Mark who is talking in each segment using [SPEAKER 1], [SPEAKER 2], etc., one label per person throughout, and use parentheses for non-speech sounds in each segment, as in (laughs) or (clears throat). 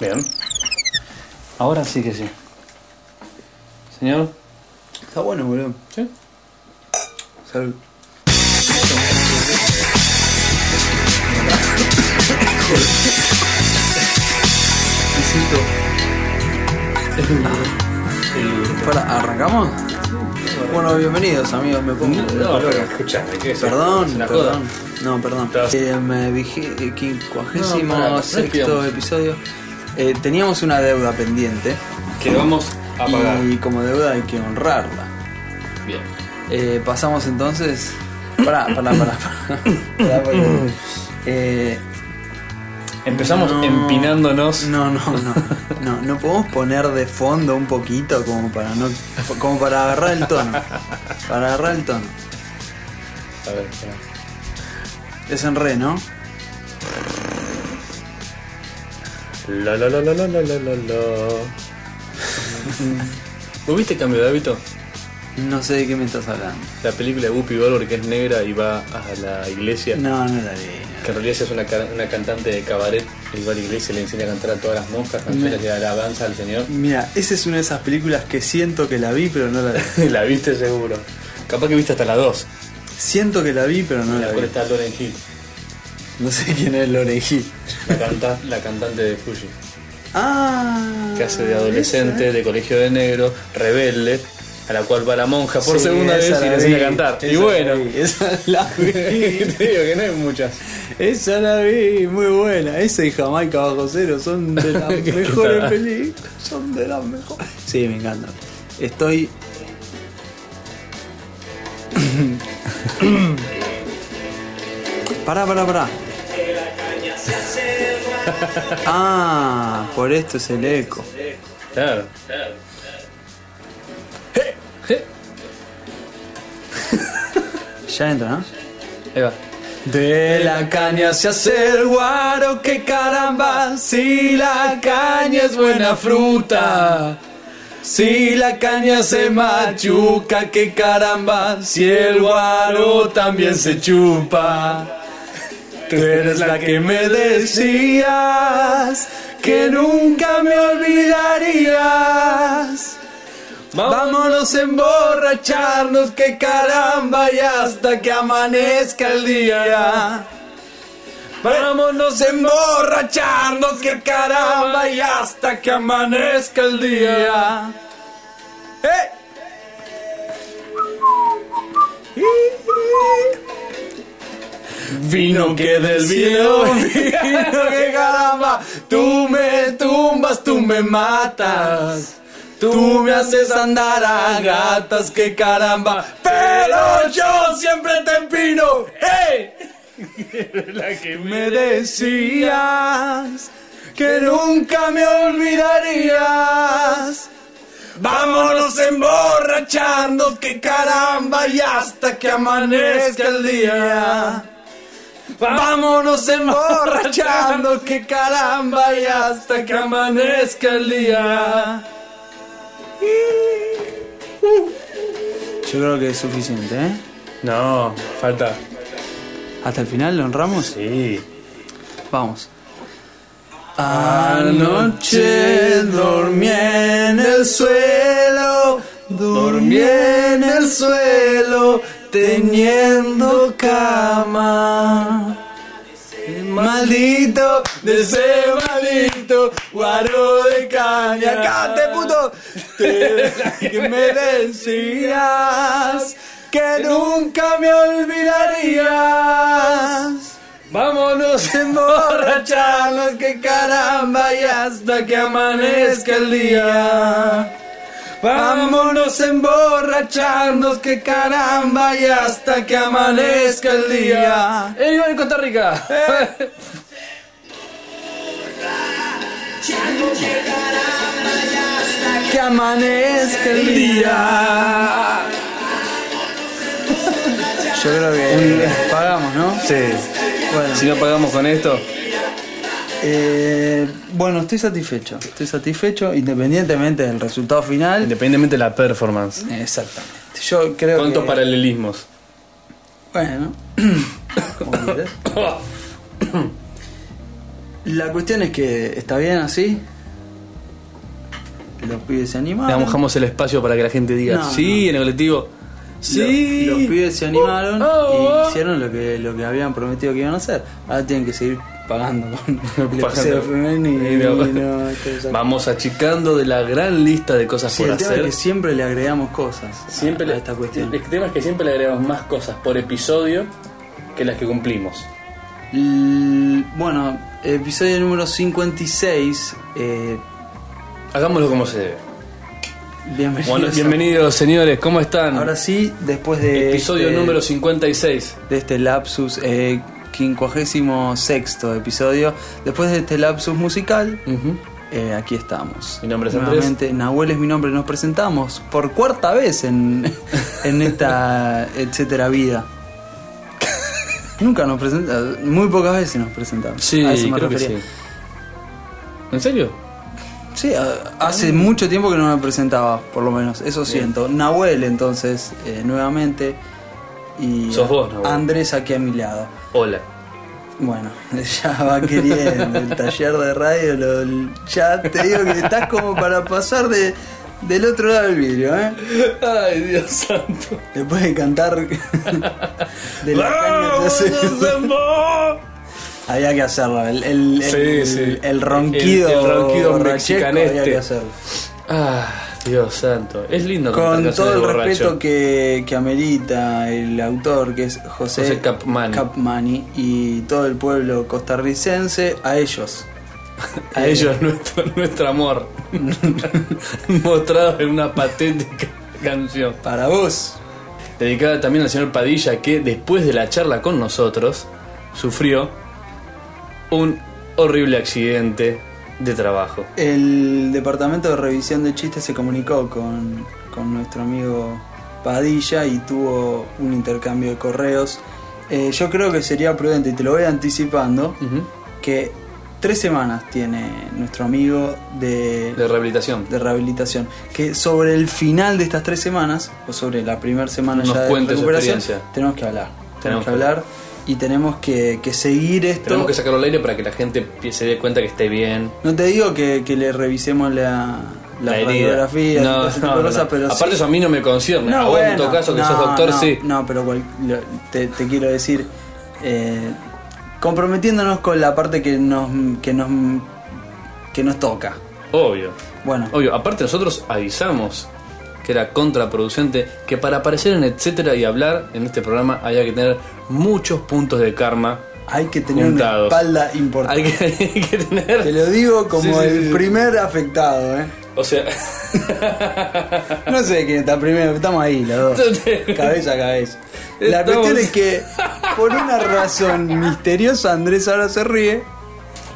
[SPEAKER 1] Bien. Ahora sí que sí. Señor.
[SPEAKER 2] Está bueno, boludo.
[SPEAKER 1] Sí.
[SPEAKER 2] Salud. Necesito. Para, ¿arrancamos? Bueno, bienvenidos amigos, me pongo.
[SPEAKER 1] No, pero escuchame, ¿qué es?
[SPEAKER 2] Perdón,
[SPEAKER 1] ¿Se la
[SPEAKER 2] perdón.
[SPEAKER 1] joda?
[SPEAKER 2] No, perdón.
[SPEAKER 1] Estás-
[SPEAKER 2] Em, eh, vigi- eh,
[SPEAKER 1] No,
[SPEAKER 2] quincuagésimo
[SPEAKER 1] pará, no es que
[SPEAKER 2] sexto
[SPEAKER 1] íbamos-
[SPEAKER 2] episodio. Eh, teníamos una deuda pendiente
[SPEAKER 1] Que vamos a pagar.
[SPEAKER 2] y como deuda hay que honrarla.
[SPEAKER 1] Bien.
[SPEAKER 2] Eh, pasamos entonces. Pará, pará, pará.
[SPEAKER 1] (coughs)
[SPEAKER 2] pará. Pará, porque- eh,
[SPEAKER 1] Empezamos
[SPEAKER 2] No.
[SPEAKER 1] empinándonos.
[SPEAKER 2] no, no, no, no. No podemos poner de fondo un poquito como para no. como para agarrar el tono. Para agarrar el tono.
[SPEAKER 1] A ver, espera.
[SPEAKER 2] Es en re, ¿no?
[SPEAKER 1] La la la la la la la la (laughs) la. ¿Tuviste cambio de hábito?
[SPEAKER 2] No sé de qué me estás hablando.
[SPEAKER 1] La película de Whoopi Goldberg que es negra y va a la iglesia.
[SPEAKER 2] No, no la vi.
[SPEAKER 1] Que en realidad ella es una, ca- una cantante de cabaret y va a la iglesia y le enseña a cantar a todas las monjas, canciones de alabanza al Señor.
[SPEAKER 2] Mira, esa es una de esas películas que siento que la vi, pero no la
[SPEAKER 1] (laughs)
[SPEAKER 2] vi.
[SPEAKER 1] la viste seguro. Capaz que viste hasta las 2.
[SPEAKER 2] Siento que la vi, pero no
[SPEAKER 1] En la
[SPEAKER 2] Ah, la
[SPEAKER 1] cual
[SPEAKER 2] vi.
[SPEAKER 1] está Lauren Hill,
[SPEAKER 2] No sé quién es Loren Hill.
[SPEAKER 1] la, canta- la cantante de Fuji.
[SPEAKER 2] Ah.
[SPEAKER 1] Que hace de adolescente, de colegio de negro, rebelde, a la cual va la monja por
[SPEAKER 2] Sí,
[SPEAKER 1] segunda vez
[SPEAKER 2] esa
[SPEAKER 1] y
[SPEAKER 2] la
[SPEAKER 1] le enseña a
[SPEAKER 2] vi,
[SPEAKER 1] cantar. Y
[SPEAKER 2] esa la
[SPEAKER 1] bueno,
[SPEAKER 2] vi,
[SPEAKER 1] (laughs)
[SPEAKER 2] Esa la
[SPEAKER 1] te (laughs)
[SPEAKER 2] vi.
[SPEAKER 1] digo que no hay muchas.
[SPEAKER 2] Esa la vi, muy buena. Esa y Jamaica Bajo Cero son de las
[SPEAKER 1] Qué
[SPEAKER 2] mejores
[SPEAKER 1] tarado.
[SPEAKER 2] películas. Son de las mejores. Sí, me encanta. Estoy. (coughs) pará, pará, pará. Ah, por esto es el eco.
[SPEAKER 1] Claro. Eh, eh.
[SPEAKER 2] Ya entra, ¿no?
[SPEAKER 1] Ahí va. eh,
[SPEAKER 2] De la caña se hace el guaro, que caramba, si la caña es buena fruta. Si la caña se machuca, que caramba, si el guaro también se chupa. Tú eres la que me decías que nunca me olvidarías. Vámonos a emborracharnos, que caramba, y hasta que amanezca el día. Vámonos a emborracharnos, que caramba, y hasta que amanezca el día. ¡Eh! Vino que desvío, (laughs) vino que caramba, tú me tumbas, tú me matas. Tú me haces andar a gatas, que caramba, pero yo siempre te empino.
[SPEAKER 1] eh,
[SPEAKER 2] ¡Hey! (laughs) Me decías que nunca me olvidarías. Vámonos emborrachando, que caramba, y hasta que amanezca el día. Vámonos emborrachando, que caramba, y hasta que amanezca el día. Yo creo que es suficiente, ¿eh?
[SPEAKER 1] No, falta.
[SPEAKER 2] Hasta el final lo honramos.
[SPEAKER 1] Sí.
[SPEAKER 2] Vamos. Anoche dormí en el suelo, dormí en el suelo, teniendo cama. Maldito de ese maldito guaro de caña. ¡Cante, puto! Te- que me decías que nunca me olvidarías.
[SPEAKER 1] Vámonos.
[SPEAKER 2] (laughs) Emborracharnos, que caramba, y hasta que amanezca el día. Vámonos a emborracharnos, que caramba, y hasta que amanezca el día.
[SPEAKER 1] ¡Eh, Iván en Costa Rica!
[SPEAKER 2] Que amanezca el día. (laughs) Yo creo que pagamos, ¿no?
[SPEAKER 1] Sí.
[SPEAKER 2] Bueno,
[SPEAKER 1] Si no pagamos con esto,
[SPEAKER 2] eh, bueno, estoy satisfecho. Estoy satisfecho independientemente del resultado final.
[SPEAKER 1] independientemente de la performance.
[SPEAKER 2] Exactamente. Yo creo
[SPEAKER 1] ¿Cuántos
[SPEAKER 2] que. (laughs)
[SPEAKER 1] paralelismos? (coughs)
[SPEAKER 2] Bueno. Como quieras. La cuestión es que está bien así. Los pibes se animaron.
[SPEAKER 1] Le mojamos el espacio para que la gente diga,
[SPEAKER 2] No,
[SPEAKER 1] sí, en el colectivo. Sí.
[SPEAKER 2] Los, los pibes se animaron
[SPEAKER 1] Oh, oh.
[SPEAKER 2] y hicieron lo que, lo que habían prometido que iban a hacer. Ahora tienen que seguir pagando con el episodio femenino.
[SPEAKER 1] Y no.
[SPEAKER 2] y no, esto es-
[SPEAKER 1] Vamos achicando de la gran lista de cosas
[SPEAKER 2] Sí,
[SPEAKER 1] por
[SPEAKER 2] el tema es
[SPEAKER 1] hacer. Ah,
[SPEAKER 2] que siempre le agregamos cosas a-
[SPEAKER 3] Siempre
[SPEAKER 2] a,
[SPEAKER 3] le-
[SPEAKER 2] esta cuestión.
[SPEAKER 3] El tema es que siempre le agregamos más cosas por episodio que las que cumplimos.
[SPEAKER 2] L- bueno, episodio número 56. Eh,
[SPEAKER 1] Hagámoslo como se debe.
[SPEAKER 2] (laughs) bienvenidos.
[SPEAKER 1] Bueno,
[SPEAKER 2] a-
[SPEAKER 1] bienvenidos señores, ¿cómo están?
[SPEAKER 2] Ahora sí, después de.
[SPEAKER 1] Episodio
[SPEAKER 2] este-
[SPEAKER 1] número 56.
[SPEAKER 2] de este lapsus, eh, 56 episodio. Después de este lapsus musical,
[SPEAKER 1] Ujú.
[SPEAKER 2] eh, aquí estamos.
[SPEAKER 1] Mi nombre es Andrés.
[SPEAKER 2] Nuevamente, Nahuel es mi nombre, nos presentamos por cuarta vez
[SPEAKER 1] (laughs)
[SPEAKER 2] en, en esta etcétera vida. Nunca nos presentamos, muy pocas veces nos presentamos.
[SPEAKER 1] Sí,
[SPEAKER 2] A eso me
[SPEAKER 1] creo que sí.
[SPEAKER 2] refería.
[SPEAKER 1] ¿En serio?
[SPEAKER 2] Sí, a-
[SPEAKER 1] Mm.
[SPEAKER 2] hace mucho tiempo que no me presentaba, por lo menos, eso siento. Nahuel, entonces, eh, nuevamente. Y
[SPEAKER 1] Sos vos, Nahuel.
[SPEAKER 2] Andrés aquí a mi lado.
[SPEAKER 1] Hola.
[SPEAKER 2] Bueno, (laughs) ya va queriendo. El taller de radio, lo- el- ya te digo que estás como para pasar de, del otro lado del vidrio, ¿eh?
[SPEAKER 1] (laughs) Ay, Dios santo. Ah,
[SPEAKER 2] Después de cantar (laughs) de la caña que
[SPEAKER 1] ¡Vamos,
[SPEAKER 2] hace- (laughs)
[SPEAKER 1] Rosenborg!
[SPEAKER 2] Había que hacerlo, el, el,
[SPEAKER 1] Sí,
[SPEAKER 2] el-
[SPEAKER 1] sí.
[SPEAKER 2] el ronquido,
[SPEAKER 1] El- el ronquido
[SPEAKER 2] borrachesco
[SPEAKER 1] mexicaneste.
[SPEAKER 2] había que hacerlo.
[SPEAKER 1] Ah, Dios santo. Es lindo cantar
[SPEAKER 2] Con
[SPEAKER 1] canciones
[SPEAKER 2] todo
[SPEAKER 1] de
[SPEAKER 2] el
[SPEAKER 1] borracho.
[SPEAKER 2] respeto que, que amerita el autor, que es José,
[SPEAKER 1] José Capmani.
[SPEAKER 2] Capmani, y todo el pueblo costarricense, a ellos.
[SPEAKER 1] (laughs) A ellos (laughs) nuestro, nuestro amor. (laughs) Mostrado en una patética canción.
[SPEAKER 2] Eh, Para vos.
[SPEAKER 1] Dedicada también al señor Padilla que después de la charla con nosotros sufrió un horrible accidente de trabajo.
[SPEAKER 2] El departamento de revisión de chistes se comunicó con, con nuestro amigo Padilla y tuvo un intercambio de correos. Eh, yo creo que sería prudente, y te lo voy anticipando,
[SPEAKER 1] Ujú.
[SPEAKER 2] que tres semanas tiene nuestro amigo de,
[SPEAKER 1] De rehabilitación.
[SPEAKER 2] de rehabilitación. Que sobre el final de estas tres semanas, o sobre la primera semana
[SPEAKER 1] Nos
[SPEAKER 2] ya de
[SPEAKER 1] cuente su
[SPEAKER 2] recuperación,
[SPEAKER 1] experiencia.
[SPEAKER 2] tenemos que hablar. Tenemos
[SPEAKER 1] Tenemos
[SPEAKER 2] que
[SPEAKER 1] que-
[SPEAKER 2] hablar y tenemos que, que seguir esto.
[SPEAKER 1] Tenemos que sacarlo al aire para que la gente pi- se dé cuenta que esté bien.
[SPEAKER 2] No te digo que, que le revisemos la, la,
[SPEAKER 1] herida.
[SPEAKER 2] radiografía,
[SPEAKER 1] No,
[SPEAKER 2] todo ese tipo
[SPEAKER 1] no,
[SPEAKER 2] de
[SPEAKER 1] no,
[SPEAKER 2] cosas,
[SPEAKER 1] no.
[SPEAKER 2] pero
[SPEAKER 1] Aparte,
[SPEAKER 2] sí.
[SPEAKER 1] eso a mí no me concierne.
[SPEAKER 2] No,
[SPEAKER 1] a vos, en
[SPEAKER 2] bueno,
[SPEAKER 1] tu caso, que
[SPEAKER 2] no,
[SPEAKER 1] sos doctor,
[SPEAKER 2] no,
[SPEAKER 1] sí.
[SPEAKER 2] No, pero cual- lo- te, te quiero decir, eh, comprometiéndonos con la parte que nos, que nos, que nos toca.
[SPEAKER 1] Obvio.
[SPEAKER 2] Bueno,
[SPEAKER 1] Obvio. Aparte, nosotros avisamos que era contraproducente, que para aparecer en etcétera y hablar en este programa había que tener muchos puntos de karma.
[SPEAKER 2] hay que tener
[SPEAKER 1] Juntados.
[SPEAKER 2] una espalda importante.
[SPEAKER 1] Hay que, (laughs) hay que
[SPEAKER 2] Te
[SPEAKER 1] tener.
[SPEAKER 2] lo digo como
[SPEAKER 1] Sí, sí,
[SPEAKER 2] el
[SPEAKER 1] sí, sí.
[SPEAKER 2] primer afectado, ¿eh?
[SPEAKER 1] O
[SPEAKER 2] (laughs)
[SPEAKER 1] sea,
[SPEAKER 2] No sé quién está primero, estamos ahí los dos. Cabeza a cabeza. La
[SPEAKER 1] Estamos-
[SPEAKER 2] cuestión es que, por una razón misteriosa, Andrés ahora se ríe.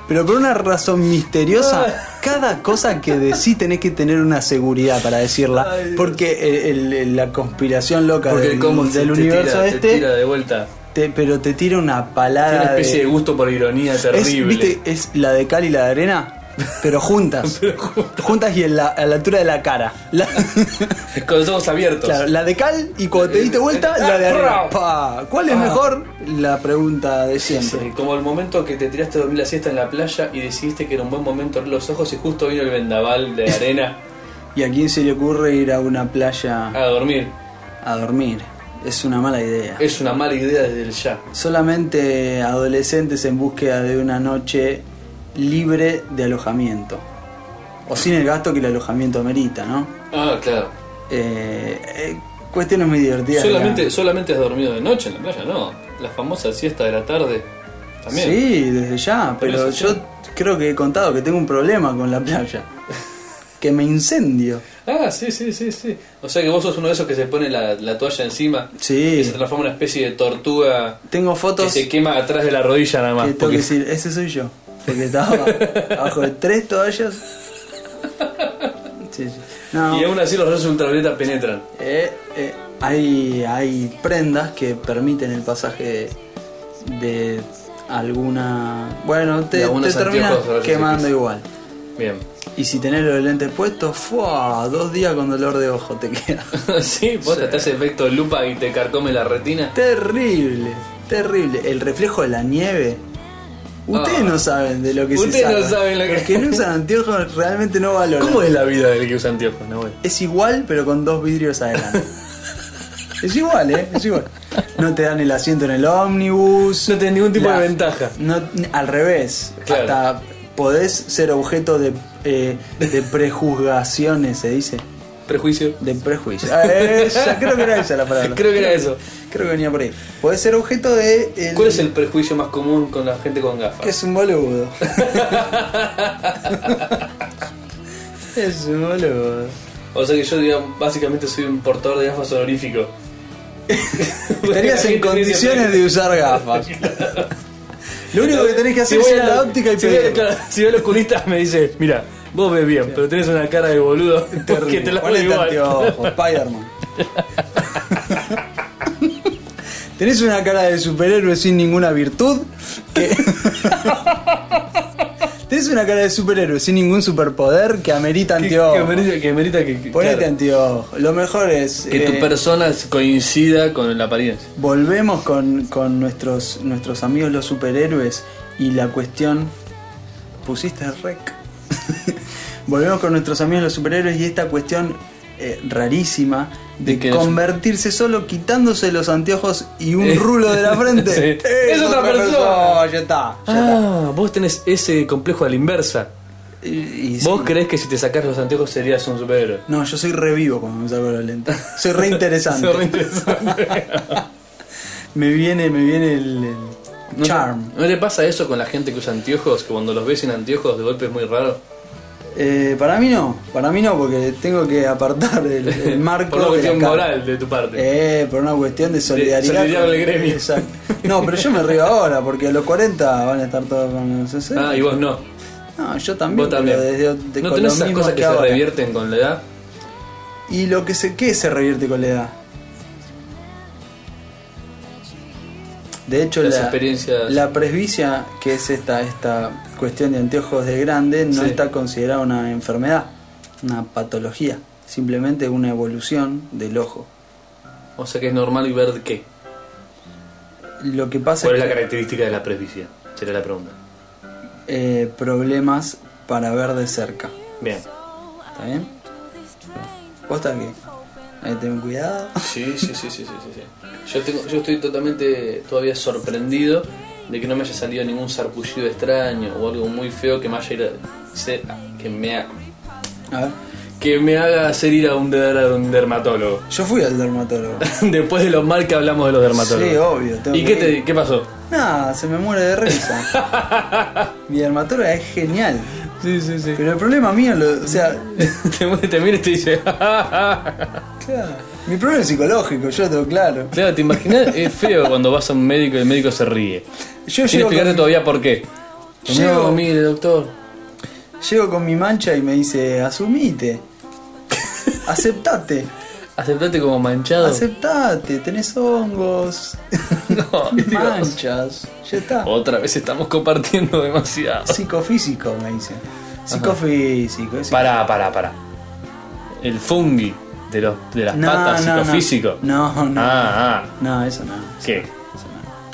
[SPEAKER 2] Pero por una razón
[SPEAKER 1] Ah.
[SPEAKER 2] misteriosa, cada cosa que decís tenés que tener una seguridad para decirla.
[SPEAKER 1] Ay, Dios.
[SPEAKER 2] Porque el- el- la conspiración loca
[SPEAKER 1] porque
[SPEAKER 2] del,
[SPEAKER 1] como
[SPEAKER 2] del
[SPEAKER 1] te
[SPEAKER 2] universo
[SPEAKER 1] tira,
[SPEAKER 2] este,
[SPEAKER 1] te tira de vuelta.
[SPEAKER 2] te- pero te tira una
[SPEAKER 1] Tiene
[SPEAKER 2] palada.
[SPEAKER 1] una especie de
[SPEAKER 2] de-
[SPEAKER 1] gusto por ironía
[SPEAKER 2] es,
[SPEAKER 1] terrible. (laughs)
[SPEAKER 2] ¿viste? es la de cal y la de arena, pero juntas. juntas. y en la- a la altura de la cara.
[SPEAKER 1] (laughs)
[SPEAKER 2] La-
[SPEAKER 1] Con los ojos abiertos.
[SPEAKER 2] Claro, la de cal y cuando te diste vuelta, la de arena. Pa. ¿Cuál es mejor? La pregunta de siempre.
[SPEAKER 1] Ah. Sí, como el momento que te tiraste a dormir la siesta en la playa y decidiste que era un buen momento abrir los ojos y justo vino el vendaval de arena
[SPEAKER 2] ¿Y a quién se le ocurre ir a una playa
[SPEAKER 1] a dormir.
[SPEAKER 2] a dormir? Es una mala idea.
[SPEAKER 1] Es una mala idea desde el ya.
[SPEAKER 2] Solamente adolescentes en búsqueda de una noche libre de alojamiento. O sin el gasto que el alojamiento amerita, ¿no?
[SPEAKER 1] Ah, claro.
[SPEAKER 2] Eh, eh, cuestiones muy divertidas.
[SPEAKER 1] Solamente,
[SPEAKER 2] digamos.
[SPEAKER 1] solamente has dormido de noche en la playa, no. La famosa siesta de la tarde. También.
[SPEAKER 2] Sí, desde ya,
[SPEAKER 1] Por
[SPEAKER 2] pero
[SPEAKER 1] eso
[SPEAKER 2] yo
[SPEAKER 1] sí.
[SPEAKER 2] creo que he contado que tengo un problema con la
[SPEAKER 1] (laughs)
[SPEAKER 2] playa. que me incendio.
[SPEAKER 1] Ah, sí, sí, sí, sí. O sea que vos sos uno de esos que se pone la, la toalla encima.
[SPEAKER 2] Sí.
[SPEAKER 1] Que se transforma en una especie de tortuga
[SPEAKER 2] Tengo fotos
[SPEAKER 1] que se quema atrás de la rodilla nada más.
[SPEAKER 2] que tengo que
[SPEAKER 1] porque-
[SPEAKER 2] decir, ese soy yo. Porque estaba
[SPEAKER 1] (laughs)
[SPEAKER 2] abajo de tres toallas. Sí, sí. No,
[SPEAKER 1] Y aún así los rayos ultravioleta penetran.
[SPEAKER 2] eh, eh, hay, hay prendas que permiten el pasaje de, de alguna... Bueno, te,
[SPEAKER 1] De algunos
[SPEAKER 2] te terminas
[SPEAKER 1] anteojos rayos
[SPEAKER 2] quemando
[SPEAKER 1] X.
[SPEAKER 2] igual.
[SPEAKER 1] Bien. (laughs)
[SPEAKER 2] Y si tenés los lentes puestos, ¡fua! dos días con dolor de ojo te queda.
[SPEAKER 1] sí, vos te haces efecto lupa y te carcome la retina.
[SPEAKER 2] Terrible, terrible. El reflejo de la nieve Ustedes
[SPEAKER 1] Ah.
[SPEAKER 2] no saben de lo que se
[SPEAKER 1] Ustedes
[SPEAKER 2] sabe.
[SPEAKER 1] no saben lo que-
[SPEAKER 2] Los
[SPEAKER 1] (laughs)
[SPEAKER 2] que no usan anteojos realmente no valoran.
[SPEAKER 1] ¿Cómo es la vida del que usa anteojos, Nahuel?
[SPEAKER 2] Es igual, pero con dos vidrios adelante. es igual, ¿eh? Es igual. No te dan el asiento en el ómnibus.
[SPEAKER 1] No tenés ningún tipo
[SPEAKER 2] La-
[SPEAKER 1] de ventaja.
[SPEAKER 2] No, al revés.
[SPEAKER 1] Claro.
[SPEAKER 2] Hasta podés ser objeto de, eh, de prejuzgaciones, se dice.
[SPEAKER 1] Prejuicio.
[SPEAKER 2] De prejuicio. Ah, esa, creo que era esa la
[SPEAKER 1] (laughs)
[SPEAKER 2] palabra.
[SPEAKER 1] Creo que era eso.
[SPEAKER 2] Creo que venía por ahí. Podés ser objeto de. el-
[SPEAKER 1] ¿Cuál es el prejuicio más común con la gente con
[SPEAKER 2] que
[SPEAKER 1] gafas?
[SPEAKER 2] es un
[SPEAKER 1] (laughs)
[SPEAKER 2] boludo. es
[SPEAKER 1] (laughs)
[SPEAKER 2] un boludo.
[SPEAKER 1] O sea que yo digamos, básicamente soy un portador de gafas honorífico.
[SPEAKER 2] (laughs) Estarías en condiciones de usar
[SPEAKER 1] (laughs)
[SPEAKER 2] gafas. Lo único que tenés que hacer
[SPEAKER 1] Si
[SPEAKER 2] es
[SPEAKER 1] voy
[SPEAKER 2] ir a la
[SPEAKER 1] al-
[SPEAKER 2] óptica y
[SPEAKER 1] si voy,
[SPEAKER 2] pedir. (laughs)
[SPEAKER 1] claro, si voy al oculista me dice, mira, vos ves bien, pero tenés una cara de
[SPEAKER 2] (laughs)
[SPEAKER 1] boludo que te la hago (laughs)
[SPEAKER 2] Ponete
[SPEAKER 1] igual.
[SPEAKER 2] anteojos, Spider-Man. (laughs) Tenés una cara de superhéroe sin ninguna virtud. que- (laughs) Tenés una cara de superhéroe sin ningún superpoder que amerita
[SPEAKER 1] Que,
[SPEAKER 2] anteojos.
[SPEAKER 1] que merita que... merita que- que-
[SPEAKER 2] Ponete
[SPEAKER 1] claro,
[SPEAKER 2] anteojos. Lo mejor es.
[SPEAKER 1] que tu
[SPEAKER 2] eh,
[SPEAKER 1] persona coincida con la apariencia.
[SPEAKER 2] Volvemos con, con nuestros, nuestros amigos los superhéroes y la cuestión... Pusiste rec. (laughs) Volvemos con nuestros amigos los superhéroes y esta cuestión eh, rarísima de,
[SPEAKER 1] De que los-
[SPEAKER 2] convertirse solo quitándose los anteojos y un
[SPEAKER 1] Eh.
[SPEAKER 2] rulo
[SPEAKER 1] (laughs)
[SPEAKER 2] de la frente.
[SPEAKER 1] Sí.
[SPEAKER 2] ¡Eh,
[SPEAKER 1] ¡Es otra persona!
[SPEAKER 2] Ya está. ya está.
[SPEAKER 1] Ah, vos tenés ese complejo a la inversa.
[SPEAKER 2] Y- y
[SPEAKER 1] ¿Vos
[SPEAKER 2] sí.
[SPEAKER 1] crees que si te sacás los anteojos serías un superhéroe?
[SPEAKER 2] No, yo soy revivo cuando me saco los lentes. Soy re interesante.
[SPEAKER 1] Eso (laughs) es re interesante.
[SPEAKER 2] me viene, me viene el, el
[SPEAKER 1] ¿No te-
[SPEAKER 2] charm.
[SPEAKER 1] ¿No le pasa eso con la gente que usa anteojos? Que cuando los ves sin anteojos de golpe es muy raro.
[SPEAKER 2] Eh, para mí no, para mí no, porque tengo que apartar el,
[SPEAKER 1] (laughs)
[SPEAKER 2] el marco.
[SPEAKER 1] Por una
[SPEAKER 2] de la
[SPEAKER 1] cuestión
[SPEAKER 2] cara.
[SPEAKER 1] moral de tu parte.
[SPEAKER 2] Eh, por una cuestión de solidaridad.
[SPEAKER 1] solidaridad
[SPEAKER 2] con-
[SPEAKER 1] con el gremio.
[SPEAKER 2] Exacto.
[SPEAKER 1] (laughs)
[SPEAKER 2] No, pero yo me río ahora, porque a los 40 van a estar todos con los 60.
[SPEAKER 1] ah, y vos no.
[SPEAKER 2] No, yo
[SPEAKER 1] Vos
[SPEAKER 2] también.
[SPEAKER 1] también.
[SPEAKER 2] pero desde- de-
[SPEAKER 1] ¿No
[SPEAKER 2] con
[SPEAKER 1] tenés
[SPEAKER 2] lo
[SPEAKER 1] esas
[SPEAKER 2] mismo
[SPEAKER 1] cosas que, se
[SPEAKER 2] ahora.
[SPEAKER 1] revierten con la edad?
[SPEAKER 2] Y lo que se, ¿qué se revierte con la edad? De hecho,
[SPEAKER 1] Las
[SPEAKER 2] la,
[SPEAKER 1] experiencias.
[SPEAKER 2] la presbicia, que es esta, esta cuestión de anteojos de grande, no
[SPEAKER 1] Sí.
[SPEAKER 2] está considerada una enfermedad, una patología, simplemente una evolución del ojo.
[SPEAKER 1] O sea que es normal y ver qué.
[SPEAKER 2] Lo que pasa
[SPEAKER 1] ¿Cuál es
[SPEAKER 2] es
[SPEAKER 1] la
[SPEAKER 2] que
[SPEAKER 1] característica de la presbicia? Sería la pregunta.
[SPEAKER 2] eh, problemas para ver de cerca.
[SPEAKER 1] Bien.
[SPEAKER 2] ¿Está bien? ¿Posta que? Hay que tener cuidado.
[SPEAKER 1] Sí, sí, sí, sí, sí, sí, sí. Yo, tengo, yo estoy totalmente todavía sorprendido de que no me haya salido ningún sarpullido extraño o algo muy feo que me haya ido- se- que me ha-
[SPEAKER 2] A ver.
[SPEAKER 1] que me haga hacer ir a un, de- a un dermatólogo.
[SPEAKER 2] Yo fui al dermatólogo.
[SPEAKER 1] (laughs) Después de lo mal que hablamos de los dermatólogos.
[SPEAKER 2] Sí, obvio, tengo
[SPEAKER 1] ¿Y
[SPEAKER 2] que
[SPEAKER 1] qué, te,
[SPEAKER 2] ir.
[SPEAKER 1] qué pasó?
[SPEAKER 2] Nada, se me muere de risa. Mi dermatóloga es genial.
[SPEAKER 1] Sí, sí, sí.
[SPEAKER 2] Pero el problema mío, lo- o sea,
[SPEAKER 1] (laughs) te, te mira y te dice. (laughs) "Ja, ja, ja".
[SPEAKER 2] claro, mi problema es psicológico, yo lo tengo claro.
[SPEAKER 1] claro, te imaginas, es feo cuando vas a un médico y el médico se
[SPEAKER 2] (laughs)
[SPEAKER 1] ríe.
[SPEAKER 2] Yo
[SPEAKER 1] Sin
[SPEAKER 2] llego
[SPEAKER 1] explicarte
[SPEAKER 2] con,
[SPEAKER 1] todavía por qué.
[SPEAKER 2] Llego-
[SPEAKER 1] No, mire, doctor.
[SPEAKER 2] llego con mi mancha y me dice, asumite,
[SPEAKER 1] (laughs)
[SPEAKER 2] aceptate,
[SPEAKER 1] Aceptate como manchado.
[SPEAKER 2] aceptate, tenés hongos,
[SPEAKER 1] (laughs)
[SPEAKER 2] (laughs)
[SPEAKER 1] No, Dios. Oh.
[SPEAKER 2] manchas, ya está.
[SPEAKER 1] Otra vez estamos compartiendo demasiado.
[SPEAKER 2] Psicofísico, me dice. Psicofísico, es-
[SPEAKER 1] Pará, pará, pará. El fungi de, los, de las
[SPEAKER 2] No,
[SPEAKER 1] patas,
[SPEAKER 2] no, no.
[SPEAKER 1] psicofísico.
[SPEAKER 2] No, no.
[SPEAKER 1] Ah, ah.
[SPEAKER 2] No, eso no.
[SPEAKER 1] ¿Qué?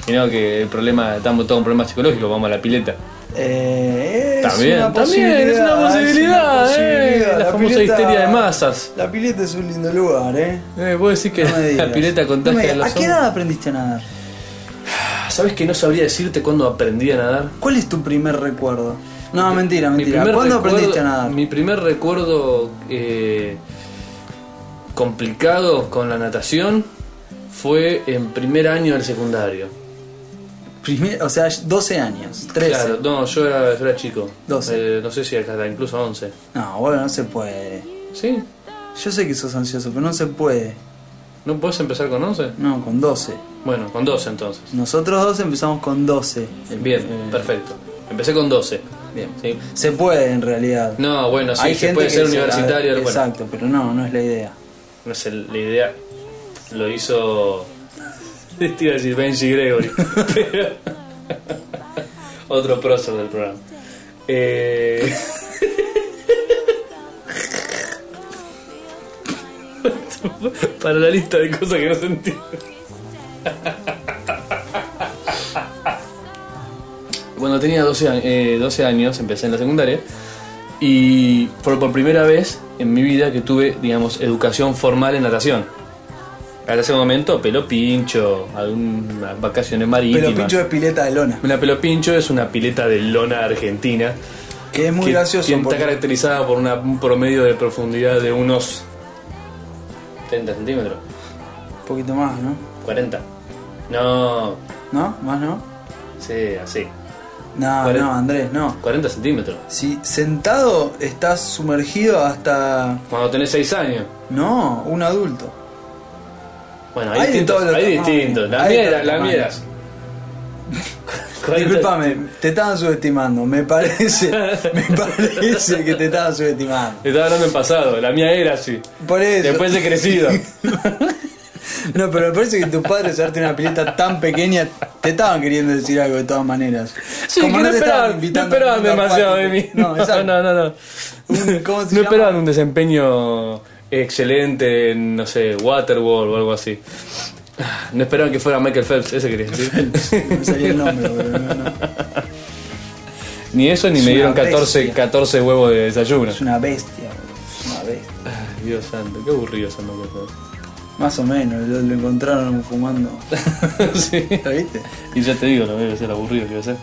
[SPEAKER 1] Sino que el problema, estamos todo un problema psicológico, vamos a la pileta.
[SPEAKER 2] Eh, es
[SPEAKER 1] También,
[SPEAKER 2] una
[SPEAKER 1] también, es una
[SPEAKER 2] posibilidad,
[SPEAKER 1] posibilidad, eh, la famosa histeria de masas.
[SPEAKER 2] La pileta es un lindo lugar,
[SPEAKER 1] (laughs)
[SPEAKER 2] ¿eh?
[SPEAKER 1] Eh, ¿Puedo decir que
[SPEAKER 2] No me digas.
[SPEAKER 1] la pileta
[SPEAKER 2] No me
[SPEAKER 1] contagia
[SPEAKER 2] digas,
[SPEAKER 1] a los
[SPEAKER 2] ¿A qué
[SPEAKER 1] hombres?
[SPEAKER 2] edad aprendiste a nadar?
[SPEAKER 1] ¿Sabes que no sabría decirte cuándo aprendí a nadar?
[SPEAKER 2] ¿Cuál es tu primer recuerdo? No, mentira, mentira.
[SPEAKER 1] primer
[SPEAKER 2] ¿Cuándo
[SPEAKER 1] recuerdo-
[SPEAKER 2] aprendiste a nadar?
[SPEAKER 1] Mi primer recuerdo eh, complicado con la natación fue en primer año del secundario.
[SPEAKER 2] Primer- o sea, 12 años, 13.
[SPEAKER 1] Claro, no, yo era, yo era chico.
[SPEAKER 2] Doce.
[SPEAKER 1] Eh, no sé si hasta incluso 11.
[SPEAKER 2] No, bueno, no se puede.
[SPEAKER 1] ¿Sí?
[SPEAKER 2] Yo sé que sos ansioso, pero no se puede.
[SPEAKER 1] ¿No puedes empezar con 11?
[SPEAKER 2] No, con 12.
[SPEAKER 1] Bueno, con 12 entonces.
[SPEAKER 2] Nosotros dos empezamos con 12. El-
[SPEAKER 1] Bien,
[SPEAKER 2] eh,
[SPEAKER 1] perfecto. Empecé con 12.
[SPEAKER 2] Bien.
[SPEAKER 1] ¿sí?
[SPEAKER 2] Se puede en realidad.
[SPEAKER 1] No, bueno, sí, se puede
[SPEAKER 2] que
[SPEAKER 1] ser
[SPEAKER 2] se-
[SPEAKER 1] universitario. bueno,
[SPEAKER 2] Exacto, pero no, no es la idea.
[SPEAKER 1] no sé, la idea lo hizo. (laughs) Te iba a decir Benji Gregory, pero. Otro prócer del programa. Eh. (laughs) Para la lista de cosas que no se entienden. Cuando cuando tenía 12, a- eh, 12 años, empecé en la secundaria, y por, por primera vez en mi vida que tuve, digamos, educación formal en natación. Hasta ese momento, pelo pincho, algunas vacaciones marítimas.
[SPEAKER 2] Pero pincho de pileta de lona.
[SPEAKER 1] Una pelo pincho es una pileta de lona argentina.
[SPEAKER 2] Que es muy
[SPEAKER 1] que-
[SPEAKER 2] gracioso.
[SPEAKER 1] que
[SPEAKER 2] porque-
[SPEAKER 1] está caracterizada por una- un promedio de profundidad de unos 30 centímetros,
[SPEAKER 2] Un poquito más, ¿no?
[SPEAKER 1] 40. No,
[SPEAKER 2] ¿No? ¿Más no?
[SPEAKER 1] sí, así.
[SPEAKER 2] No,
[SPEAKER 1] Cuarenta.
[SPEAKER 2] no, Andrés, no.
[SPEAKER 1] 40 centímetros.
[SPEAKER 2] Si sentado estás sumergido hasta.
[SPEAKER 1] Cuando tenés 6 años.
[SPEAKER 2] No, un adulto.
[SPEAKER 1] Bueno, hay,
[SPEAKER 2] Hay de
[SPEAKER 1] distintos.
[SPEAKER 2] todos los
[SPEAKER 1] hay
[SPEAKER 2] tamaños,
[SPEAKER 1] distintos. La
[SPEAKER 2] hay de
[SPEAKER 1] mía era-
[SPEAKER 2] todos los
[SPEAKER 1] la mía era-
[SPEAKER 2] tamaños. (laughs)
[SPEAKER 1] 40
[SPEAKER 2] Disculpame, te estaban subestimando. Me parece, (laughs) me parece que te estaban subestimando.
[SPEAKER 1] Estaba hablando en pasado, la mía era así.
[SPEAKER 2] Por eso.
[SPEAKER 1] Después he
[SPEAKER 2] (laughs)
[SPEAKER 1] crecido.
[SPEAKER 2] No, pero me parece que tus padres darte una pileta tan pequeña te estaban queriendo decir algo de todas maneras.
[SPEAKER 1] Sí,
[SPEAKER 2] Como
[SPEAKER 1] que no
[SPEAKER 2] te
[SPEAKER 1] esperaban,
[SPEAKER 2] estaban
[SPEAKER 1] no
[SPEAKER 2] invitando a
[SPEAKER 1] esperaban
[SPEAKER 2] un mundo
[SPEAKER 1] demasiado de mí.
[SPEAKER 2] acuático.
[SPEAKER 1] No, (laughs)
[SPEAKER 2] exacto.
[SPEAKER 1] no, no, no.
[SPEAKER 2] Un- ¿cómo se
[SPEAKER 1] no
[SPEAKER 2] llama?
[SPEAKER 1] esperaban un desempeño excelente en, no sé, Waterworld o algo así. No esperaban que fuera Michael Phelps, ese quería decir.
[SPEAKER 2] (laughs) Me salía el nombre, boludo, no, no.
[SPEAKER 1] Ni eso ni
[SPEAKER 2] Es
[SPEAKER 1] me
[SPEAKER 2] una
[SPEAKER 1] dieron 14,
[SPEAKER 2] bestia.
[SPEAKER 1] 14 huevos de desayuno.
[SPEAKER 2] Es una bestia, boludo, es una bestia.
[SPEAKER 1] Ay, Dios santo, qué aburrido esa loco, por
[SPEAKER 2] Más o menos, lo, lo encontraron fumando.
[SPEAKER 1] favor. (laughs) Sí.
[SPEAKER 2] ¿Lo viste?
[SPEAKER 1] Y ya te digo, lo debe ser aburrido que va a ser.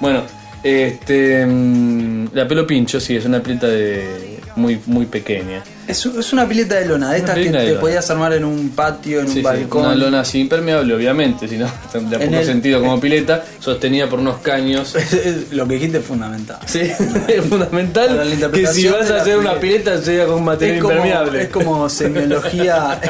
[SPEAKER 1] Bueno, este. mm, La pelo pincho, sí, es una pileta de. muy, muy pequeña.
[SPEAKER 2] Es, u- es una pileta de lona, de
[SPEAKER 1] Una
[SPEAKER 2] estas que
[SPEAKER 1] pileta de
[SPEAKER 2] te
[SPEAKER 1] lona.
[SPEAKER 2] podías armar en un patio, en
[SPEAKER 1] Sí,
[SPEAKER 2] un
[SPEAKER 1] sí,
[SPEAKER 2] balcón.
[SPEAKER 1] una lona así impermeable, obviamente, si no, (laughs) de
[SPEAKER 2] En
[SPEAKER 1] poco
[SPEAKER 2] el-
[SPEAKER 1] sentido
[SPEAKER 2] (laughs)
[SPEAKER 1] como pileta, sostenida por unos caños.
[SPEAKER 2] lo que dijiste (laughs) es fundamental.
[SPEAKER 1] Sí, (laughs) es
[SPEAKER 2] Para la
[SPEAKER 1] fundamental que si
[SPEAKER 2] interpretación
[SPEAKER 1] vas
[SPEAKER 2] de
[SPEAKER 1] a
[SPEAKER 2] la
[SPEAKER 1] hacer una
[SPEAKER 2] pileta.
[SPEAKER 1] pileta sea con material
[SPEAKER 2] es como,
[SPEAKER 1] impermeable.
[SPEAKER 2] es
[SPEAKER 1] (laughs)
[SPEAKER 2] como semiología.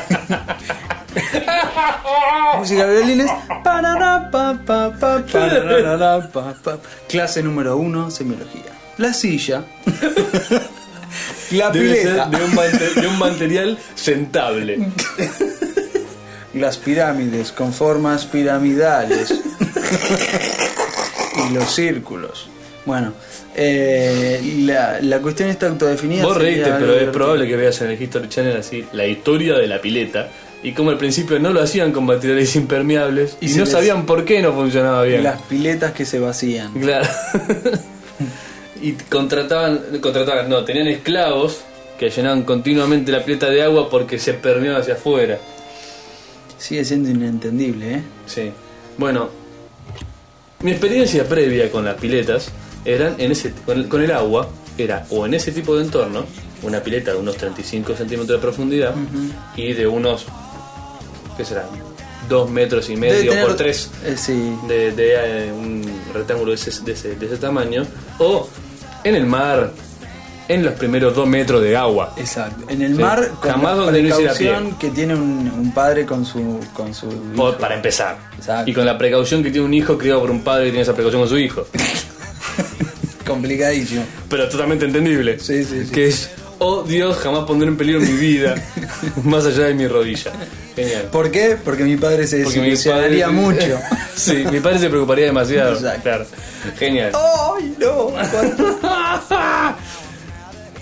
[SPEAKER 2] Música de violines. Parará, pa, pa, pa, parará, pa, pa. Clase número uno, semiología. La silla. La
[SPEAKER 1] Debe ser
[SPEAKER 2] pileta.
[SPEAKER 1] de un, mate- de un material sentable.
[SPEAKER 2] Las pirámides con formas piramidales. y los círculos. Bueno, eh, la, la cuestión está autodefinida.
[SPEAKER 1] Vos
[SPEAKER 2] sería
[SPEAKER 1] reíste,
[SPEAKER 2] algo
[SPEAKER 1] pero es
[SPEAKER 2] divertido.
[SPEAKER 1] probable que veas en el History Channel así la historia de la pileta. Y como al principio no lo hacían con materiales impermeables
[SPEAKER 2] Y
[SPEAKER 1] y,
[SPEAKER 2] se
[SPEAKER 1] no
[SPEAKER 2] les-
[SPEAKER 1] sabían por qué no funcionaba bien.
[SPEAKER 2] Las piletas que se vacían.
[SPEAKER 1] Claro. (laughs) y contrataban, contrataban, no, tenían esclavos que llenaban continuamente la pileta de agua porque se permeaba hacia afuera.
[SPEAKER 2] Sigue siendo inentendible, ¿eh?
[SPEAKER 1] Sí. Bueno, mi experiencia previa con las piletas eran en ese con el, con el agua era o en ese tipo de entorno una pileta de unos 35 centímetros de profundidad y de unos qué será dos metros y medio
[SPEAKER 2] Debe tener-
[SPEAKER 1] por tres
[SPEAKER 2] eh, sí.
[SPEAKER 1] de, de, eh, un rectángulo de ese, de ese- de ese tamaño o en el mar en los primeros dos metros de agua
[SPEAKER 2] Exacto. En el
[SPEAKER 1] Sí.
[SPEAKER 2] mar, con
[SPEAKER 1] Jamás
[SPEAKER 2] la
[SPEAKER 1] donde no hice la
[SPEAKER 2] precaución que tiene un, un padre con su. Con su
[SPEAKER 1] Por-
[SPEAKER 2] hijo.
[SPEAKER 1] para empezar.
[SPEAKER 2] Exacto.
[SPEAKER 1] Y con la precaución que tiene un hijo criado por un padre que tiene esa precaución con su hijo.
[SPEAKER 2] Complicadísimo.
[SPEAKER 1] pero totalmente entendible.
[SPEAKER 2] Sí, sí, sí.
[SPEAKER 1] Que es, oh Dios, jamás pondré en peligro mi
[SPEAKER 2] (laughs)
[SPEAKER 1] vida más allá de mi rodilla. Genial.
[SPEAKER 2] ¿Por qué? Porque mi padre se
[SPEAKER 1] Porque mi (laughs)
[SPEAKER 2] desilusionaría mucho.
[SPEAKER 1] sí, mi padre se preocuparía demasiado.
[SPEAKER 2] Exacto.
[SPEAKER 1] Claro. Genial.
[SPEAKER 2] ¡Ay, no!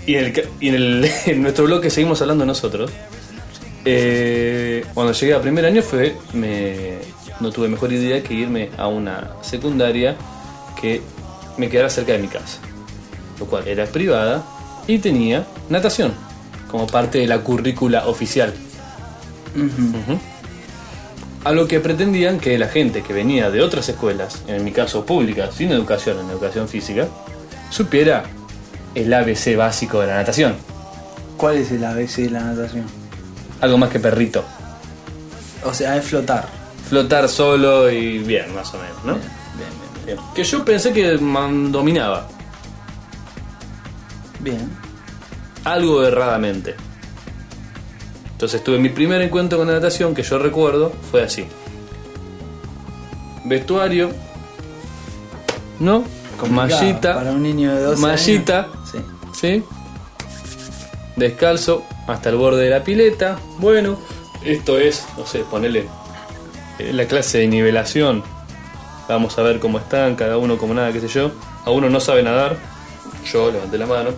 [SPEAKER 1] Y en, el, ca- y en, el- (laughs) en nuestro bloque seguimos hablando nosotros. Eh, cuando llegué a primer año fue, me, no tuve mejor idea que irme a una secundaria que me quedara cerca de mi casa, lo cual era privada y tenía natación como parte de la currícula oficial. Ujú. A lo que pretendían que la gente que venía de otras escuelas, en mi caso públicas, sin educación en educación física, supiera el ABC básico de la natación.
[SPEAKER 2] ¿Cuál es el ABC de la natación?
[SPEAKER 1] Algo más que perrito.
[SPEAKER 2] O sea, es flotar.
[SPEAKER 1] Flotar solo y bien, más o menos, ¿no?
[SPEAKER 2] Bien, bien,
[SPEAKER 1] Bien. Que yo pensé que man, dominaba.
[SPEAKER 2] bien. Bien.
[SPEAKER 1] algo erradamente. Entonces tuve mi primer encuentro con la natación, que yo recuerdo, fue así. Vestuario, ¿no? Con
[SPEAKER 2] Complicado Para
[SPEAKER 1] mallita,
[SPEAKER 2] un niño de 12
[SPEAKER 1] Mallita.
[SPEAKER 2] años. Sí.
[SPEAKER 1] ¿sí? Descalzo hasta el borde de la pileta. Bueno, esto es, no sé, ponele eh, la clase de nivelación. Vamos a ver cómo están, cada uno como nada, qué sé yo. A uno no sabe nadar. Yo levanté la mano.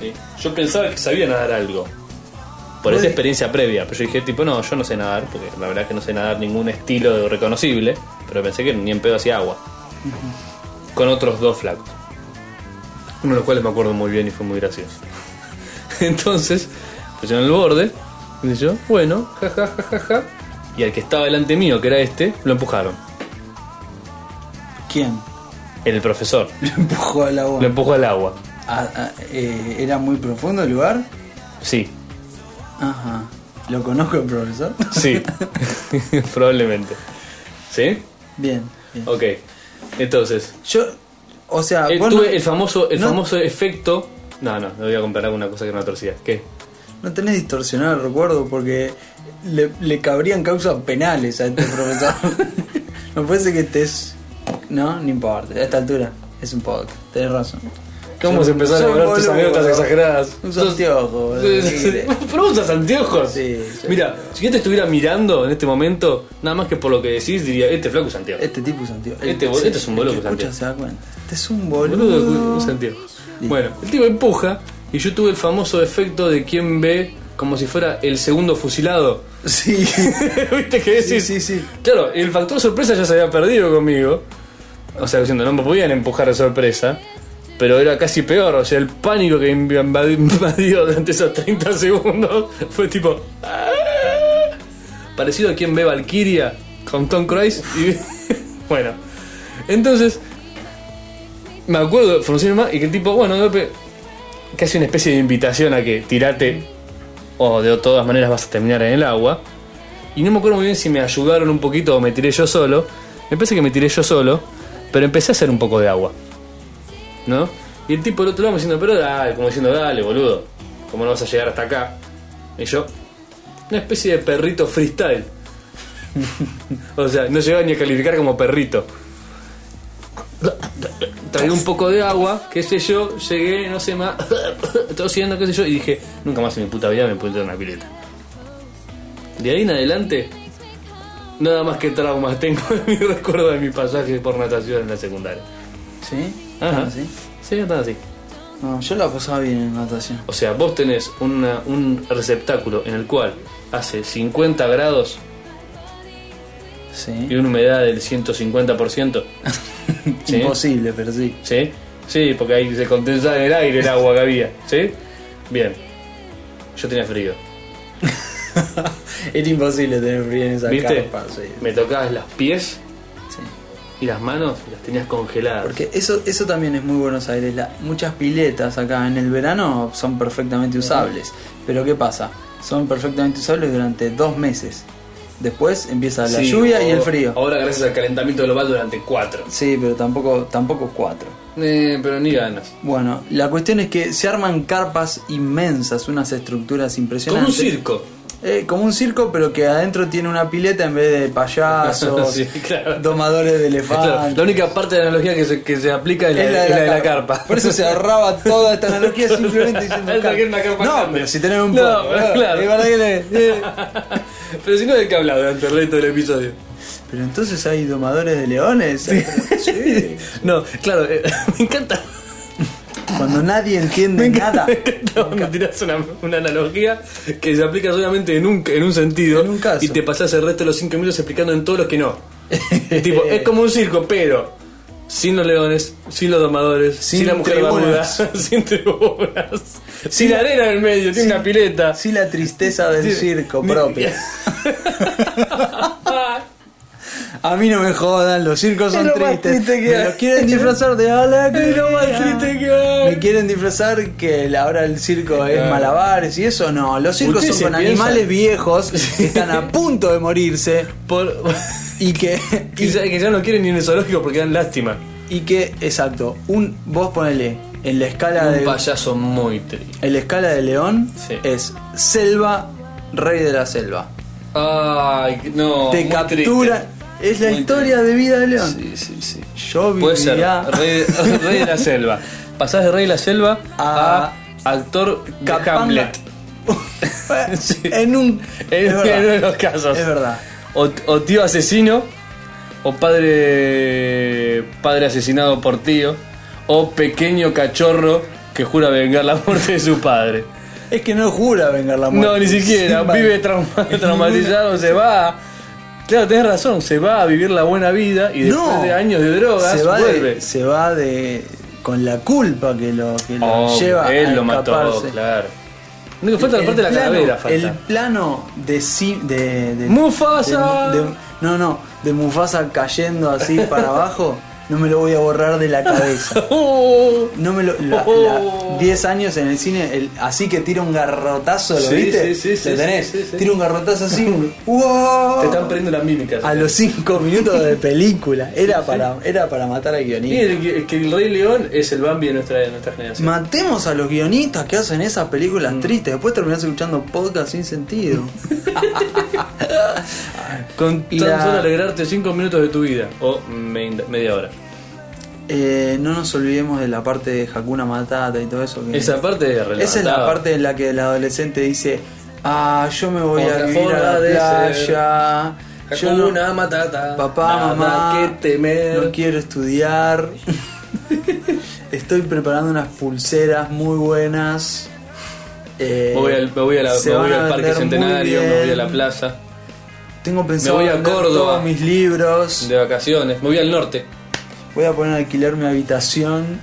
[SPEAKER 1] ¿sí? Yo pensaba que sabía nadar algo. Por esa
[SPEAKER 2] Uy.
[SPEAKER 1] experiencia previa. Pero yo dije, tipo, no, yo no sé nadar. Porque la verdad es que no sé nadar ningún estilo reconocible. Pero pensé que ni en pedo hacía agua. con otros dos flacos. Uno de los cuales me acuerdo muy bien y fue muy gracioso. (laughs) Entonces, presioné el borde, y yo, bueno, ja, ja, ja, ja, ja. Y al que estaba delante mío, que era este, lo empujaron.
[SPEAKER 2] ¿Quién? (laughs)
[SPEAKER 1] El profesor.
[SPEAKER 2] Lo empujó al agua.
[SPEAKER 1] Lo empujó al agua.
[SPEAKER 2] Ah, ah, eh, ¿Era muy profundo el lugar?
[SPEAKER 1] Sí,
[SPEAKER 2] Ajá. ¿Lo conozco el profesor?
[SPEAKER 1] sí. Probablemente. ¿Sí?
[SPEAKER 2] bien, bien.
[SPEAKER 1] Ok. Entonces,
[SPEAKER 2] Yo, o sea,
[SPEAKER 1] eh,
[SPEAKER 2] Ah, vos
[SPEAKER 1] tuve
[SPEAKER 2] no,
[SPEAKER 1] el famoso, el
[SPEAKER 2] no-
[SPEAKER 1] famoso efecto. No, no, lo voy a comparar con una cosa que era una torcida. ¿Qué?
[SPEAKER 2] no tenés distorsionado el recuerdo porque le, le cabrían causas penales a este (laughs) profesor. Me parece que estés. No, no importa. A esta altura es un podcast. Tenés razón.
[SPEAKER 1] ¿Cómo se empezaron a
[SPEAKER 2] Soy
[SPEAKER 1] hablar tus
[SPEAKER 2] boludo.
[SPEAKER 1] anécdotas exageradas?
[SPEAKER 2] Un
[SPEAKER 1] Sos- (laughs)
[SPEAKER 2] anteojo.
[SPEAKER 1] Sí,
[SPEAKER 2] boludo.
[SPEAKER 1] sí, sí. Pero usas anteojos.
[SPEAKER 2] Sí, sí.
[SPEAKER 1] Mira, si yo te estuviera mirando en este momento, nada más que por lo que decís, diría, este flaco es anteojo.
[SPEAKER 2] Este tipo es anteojo.
[SPEAKER 1] Este bol- este es un boludo
[SPEAKER 2] El que
[SPEAKER 1] que es
[SPEAKER 2] escucha se da cuenta. Este es un
[SPEAKER 1] Boludo,
[SPEAKER 2] boludo.
[SPEAKER 1] un anteojo. Bueno, el tipo empuja y yo tuve el famoso efecto de quien ve como si fuera el segundo fusilado. (laughs)
[SPEAKER 2] Sí.
[SPEAKER 1] ¿Viste que decís?
[SPEAKER 2] Sí, sí, sí.
[SPEAKER 1] Claro, el factor sorpresa ya se había perdido conmigo. O sea, diciendo, no me podían empujar de sorpresa. Pero era casi peor, o sea, el pánico que me invadi- (laughs) invadió durante esos 30 segundos fue tipo. "Ah". Parecido a quien ve Valkyria con Tom Cruise. Y, (laughs) bueno, entonces. Me acuerdo, funciona más, y que el tipo, bueno, de golpe, casi una especie de invitación a que tirate o de todas maneras vas a terminar en el agua. Y no me acuerdo muy bien si me ayudaron un poquito o me tiré yo solo. Me parece que me tiré yo solo, pero empecé a hacer un poco de agua. ¿No? Y el tipo del otro lado me diciendo, pero dale, como diciendo, dale, boludo, ¿cómo no vas a llegar hasta acá? Y yo, una especie de perrito freestyle. (laughs) o sea, no llegaba ni a calificar como perrito. Tragué un poco de agua, qué sé yo, llegué, no sé más, (laughs) tosiendo, qué sé yo, y dije, nunca más en mi puta vida me pude tirar una pileta. De ahí en adelante, nada más que traumas tengo en mi (laughs) recuerdo de mi pasaje por natación en la secundaria.
[SPEAKER 2] ¿Sí?
[SPEAKER 1] Ajá.
[SPEAKER 2] Ah, ¿Sí?
[SPEAKER 1] Sí, tan así.
[SPEAKER 2] No, yo la pasaba bien en natación.
[SPEAKER 1] O sea, vos tenés una- un receptáculo en el cual hace 50 grados y
[SPEAKER 2] Sí.
[SPEAKER 1] una humedad del 150%. Sí.
[SPEAKER 2] Imposible, pero sí.
[SPEAKER 1] ¿Sí? Sí, porque ahí se condensa en el aire el agua que había. ¿Sí? Bien. Yo tenía frío.
[SPEAKER 2] Era imposible tener frío en esa
[SPEAKER 1] ¿Viste?
[SPEAKER 2] carpa, sí.
[SPEAKER 1] Me tocabas los pies
[SPEAKER 2] Sí.
[SPEAKER 1] y las manos y las tenías congeladas.
[SPEAKER 2] Porque eso, eso también es muy Buenos Aires. La- muchas piletas acá en el verano son perfectamente usables. Pero ¿qué pasa? Son perfectamente usables durante dos meses. Después empieza la
[SPEAKER 1] Sí,
[SPEAKER 2] lluvia y
[SPEAKER 1] o-
[SPEAKER 2] el frío.
[SPEAKER 1] Ahora gracias al calentamiento global durante cuatro.
[SPEAKER 2] Sí, pero tampoco, tampoco cuatro.
[SPEAKER 1] Eh, pero ni ganas.
[SPEAKER 2] Bueno, la cuestión es que se arman carpas inmensas, unas estructuras
[SPEAKER 1] Como
[SPEAKER 2] impresionantes.
[SPEAKER 1] un circo.
[SPEAKER 2] Eh, como un circo, pero que adentro tiene una pileta en vez de payasos,
[SPEAKER 1] (laughs) Sí, claro.
[SPEAKER 2] domadores de
[SPEAKER 1] (laughs) Claro,
[SPEAKER 2] elefantes.
[SPEAKER 1] la única parte de la analogía que se, que se aplica es la, es la de la carpa. (laughs)
[SPEAKER 2] Por eso se agarraba toda esta analogía simplemente diciendo.
[SPEAKER 1] Es que es una carpa
[SPEAKER 2] no,
[SPEAKER 1] grande.
[SPEAKER 2] pero si tenés un
[SPEAKER 1] No,
[SPEAKER 2] poco.
[SPEAKER 1] pero
[SPEAKER 2] ¿verdad?
[SPEAKER 1] claro.
[SPEAKER 2] Y verdad que le- eh.
[SPEAKER 1] Pero si no, ¿de qué habla durante el resto del (laughs) episodio?
[SPEAKER 2] Pero entonces hay domadores de leones. Sí.
[SPEAKER 1] No, claro, eh, (laughs) me encanta.
[SPEAKER 2] Cuando nadie entiende nada.
[SPEAKER 1] Me encanta cuando tirás una, una analogía que se aplica solamente en un, en un sentido
[SPEAKER 2] En un caso.
[SPEAKER 1] y te pasás el resto de los cinco minutos explicando en todos los que no.
[SPEAKER 2] (laughs)
[SPEAKER 1] tipo, es como un circo, pero sin los leones, sin los domadores, sin,
[SPEAKER 2] Sin
[SPEAKER 1] la mujer barbuda,
[SPEAKER 2] tribunas.
[SPEAKER 1] (laughs) sin tribunas, sin, la arena en el medio, sin una pileta.
[SPEAKER 2] Sí, la tristeza del
[SPEAKER 1] Sí. (laughs)
[SPEAKER 2] circo propio. A mí no me jodan, los circos son
[SPEAKER 1] lo más
[SPEAKER 2] tristes.
[SPEAKER 1] triste que
[SPEAKER 2] Me
[SPEAKER 1] hay.
[SPEAKER 2] lo quieren disfrazar de
[SPEAKER 1] (laughs)
[SPEAKER 2] alegría.
[SPEAKER 1] Es lo más triste que hay.
[SPEAKER 2] Me quieren disfrazar que la- ahora el circo es
[SPEAKER 1] Claro.
[SPEAKER 2] malabares y eso no. Los circos
[SPEAKER 1] Ustedes
[SPEAKER 2] son con
[SPEAKER 1] se piensan-
[SPEAKER 2] animales viejos que están a punto de morirse
[SPEAKER 1] Por, (laughs)
[SPEAKER 2] y que y-
[SPEAKER 1] que, ya, que ya no quieren ni en el zoológico porque dan lástima.
[SPEAKER 2] y que exacto, un vos ponele en la escala
[SPEAKER 1] Un
[SPEAKER 2] de
[SPEAKER 1] payaso muy triste.
[SPEAKER 2] en la escala de león
[SPEAKER 1] Sí.
[SPEAKER 2] es selva rey de la selva.
[SPEAKER 1] Ay, no.
[SPEAKER 2] Te
[SPEAKER 1] Oh, muy
[SPEAKER 2] captura es la
[SPEAKER 1] Muy
[SPEAKER 2] historia de vida de león.
[SPEAKER 1] triste. Sí, sí, sí.
[SPEAKER 2] Yo
[SPEAKER 1] Puede ser
[SPEAKER 2] viviría (laughs)
[SPEAKER 1] rey, (laughs) rey de la selva. Pasás de rey de la selva a, actor de
[SPEAKER 2] Capanga.
[SPEAKER 1] Hamlet.
[SPEAKER 2] (laughs)
[SPEAKER 1] Sí.
[SPEAKER 2] en un
[SPEAKER 1] En,
[SPEAKER 2] es verdad.
[SPEAKER 1] en uno de los casos.
[SPEAKER 2] Es verdad.
[SPEAKER 1] O, o tío asesino, o padre padre asesinado por tío, o pequeño cachorro que jura vengar la muerte de su padre.
[SPEAKER 2] Es que no jura vengar la muerte.
[SPEAKER 1] No, ni siquiera.
[SPEAKER 2] (laughs) Simba.
[SPEAKER 1] Vive trauma- traumatizado, se va. Claro, tenés razón, se va a vivir la buena vida y después
[SPEAKER 2] No.
[SPEAKER 1] de años de drogas
[SPEAKER 2] se va
[SPEAKER 1] vuelve.
[SPEAKER 2] de, se va de con la culpa que lo, que lo
[SPEAKER 1] Oh,
[SPEAKER 2] lleva
[SPEAKER 1] él
[SPEAKER 2] a
[SPEAKER 1] lo mató,
[SPEAKER 2] escaparse.
[SPEAKER 1] claro. No que falta la
[SPEAKER 2] El
[SPEAKER 1] parte de la
[SPEAKER 2] plano-
[SPEAKER 1] calavera, falta.
[SPEAKER 2] El plano de sí de, de-
[SPEAKER 1] ¡Mufasa!
[SPEAKER 2] de- de- no, no, de Mufasa cayendo así
[SPEAKER 1] (laughs)
[SPEAKER 2] para abajo, no me lo voy a borrar de la cabeza.
[SPEAKER 1] Oh.
[SPEAKER 2] No me lo la-
[SPEAKER 1] Oh.
[SPEAKER 2] la- 10 años en el cine, el- así que tira un garrotazo, ¿lo
[SPEAKER 1] Sí,
[SPEAKER 2] viste?
[SPEAKER 1] sí, sí,
[SPEAKER 2] ¿Lo
[SPEAKER 1] sí,
[SPEAKER 2] tenés?
[SPEAKER 1] sí, sí, sí.
[SPEAKER 2] Tira un garrotazo
[SPEAKER 1] (laughs)
[SPEAKER 2] así, un- ¡Wow!
[SPEAKER 1] Te están perdiendo las mímicas.
[SPEAKER 2] a los 5 minutos de película. Era para era para matar al
[SPEAKER 1] Y
[SPEAKER 2] guionista.
[SPEAKER 1] el, que- que el Rey León es el Bambi de nuestra, de nuestra generación.
[SPEAKER 2] Matemos a los guionistas que hacen esas películas
[SPEAKER 1] Mm.
[SPEAKER 2] tristes. Después terminás escuchando podcast sin sentido.
[SPEAKER 1] Con tan
[SPEAKER 2] Y la-
[SPEAKER 1] solo alegrarte 5 minutos de tu vida. O mein- media hora.
[SPEAKER 2] Eh, no nos olvidemos de la parte de Hakuna Matata y todo eso. que-
[SPEAKER 1] Esa parte es relevante.
[SPEAKER 2] Mm. Esa es la parte en la que el adolescente dice: Ah, yo me voy
[SPEAKER 1] Otra
[SPEAKER 2] a vivir
[SPEAKER 1] forma
[SPEAKER 2] a la
[SPEAKER 1] de
[SPEAKER 2] playa. Yo no-
[SPEAKER 1] una matata.
[SPEAKER 2] papá,
[SPEAKER 1] nada
[SPEAKER 2] mamá,
[SPEAKER 1] que temer.
[SPEAKER 2] no
[SPEAKER 1] (laughs)
[SPEAKER 2] quiero estudiar. Estoy preparando unas pulseras muy buenas. Eh,
[SPEAKER 1] Me voy al, me voy a la-
[SPEAKER 2] se
[SPEAKER 1] me
[SPEAKER 2] van
[SPEAKER 1] voy
[SPEAKER 2] a
[SPEAKER 1] al Parque
[SPEAKER 2] vender muy
[SPEAKER 1] Centenario, me voy a
[SPEAKER 2] bien.
[SPEAKER 1] la plaza.
[SPEAKER 2] Tengo pensado
[SPEAKER 1] voy a
[SPEAKER 2] vender
[SPEAKER 1] Córdoba.
[SPEAKER 2] todos mis libros.
[SPEAKER 1] De vacaciones, me voy al norte.
[SPEAKER 2] Voy a poner a alquilar mi
[SPEAKER 1] (laughs)
[SPEAKER 2] habitación.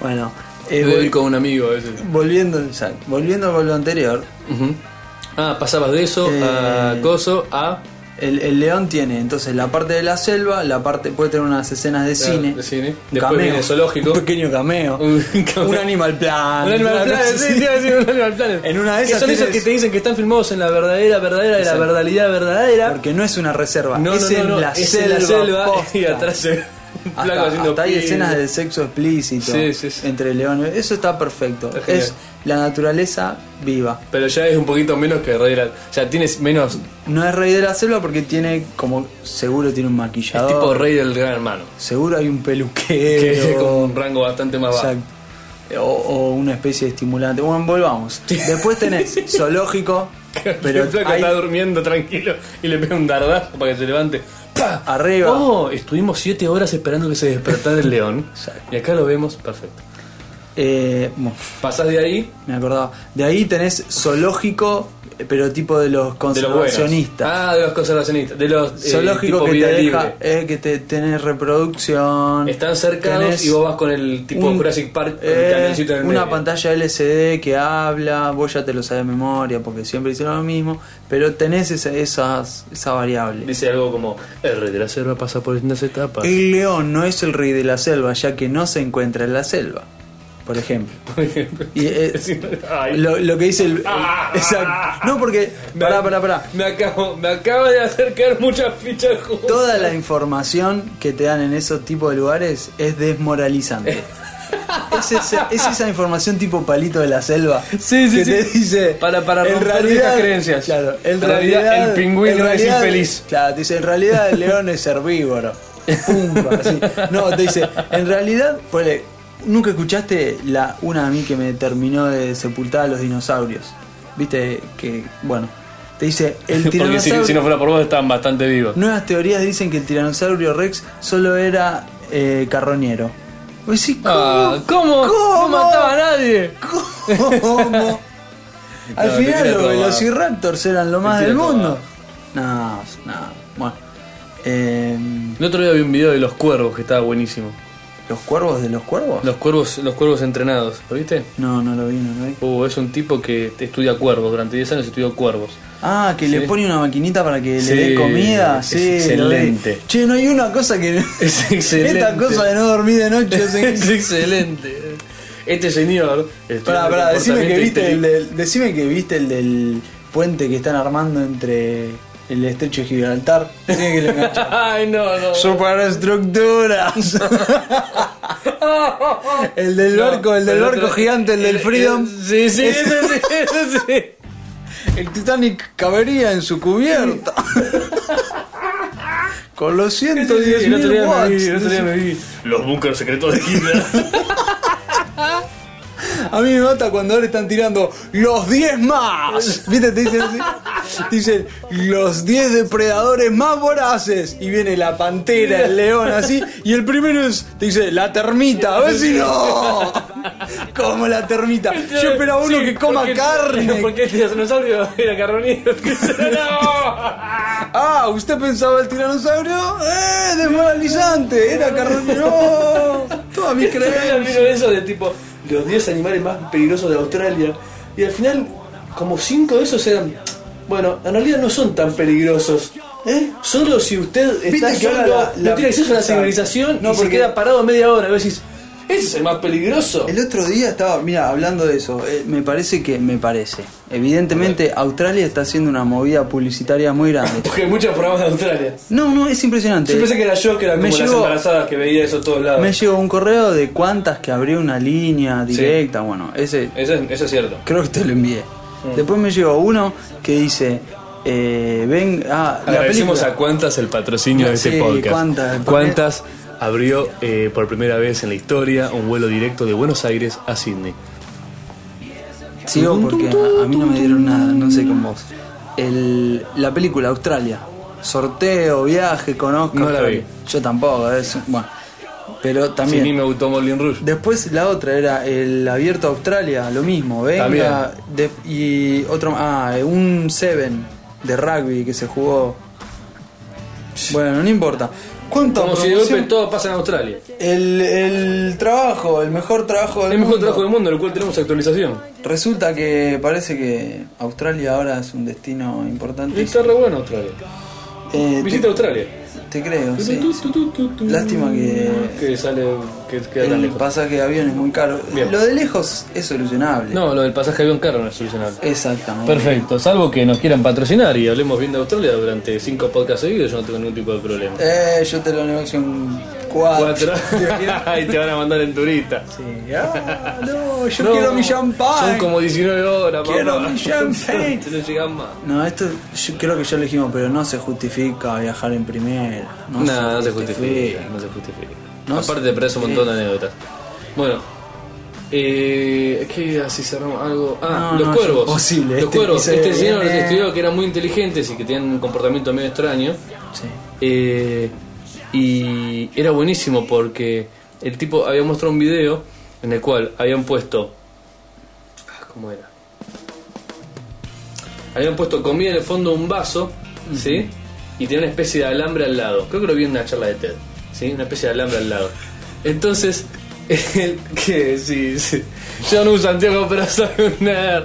[SPEAKER 2] bueno, eh,
[SPEAKER 1] Voy a
[SPEAKER 2] vol-
[SPEAKER 1] ir con un amigo a veces.
[SPEAKER 2] volviendo, exacto, volviendo con lo anterior,
[SPEAKER 1] Ujú. Ah, pasabas de eso a
[SPEAKER 2] Eh.
[SPEAKER 1] Coso a.
[SPEAKER 2] el, el león tiene entonces la parte de la selva, la parte puede tener unas escenas de
[SPEAKER 1] Claro,
[SPEAKER 2] cine,
[SPEAKER 1] de cine.
[SPEAKER 2] un
[SPEAKER 1] Después viene el zoológico.
[SPEAKER 2] un pequeño cameo,
[SPEAKER 1] (laughs) Un
[SPEAKER 2] (laughs) un,
[SPEAKER 1] cameo.
[SPEAKER 2] animal plan,
[SPEAKER 1] Un Animal
[SPEAKER 2] (laughs) una cosa
[SPEAKER 1] Planet, sí,
[SPEAKER 2] así.
[SPEAKER 1] te iba a decir un Animal Planet.
[SPEAKER 2] En una de
[SPEAKER 1] Que
[SPEAKER 2] esas
[SPEAKER 1] son esos
[SPEAKER 2] tienes-
[SPEAKER 1] que te dicen que están filmados en la verdadera, verdadera, de la
[SPEAKER 2] Exacto.
[SPEAKER 1] verdadera, verdadera.
[SPEAKER 2] porque no es una reserva,
[SPEAKER 1] No,
[SPEAKER 2] es,
[SPEAKER 1] no, no,
[SPEAKER 2] en,
[SPEAKER 1] no,
[SPEAKER 2] la
[SPEAKER 1] es en
[SPEAKER 2] selva
[SPEAKER 1] la selva (laughs)
[SPEAKER 2] posta.
[SPEAKER 1] y atrás se ve un
[SPEAKER 2] Hasta,
[SPEAKER 1] flaco haciendo
[SPEAKER 2] hasta hay
[SPEAKER 1] pis.
[SPEAKER 2] escenas de sexo explícito
[SPEAKER 1] Sí, sí, sí.
[SPEAKER 2] entre leones. Eso está perfecto.
[SPEAKER 1] Está genial.
[SPEAKER 2] es la naturaleza viva.
[SPEAKER 1] Pero ya es un poquito menos que Rey de la- O sea, tienes menos.
[SPEAKER 2] No es rey de la selva porque tiene como seguro tiene un
[SPEAKER 1] Es
[SPEAKER 2] maquillador.
[SPEAKER 1] tipo Rey del Gran Hermano.
[SPEAKER 2] Seguro hay un
[SPEAKER 1] (laughs) Que
[SPEAKER 2] peluquero.
[SPEAKER 1] es como un rango bastante más bajo.
[SPEAKER 2] Exacto. O, o una especie de estimulante. Bueno, volvamos. Después tenés
[SPEAKER 1] (laughs)
[SPEAKER 2] zoológico,
[SPEAKER 1] Pero (laughs)
[SPEAKER 2] pero
[SPEAKER 1] el flaco
[SPEAKER 2] hay-
[SPEAKER 1] está durmiendo tranquilo y le pega un dardazo para que se levante. ¡Pah!
[SPEAKER 2] Arriba.
[SPEAKER 1] Oh, estuvimos siete horas esperando que se despertara el león.
[SPEAKER 2] Exacto.
[SPEAKER 1] Y acá lo vemos, perfecto.
[SPEAKER 2] eh, bueno,
[SPEAKER 1] Pasás de ahí
[SPEAKER 2] me acordaba. De ahí tenés zoológico, pero tipo de
[SPEAKER 1] de
[SPEAKER 2] los
[SPEAKER 1] los buenos.
[SPEAKER 2] conservacionistas.
[SPEAKER 1] Ah, de los conservacionistas. De los eh,
[SPEAKER 2] Zoológico
[SPEAKER 1] tipo
[SPEAKER 2] que
[SPEAKER 1] vida
[SPEAKER 2] te
[SPEAKER 1] libre.
[SPEAKER 2] deja eh, que te tenés reproducción.
[SPEAKER 1] Están cercados
[SPEAKER 2] tenés
[SPEAKER 1] y vos vas con el tipo
[SPEAKER 2] un-
[SPEAKER 1] Jurassic Park con
[SPEAKER 2] eh,
[SPEAKER 1] el camioncito en el
[SPEAKER 2] Una
[SPEAKER 1] medio.
[SPEAKER 2] pantalla LCD que habla, vos ya te lo sabés de memoria porque siempre hicieron lo mismo, pero tenés esa, esas, esa variable.
[SPEAKER 1] Dice algo como: El rey de la selva pasa por distintas etapas. (laughs)
[SPEAKER 2] El león no es el rey de la selva ya que no se encuentra en la selva, por ejemplo.
[SPEAKER 1] Por ejemplo. (laughs)
[SPEAKER 2] Y, eh,
[SPEAKER 1] Ay.
[SPEAKER 2] lo, lo que dice el... el-
[SPEAKER 1] (laughs) Ah.
[SPEAKER 2] (laughs) exacto. No, porque...
[SPEAKER 1] Me-
[SPEAKER 2] Pará, pará, pará.
[SPEAKER 1] Me acabo, me acaba de acercar muchas fichas juntas.
[SPEAKER 2] Toda la información que te dan en esos tipos de lugares
[SPEAKER 1] (laughs)
[SPEAKER 2] es desmoralizante. Es esa, es esa información tipo palito de la selva
[SPEAKER 1] Sí, sí,
[SPEAKER 2] que
[SPEAKER 1] sí.
[SPEAKER 2] te dice
[SPEAKER 1] Para- para
[SPEAKER 2] en
[SPEAKER 1] romper
[SPEAKER 2] realidad,
[SPEAKER 1] viejas creencias.
[SPEAKER 2] Claro, en
[SPEAKER 1] En realidad,
[SPEAKER 2] realidad,
[SPEAKER 1] el pingüino
[SPEAKER 2] en
[SPEAKER 1] es
[SPEAKER 2] realidad-
[SPEAKER 1] infeliz.
[SPEAKER 2] Claro, te dice en realidad el león es herbívoro. Pumba, así. No, te dice en realidad, ponele, nunca escuchaste la una a mí que me terminó de sepultar a los dinosaurios. Viste que bueno, te dice
[SPEAKER 1] (laughs) Porque
[SPEAKER 2] el
[SPEAKER 1] si,
[SPEAKER 2] tiranosaurio
[SPEAKER 1] si no fuera por vos, estaban bastante vivos.
[SPEAKER 2] Nuevas teorías dicen que el tiranosaurio Rex solo era eh, carroñero. Vos decís, ¿cómo?
[SPEAKER 1] Ah, ¿Cómo? No
[SPEAKER 2] ¿Cómo?
[SPEAKER 1] mataba a nadie.
[SPEAKER 2] (laughs)
[SPEAKER 1] (laughs)
[SPEAKER 2] ¿Cómo? Al
[SPEAKER 1] No, te
[SPEAKER 2] final
[SPEAKER 1] tira
[SPEAKER 2] los
[SPEAKER 1] todo abajo.
[SPEAKER 2] velociraptors eran lo
[SPEAKER 1] Te
[SPEAKER 2] más
[SPEAKER 1] tira
[SPEAKER 2] del
[SPEAKER 1] todo
[SPEAKER 2] mundo.
[SPEAKER 1] abajo.
[SPEAKER 2] No, no. Bueno. Em,
[SPEAKER 1] El otro día vi un video de los cuervos que estaba buenísimo.
[SPEAKER 2] ¿Los cuervos de los cuervos?
[SPEAKER 1] Los cuervos, los cuervos entrenados, ¿lo viste?
[SPEAKER 2] No, no lo vi, no lo vi.
[SPEAKER 1] Uh, es un tipo que te estudia cuervos, durante 10 años estudió cuervos. (laughs)
[SPEAKER 2] Ah, que
[SPEAKER 1] Sí.
[SPEAKER 2] le pone una maquinita para que
[SPEAKER 1] Sí,
[SPEAKER 2] le dé comida.
[SPEAKER 1] es
[SPEAKER 2] Sí, lo vi.
[SPEAKER 1] excelente.
[SPEAKER 2] Che, no hay una cosa que.
[SPEAKER 1] (laughs) Es excelente.
[SPEAKER 2] (laughs) Esta cosa de no dormir de noche. es-
[SPEAKER 1] (laughs) es excelente. Este señor.
[SPEAKER 2] Pará, pará, decime que viste el
[SPEAKER 1] de...
[SPEAKER 2] del, decime que viste el del puente que están armando entre el estrecho de Gibraltar. Tiene que
[SPEAKER 1] (laughs)
[SPEAKER 2] lo enganchar.
[SPEAKER 1] Ay, no, no.
[SPEAKER 2] Superestructuras. (laughs)
[SPEAKER 1] (laughs)
[SPEAKER 2] el del
[SPEAKER 1] No,
[SPEAKER 2] barco, el del
[SPEAKER 1] otro-
[SPEAKER 2] barco gigante, el del Freedom.
[SPEAKER 1] Sí, sí, ese sí, ese
[SPEAKER 2] (laughs)
[SPEAKER 1] sí.
[SPEAKER 2] El Titanic cabería en
[SPEAKER 1] (laughs)
[SPEAKER 2] su cubierta. Con los
[SPEAKER 1] Esto
[SPEAKER 2] 110
[SPEAKER 1] sí, el otro
[SPEAKER 2] mil
[SPEAKER 1] día me
[SPEAKER 2] watts.
[SPEAKER 1] vi, el otro día me vi. Los búnkeres secretos de Hitler.
[SPEAKER 2] A mí me mata cuando ahora están tirando los 10 más. ¿Viste? Te dicen así. Te Dicen los 10 depredadores más voraces. Y viene la pantera, el león, así. Y el primero es, te dice, la termita. A ver si no. Como la termita. Yo esperaba uno
[SPEAKER 1] Sí,
[SPEAKER 2] que coma
[SPEAKER 1] porque-
[SPEAKER 2] carne.
[SPEAKER 1] (laughs) Porque este dinosaurio era carronero. (laughs) ¡No!
[SPEAKER 2] Ah, usted pensaba el tiranosaurio. ¡Eh! Desmoralizante. Era carne. No. Toda mi
[SPEAKER 1] Era
[SPEAKER 2] creencia.
[SPEAKER 1] uno de esos de tipo los 10 animales más peligrosos de Australia. Y al final, como 5 de esos eran. Bueno, en realidad no son tan peligrosos. ¿Eh? Solo si usted está
[SPEAKER 2] ¿Viste que
[SPEAKER 1] solo,
[SPEAKER 2] ahora la-
[SPEAKER 1] no tiene acceso a la civilización
[SPEAKER 2] No,
[SPEAKER 1] no, y se
[SPEAKER 2] porque-
[SPEAKER 1] queda parado media hora. Y vos decís, ese es el más peligroso.
[SPEAKER 2] El otro día estaba, mira, hablando de eso, eh, me parece que, me parece. Evidentemente, Australia está haciendo una movida publicitaria
[SPEAKER 1] (coughs)
[SPEAKER 2] muy grande.
[SPEAKER 1] Porque hay muchos programas de Australia.
[SPEAKER 2] No, no, es impresionante.
[SPEAKER 1] Yo pensé que era yo que era como
[SPEAKER 2] Me
[SPEAKER 1] las
[SPEAKER 2] llegó-
[SPEAKER 1] embarazadas que veía eso a todos lados.
[SPEAKER 2] Me llegó un correo de cuántas que abrió una línea directa. Bueno, ese
[SPEAKER 1] Eso, es, eso es cierto.
[SPEAKER 2] creo que te lo envié. Después me llegó uno que dice, eh, ven, ah, la
[SPEAKER 4] Agradecemos a
[SPEAKER 2] película.
[SPEAKER 4] Cuantas el patrocinio de
[SPEAKER 2] Sí,
[SPEAKER 4] este podcast.
[SPEAKER 2] Qantas, porque-
[SPEAKER 4] Qantas abrió eh, por primera vez en la historia un vuelo directo de Buenos Aires a Sydney.
[SPEAKER 2] Sigo porque a, a mí no me dieron nada, no sé con vos. El, la película Australia. Sorteo, viaje, conozco.
[SPEAKER 4] No la
[SPEAKER 2] Australia. Yo tampoco, es, bueno. Pero
[SPEAKER 4] Sí,
[SPEAKER 2] también.
[SPEAKER 4] ni me gustó Moulin Rouge.
[SPEAKER 2] Después la otra era el abierto a Australia, lo mismo, venga. de- y otro, ah, eh, un Seven de rugby que se jugó. Bueno, no importa. ¿Cuánta
[SPEAKER 1] Como si de
[SPEAKER 2] promoción?
[SPEAKER 1] golpe todo pasa en Australia.
[SPEAKER 2] el, el trabajo, el mejor trabajo del
[SPEAKER 1] El mejor
[SPEAKER 2] mundo.
[SPEAKER 1] trabajo del mundo, el cual tenemos actualización.
[SPEAKER 2] Resulta que parece que Australia ahora es un destino
[SPEAKER 1] Y
[SPEAKER 2] importante.
[SPEAKER 1] está re bueno Australia.
[SPEAKER 2] Eh,
[SPEAKER 1] Visita
[SPEAKER 2] te,
[SPEAKER 1] Australia.
[SPEAKER 2] te creo, sí.
[SPEAKER 1] Tu, tu, tu, tu, tu.
[SPEAKER 2] Lástima que-
[SPEAKER 1] Que sale. que queda tan
[SPEAKER 2] El
[SPEAKER 1] lejos.
[SPEAKER 2] pasaje de avión es muy caro.
[SPEAKER 1] Bien.
[SPEAKER 2] Lo de lejos es solucionable.
[SPEAKER 1] No, lo del pasaje de avión caro no es solucionable.
[SPEAKER 2] Exactamente.
[SPEAKER 1] Perfecto, salvo que nos quieran patrocinar y hablemos bien de Australia durante cinco podcasts seguidos, yo no tengo ningún tipo de problema.
[SPEAKER 2] Eh, yo te lo negocio en cuatro. (laughs)
[SPEAKER 1] Cuatro. y te van a mandar en turista.
[SPEAKER 2] Sí, (laughs) ah, no, yo
[SPEAKER 1] No,
[SPEAKER 2] quiero mi
[SPEAKER 1] Son
[SPEAKER 2] champán.
[SPEAKER 1] como 19 horas,
[SPEAKER 2] Quiero
[SPEAKER 1] papá.
[SPEAKER 2] mi champagne.
[SPEAKER 1] (laughs) No llegan más.
[SPEAKER 2] No, esto yo creo que ya lo dijimos, pero no se justifica viajar en primera. No,
[SPEAKER 1] No, no, se justifica, no se justifica.
[SPEAKER 2] No
[SPEAKER 1] Aparte
[SPEAKER 2] se
[SPEAKER 1] te parece un montón de anécdotas. Bueno, eh, es que así cerramos algo. Ah,
[SPEAKER 2] No,
[SPEAKER 1] los
[SPEAKER 2] no, es
[SPEAKER 1] cuervos.
[SPEAKER 2] imposible.
[SPEAKER 1] Los
[SPEAKER 2] Este
[SPEAKER 1] cuervos.
[SPEAKER 2] episodio
[SPEAKER 1] Este señor
[SPEAKER 2] viene-
[SPEAKER 1] les estudió que eran muy inteligentes y que tenían un comportamiento medio extraño.
[SPEAKER 2] Sí.
[SPEAKER 1] Eh, y era buenísimo porque el tipo había mostrado un video en el cual habían puesto. ah, ¿Cómo era? Habían puesto comida en el fondo de un vaso, ¿sí? Y tenía una especie de alambre al lado. Creo que lo vi en una charla de TED, ¿sí? Una especie de alambre al lado. Entonces, (laughs) el que sí, sí. Yo no uso Santiago, pero soy un nerd.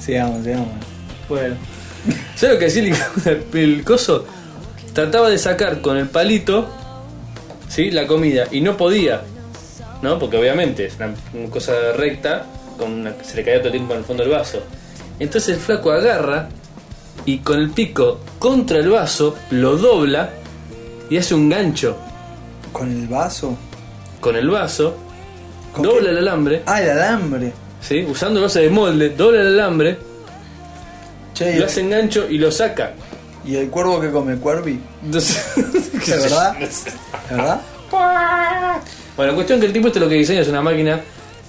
[SPEAKER 2] Sigamos, sigamos.
[SPEAKER 1] Bueno. ¿Sabes lo que decía el hijo de- el coso? Trataba de sacar con el palito ¿sí? la comida y no podía. ¿No? Porque obviamente es una, una cosa recta, con una- se le caía todo el tiempo en el fondo del vaso. Entonces el flaco agarra y con el pico contra el vaso lo dobla y hace un gancho
[SPEAKER 2] ¿Con el vaso?
[SPEAKER 1] con el vaso,
[SPEAKER 2] ¿Con
[SPEAKER 1] dobla
[SPEAKER 2] qué?
[SPEAKER 1] el alambre,
[SPEAKER 2] Ah, el alambre.
[SPEAKER 1] ¿sí? usando el vaso de molde, dobla el alambre,
[SPEAKER 2] Che, eh, y-
[SPEAKER 1] lo hace en gancho y lo saca.
[SPEAKER 2] ¿y el cuervo que come? ¿Cuervi?
[SPEAKER 1] Entonces,
[SPEAKER 2] (laughs)
[SPEAKER 1] (laughs)
[SPEAKER 2] ¿De verdad? ¿De verdad?
[SPEAKER 1] Bueno, cuestión que el tipo este lo que diseña es una máquina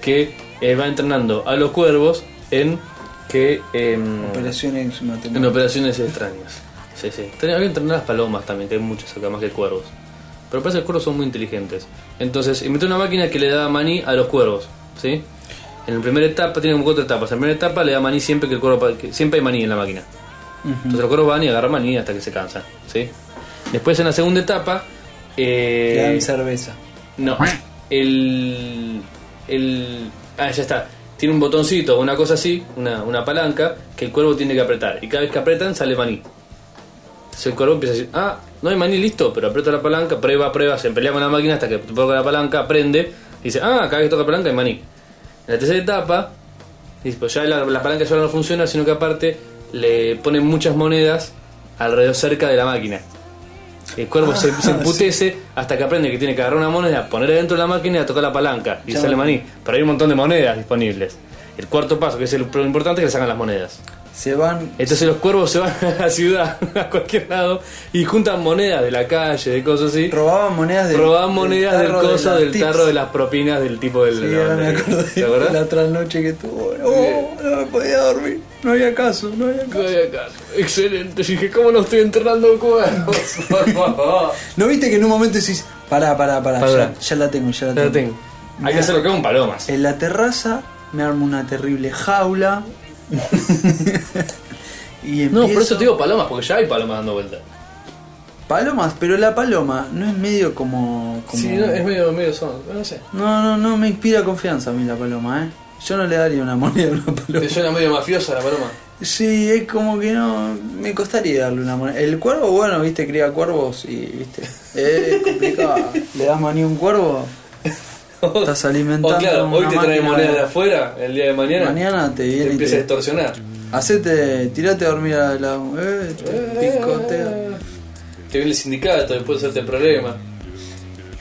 [SPEAKER 1] que eh, va entrenando a los cuervos en que em,
[SPEAKER 2] Operaciones
[SPEAKER 1] en operaciones extrañas. Sí, sí. Tenía que entrenar a las palomas también, que hay muchas acá más que cuervos. Pero parece que los cuervos son muy inteligentes. Entonces, inventó una máquina que le da maní a los cuervos, ¿sí? En la primera etapa, tiene como cuatro etapas. En la primera etapa le da maní siempre que el cuervo... pa- que siempre hay maní en la máquina. Entonces los cuervos van y agarran maní hasta que se cansan, ¿sí? Después en la segunda etapa... eh,
[SPEAKER 2] Le dan cerveza.
[SPEAKER 1] no. El. El. Ah, ya está. Tiene un botoncito, una cosa así, una, una palanca, que el cuervo tiene que apretar. Y cada vez que apretan sale maní. Entonces el cuervo empieza a decir, ah, no hay maní, listo, pero aprieta la palanca, prueba, prueba, se pelea con la máquina hasta que toca la palanca, aprende, y dice, ah, cada vez que toca la palanca hay maní. En la tercera etapa, dice, pues ya la, la palanca solo no funciona, sino que aparte le ponen muchas monedas alrededor cerca de la máquina. El cuervo se, se emputece hasta que aprende que tiene que agarrar una moneda, ponerla dentro de la máquina y a tocar la palanca. Y
[SPEAKER 2] Chao.
[SPEAKER 1] sale maní. Pero hay un montón de monedas disponibles. El cuarto paso, que es el lo importante, es que le sacan las monedas.
[SPEAKER 2] Se van.
[SPEAKER 1] Entonces los cuervos se van (laughs) a la ciudad, (laughs) a cualquier lado, y juntan monedas de la calle, de cosas así.
[SPEAKER 2] Robaban monedas de.
[SPEAKER 1] Robaban monedas del coso, del tarro, de
[SPEAKER 2] la.
[SPEAKER 1] las propinas del tipo del...
[SPEAKER 2] Sí, ahora me
[SPEAKER 1] del-
[SPEAKER 2] acuerdo
[SPEAKER 1] ¿Te
[SPEAKER 2] de
[SPEAKER 1] acordás?
[SPEAKER 2] la trasnoche que tuvo. Oh, no me podía dormir. No había caso, no había caso.
[SPEAKER 1] Ay, acá. Excelente, Yo dije, ¿cómo no estoy enterrando
[SPEAKER 2] (laughs)
[SPEAKER 1] cuervos?
[SPEAKER 2] ¿No viste que en un momento decís, pará, pará, pará,
[SPEAKER 1] Pará.
[SPEAKER 2] Ya, ya la tengo, ya la
[SPEAKER 1] Ya
[SPEAKER 2] tengo.
[SPEAKER 1] la tengo. Hay que hacerlo que con palomas.
[SPEAKER 2] En la terraza me armo una terrible
[SPEAKER 1] (laughs)
[SPEAKER 2] jaula. y
[SPEAKER 1] No, por
[SPEAKER 2] empiezo-
[SPEAKER 1] eso te digo palomas, porque ya hay palomas dando vueltas.
[SPEAKER 2] Palomas, pero la paloma no es medio como. como-
[SPEAKER 1] Sí, no, es medio, medio son. No
[SPEAKER 2] (laughs)
[SPEAKER 1] sé.
[SPEAKER 2] No, no, no me inspira confianza a mí la paloma, ¿eh? Yo no le daría una moneda a una paloma.
[SPEAKER 1] Te suena medio mafiosa la paloma.
[SPEAKER 2] Sí, es como que no. Me costaría darle una moneda. El cuervo, bueno, viste, cría cuervos y, viste.
[SPEAKER 1] (laughs)
[SPEAKER 2] Es complicado. ¿Le das maní a un cuervo? Estás alimentando.
[SPEAKER 1] (laughs) O claro, hoy
[SPEAKER 2] una
[SPEAKER 1] te trae
[SPEAKER 2] máquina
[SPEAKER 1] moneda
[SPEAKER 2] de-
[SPEAKER 1] de afuera, el día de mañana.
[SPEAKER 2] Mañana
[SPEAKER 1] Te
[SPEAKER 2] te viene y
[SPEAKER 1] empieza a
[SPEAKER 2] te.
[SPEAKER 1] distorsionar.
[SPEAKER 2] Hacete, tirate a dormir a la. Eh, te picotea.
[SPEAKER 1] Te viene el sindicato, después hacerte problema.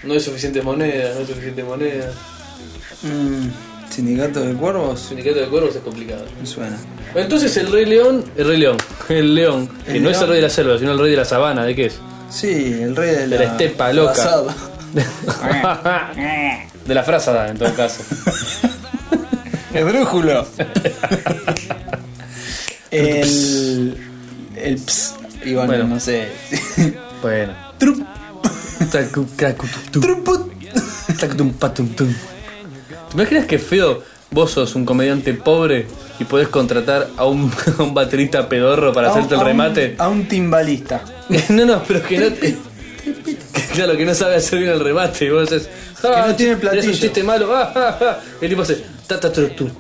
[SPEAKER 1] No hay suficientes monedas, no hay suficientes monedas.
[SPEAKER 2] Mm, ¿Sindicato de
[SPEAKER 1] El
[SPEAKER 2] cuervos?
[SPEAKER 1] sindicato de cuervos es complicado.
[SPEAKER 2] Me suena.
[SPEAKER 1] Entonces el rey león, el rey león, el león, que
[SPEAKER 2] El
[SPEAKER 1] no es
[SPEAKER 2] león.
[SPEAKER 1] el rey de la selva, sino el rey de la sabana, ¿de qué
[SPEAKER 2] (laughs)
[SPEAKER 1] es?
[SPEAKER 2] Sí, el rey de la,
[SPEAKER 1] De la estepa loca.
[SPEAKER 2] frazada.
[SPEAKER 1] de la frasada en todo caso.
[SPEAKER 2] (laughs)
[SPEAKER 4] ¡Esdrújulo!
[SPEAKER 2] El. El ps. Y bueno,
[SPEAKER 1] Bueno.
[SPEAKER 2] no sé.
[SPEAKER 1] Bueno.
[SPEAKER 2] Trup,
[SPEAKER 1] Tacu, cacu, tu, tu,
[SPEAKER 2] truput.
[SPEAKER 1] tacutum, patum, tum. ¿Te imaginas que feo vos sos un comediante pobre y podés contratar a un, (laughs) a un baterista pedorro para
[SPEAKER 2] A un-
[SPEAKER 1] hacerte
[SPEAKER 2] a
[SPEAKER 1] el
[SPEAKER 2] un-
[SPEAKER 1] remate?
[SPEAKER 2] A un timbalista.
[SPEAKER 1] (laughs) No, no, pero que no. que- (laughs) claro, que no sabe hacer bien el remate. Y vos haces.
[SPEAKER 2] Que Ah, no tiene
[SPEAKER 1] Es un
[SPEAKER 2] platillo".
[SPEAKER 1] chiste malo. ah, ah, ah. El tipo hace. Ta, ta, tru, tu.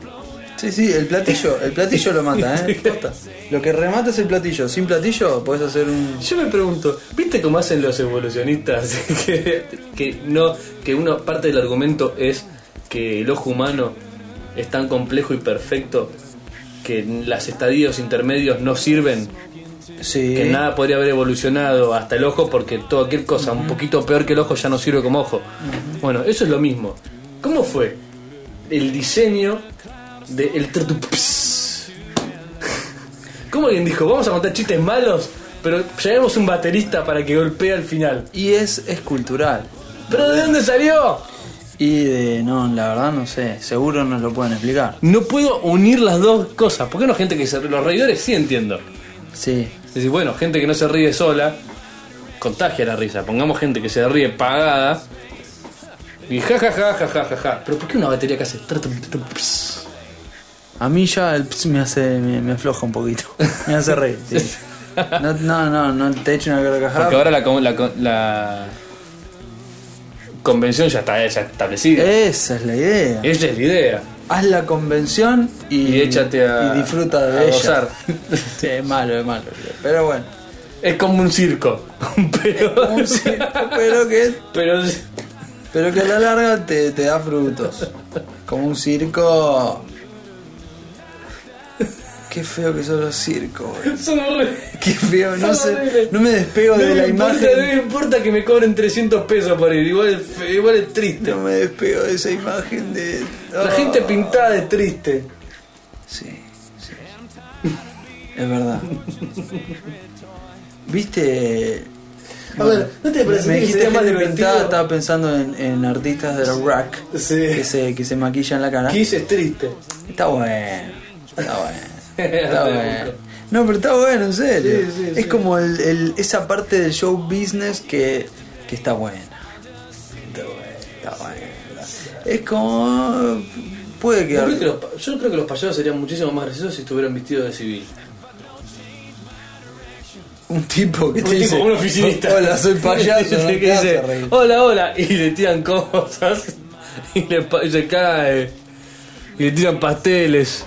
[SPEAKER 2] Sí, sí, el platillo, el platillo lo mata, ¿eh? (laughs) Posta. Lo que remata es el platillo. Sin platillo podés hacer un.
[SPEAKER 1] Yo me pregunto, ¿viste cómo hacen los evolucionistas? (laughs) que, que no, que una parte del argumento es que el ojo humano es tan complejo y perfecto que las estadios intermedios no sirven,
[SPEAKER 2] Sí.
[SPEAKER 1] que nada podría haber evolucionado hasta el ojo porque toda cualquier cosa un poquito peor que el ojo ya no sirve como ojo. Bueno, eso es lo mismo. ¿Cómo fue el diseño del el tratups? (laughs) ¿Cómo alguien dijo, vamos a contar chistes malos, pero llevemos un baterista para que golpee al final?
[SPEAKER 2] Y es, es cultural.
[SPEAKER 1] ¿Pero de dónde salió?
[SPEAKER 2] Y de. No, la verdad no sé. Seguro nos lo pueden explicar.
[SPEAKER 1] No puedo unir las dos cosas. ¿Por qué no gente que se ríe? Los reidores sí entiendo.
[SPEAKER 2] Sí.
[SPEAKER 1] Es decir, bueno, gente que no se ríe sola, contagia la risa. Pongamos gente que se ríe pagada. Y ja ja ja ja ja ja ja. Pero ¿por qué una batería que hace? tra, tum, tum, ps?
[SPEAKER 2] A mí ya el ps me hace. me, me afloja un poquito. Me hace reír. sí. No, no, no, no te echo una
[SPEAKER 1] Porque
[SPEAKER 2] carcajada.
[SPEAKER 1] ahora la, con- la con- la convención ya está ya establecida.
[SPEAKER 2] Esa es la idea.
[SPEAKER 1] Esa es la idea.
[SPEAKER 2] Haz la convención y,
[SPEAKER 1] Eh. Y échate a-
[SPEAKER 2] y disfruta de
[SPEAKER 1] a
[SPEAKER 2] ella.
[SPEAKER 1] gozar.
[SPEAKER 2] Sí, es malo, es malo. Pero bueno.
[SPEAKER 1] Es como un circo. (laughs) Pero,
[SPEAKER 2] Un circo, pero que,
[SPEAKER 1] pero
[SPEAKER 2] pero que a la larga te, te da frutos. Como un circo. Qué feo que son los circos, boludo.
[SPEAKER 1] son horribles.
[SPEAKER 2] Qué feo, no
[SPEAKER 1] Son
[SPEAKER 2] sé.
[SPEAKER 1] horribles.
[SPEAKER 2] No me despego
[SPEAKER 1] No
[SPEAKER 2] de
[SPEAKER 1] me
[SPEAKER 2] la
[SPEAKER 1] importa, no me
[SPEAKER 2] imagen.
[SPEAKER 1] importa que me cobren 300 pesos por ir. Igual, es fe- igual es triste.
[SPEAKER 2] No me despego de esa imagen de.
[SPEAKER 1] La
[SPEAKER 2] Oh.
[SPEAKER 1] gente pintada es triste.
[SPEAKER 2] Sí, sí. Es verdad. ¿Viste?
[SPEAKER 1] A ver, ¿no te parece Este
[SPEAKER 2] me
[SPEAKER 1] que
[SPEAKER 2] dijiste
[SPEAKER 1] sería más
[SPEAKER 2] gente
[SPEAKER 1] divertido?
[SPEAKER 2] pintada, Estaba pensando en, en artistas del rock que
[SPEAKER 1] Sí.
[SPEAKER 2] (laughs) se, que se maquillan la cara.
[SPEAKER 1] Kiss es triste.
[SPEAKER 2] Está bueno. Está
[SPEAKER 1] (laughs)
[SPEAKER 2] bueno. Está bueno. No, pero está bueno, en serio.
[SPEAKER 1] Sí, sí,
[SPEAKER 2] es
[SPEAKER 1] sí.
[SPEAKER 2] como el- el- esa parte del show business que, que está buena. Está buena. Está buena. Es como. Puede
[SPEAKER 1] Yo
[SPEAKER 2] quedar.
[SPEAKER 1] creo, que los, pa- yo creo que los payasos serían muchísimo más graciosos si estuvieran vestidos de
[SPEAKER 2] (laughs)
[SPEAKER 1] civil.
[SPEAKER 2] Un tipo que
[SPEAKER 1] Un
[SPEAKER 2] te
[SPEAKER 1] tipo,
[SPEAKER 2] dice,
[SPEAKER 1] un oficinista.
[SPEAKER 2] (laughs) Hola,
[SPEAKER 1] (laughs)
[SPEAKER 2] soy payaso. no
[SPEAKER 1] que
[SPEAKER 2] te hace
[SPEAKER 1] dice,
[SPEAKER 2] reír".
[SPEAKER 1] hola, hola. Y le tiran cosas. (laughs) Y, le, pa- y se cae. Y le tiran pasteles.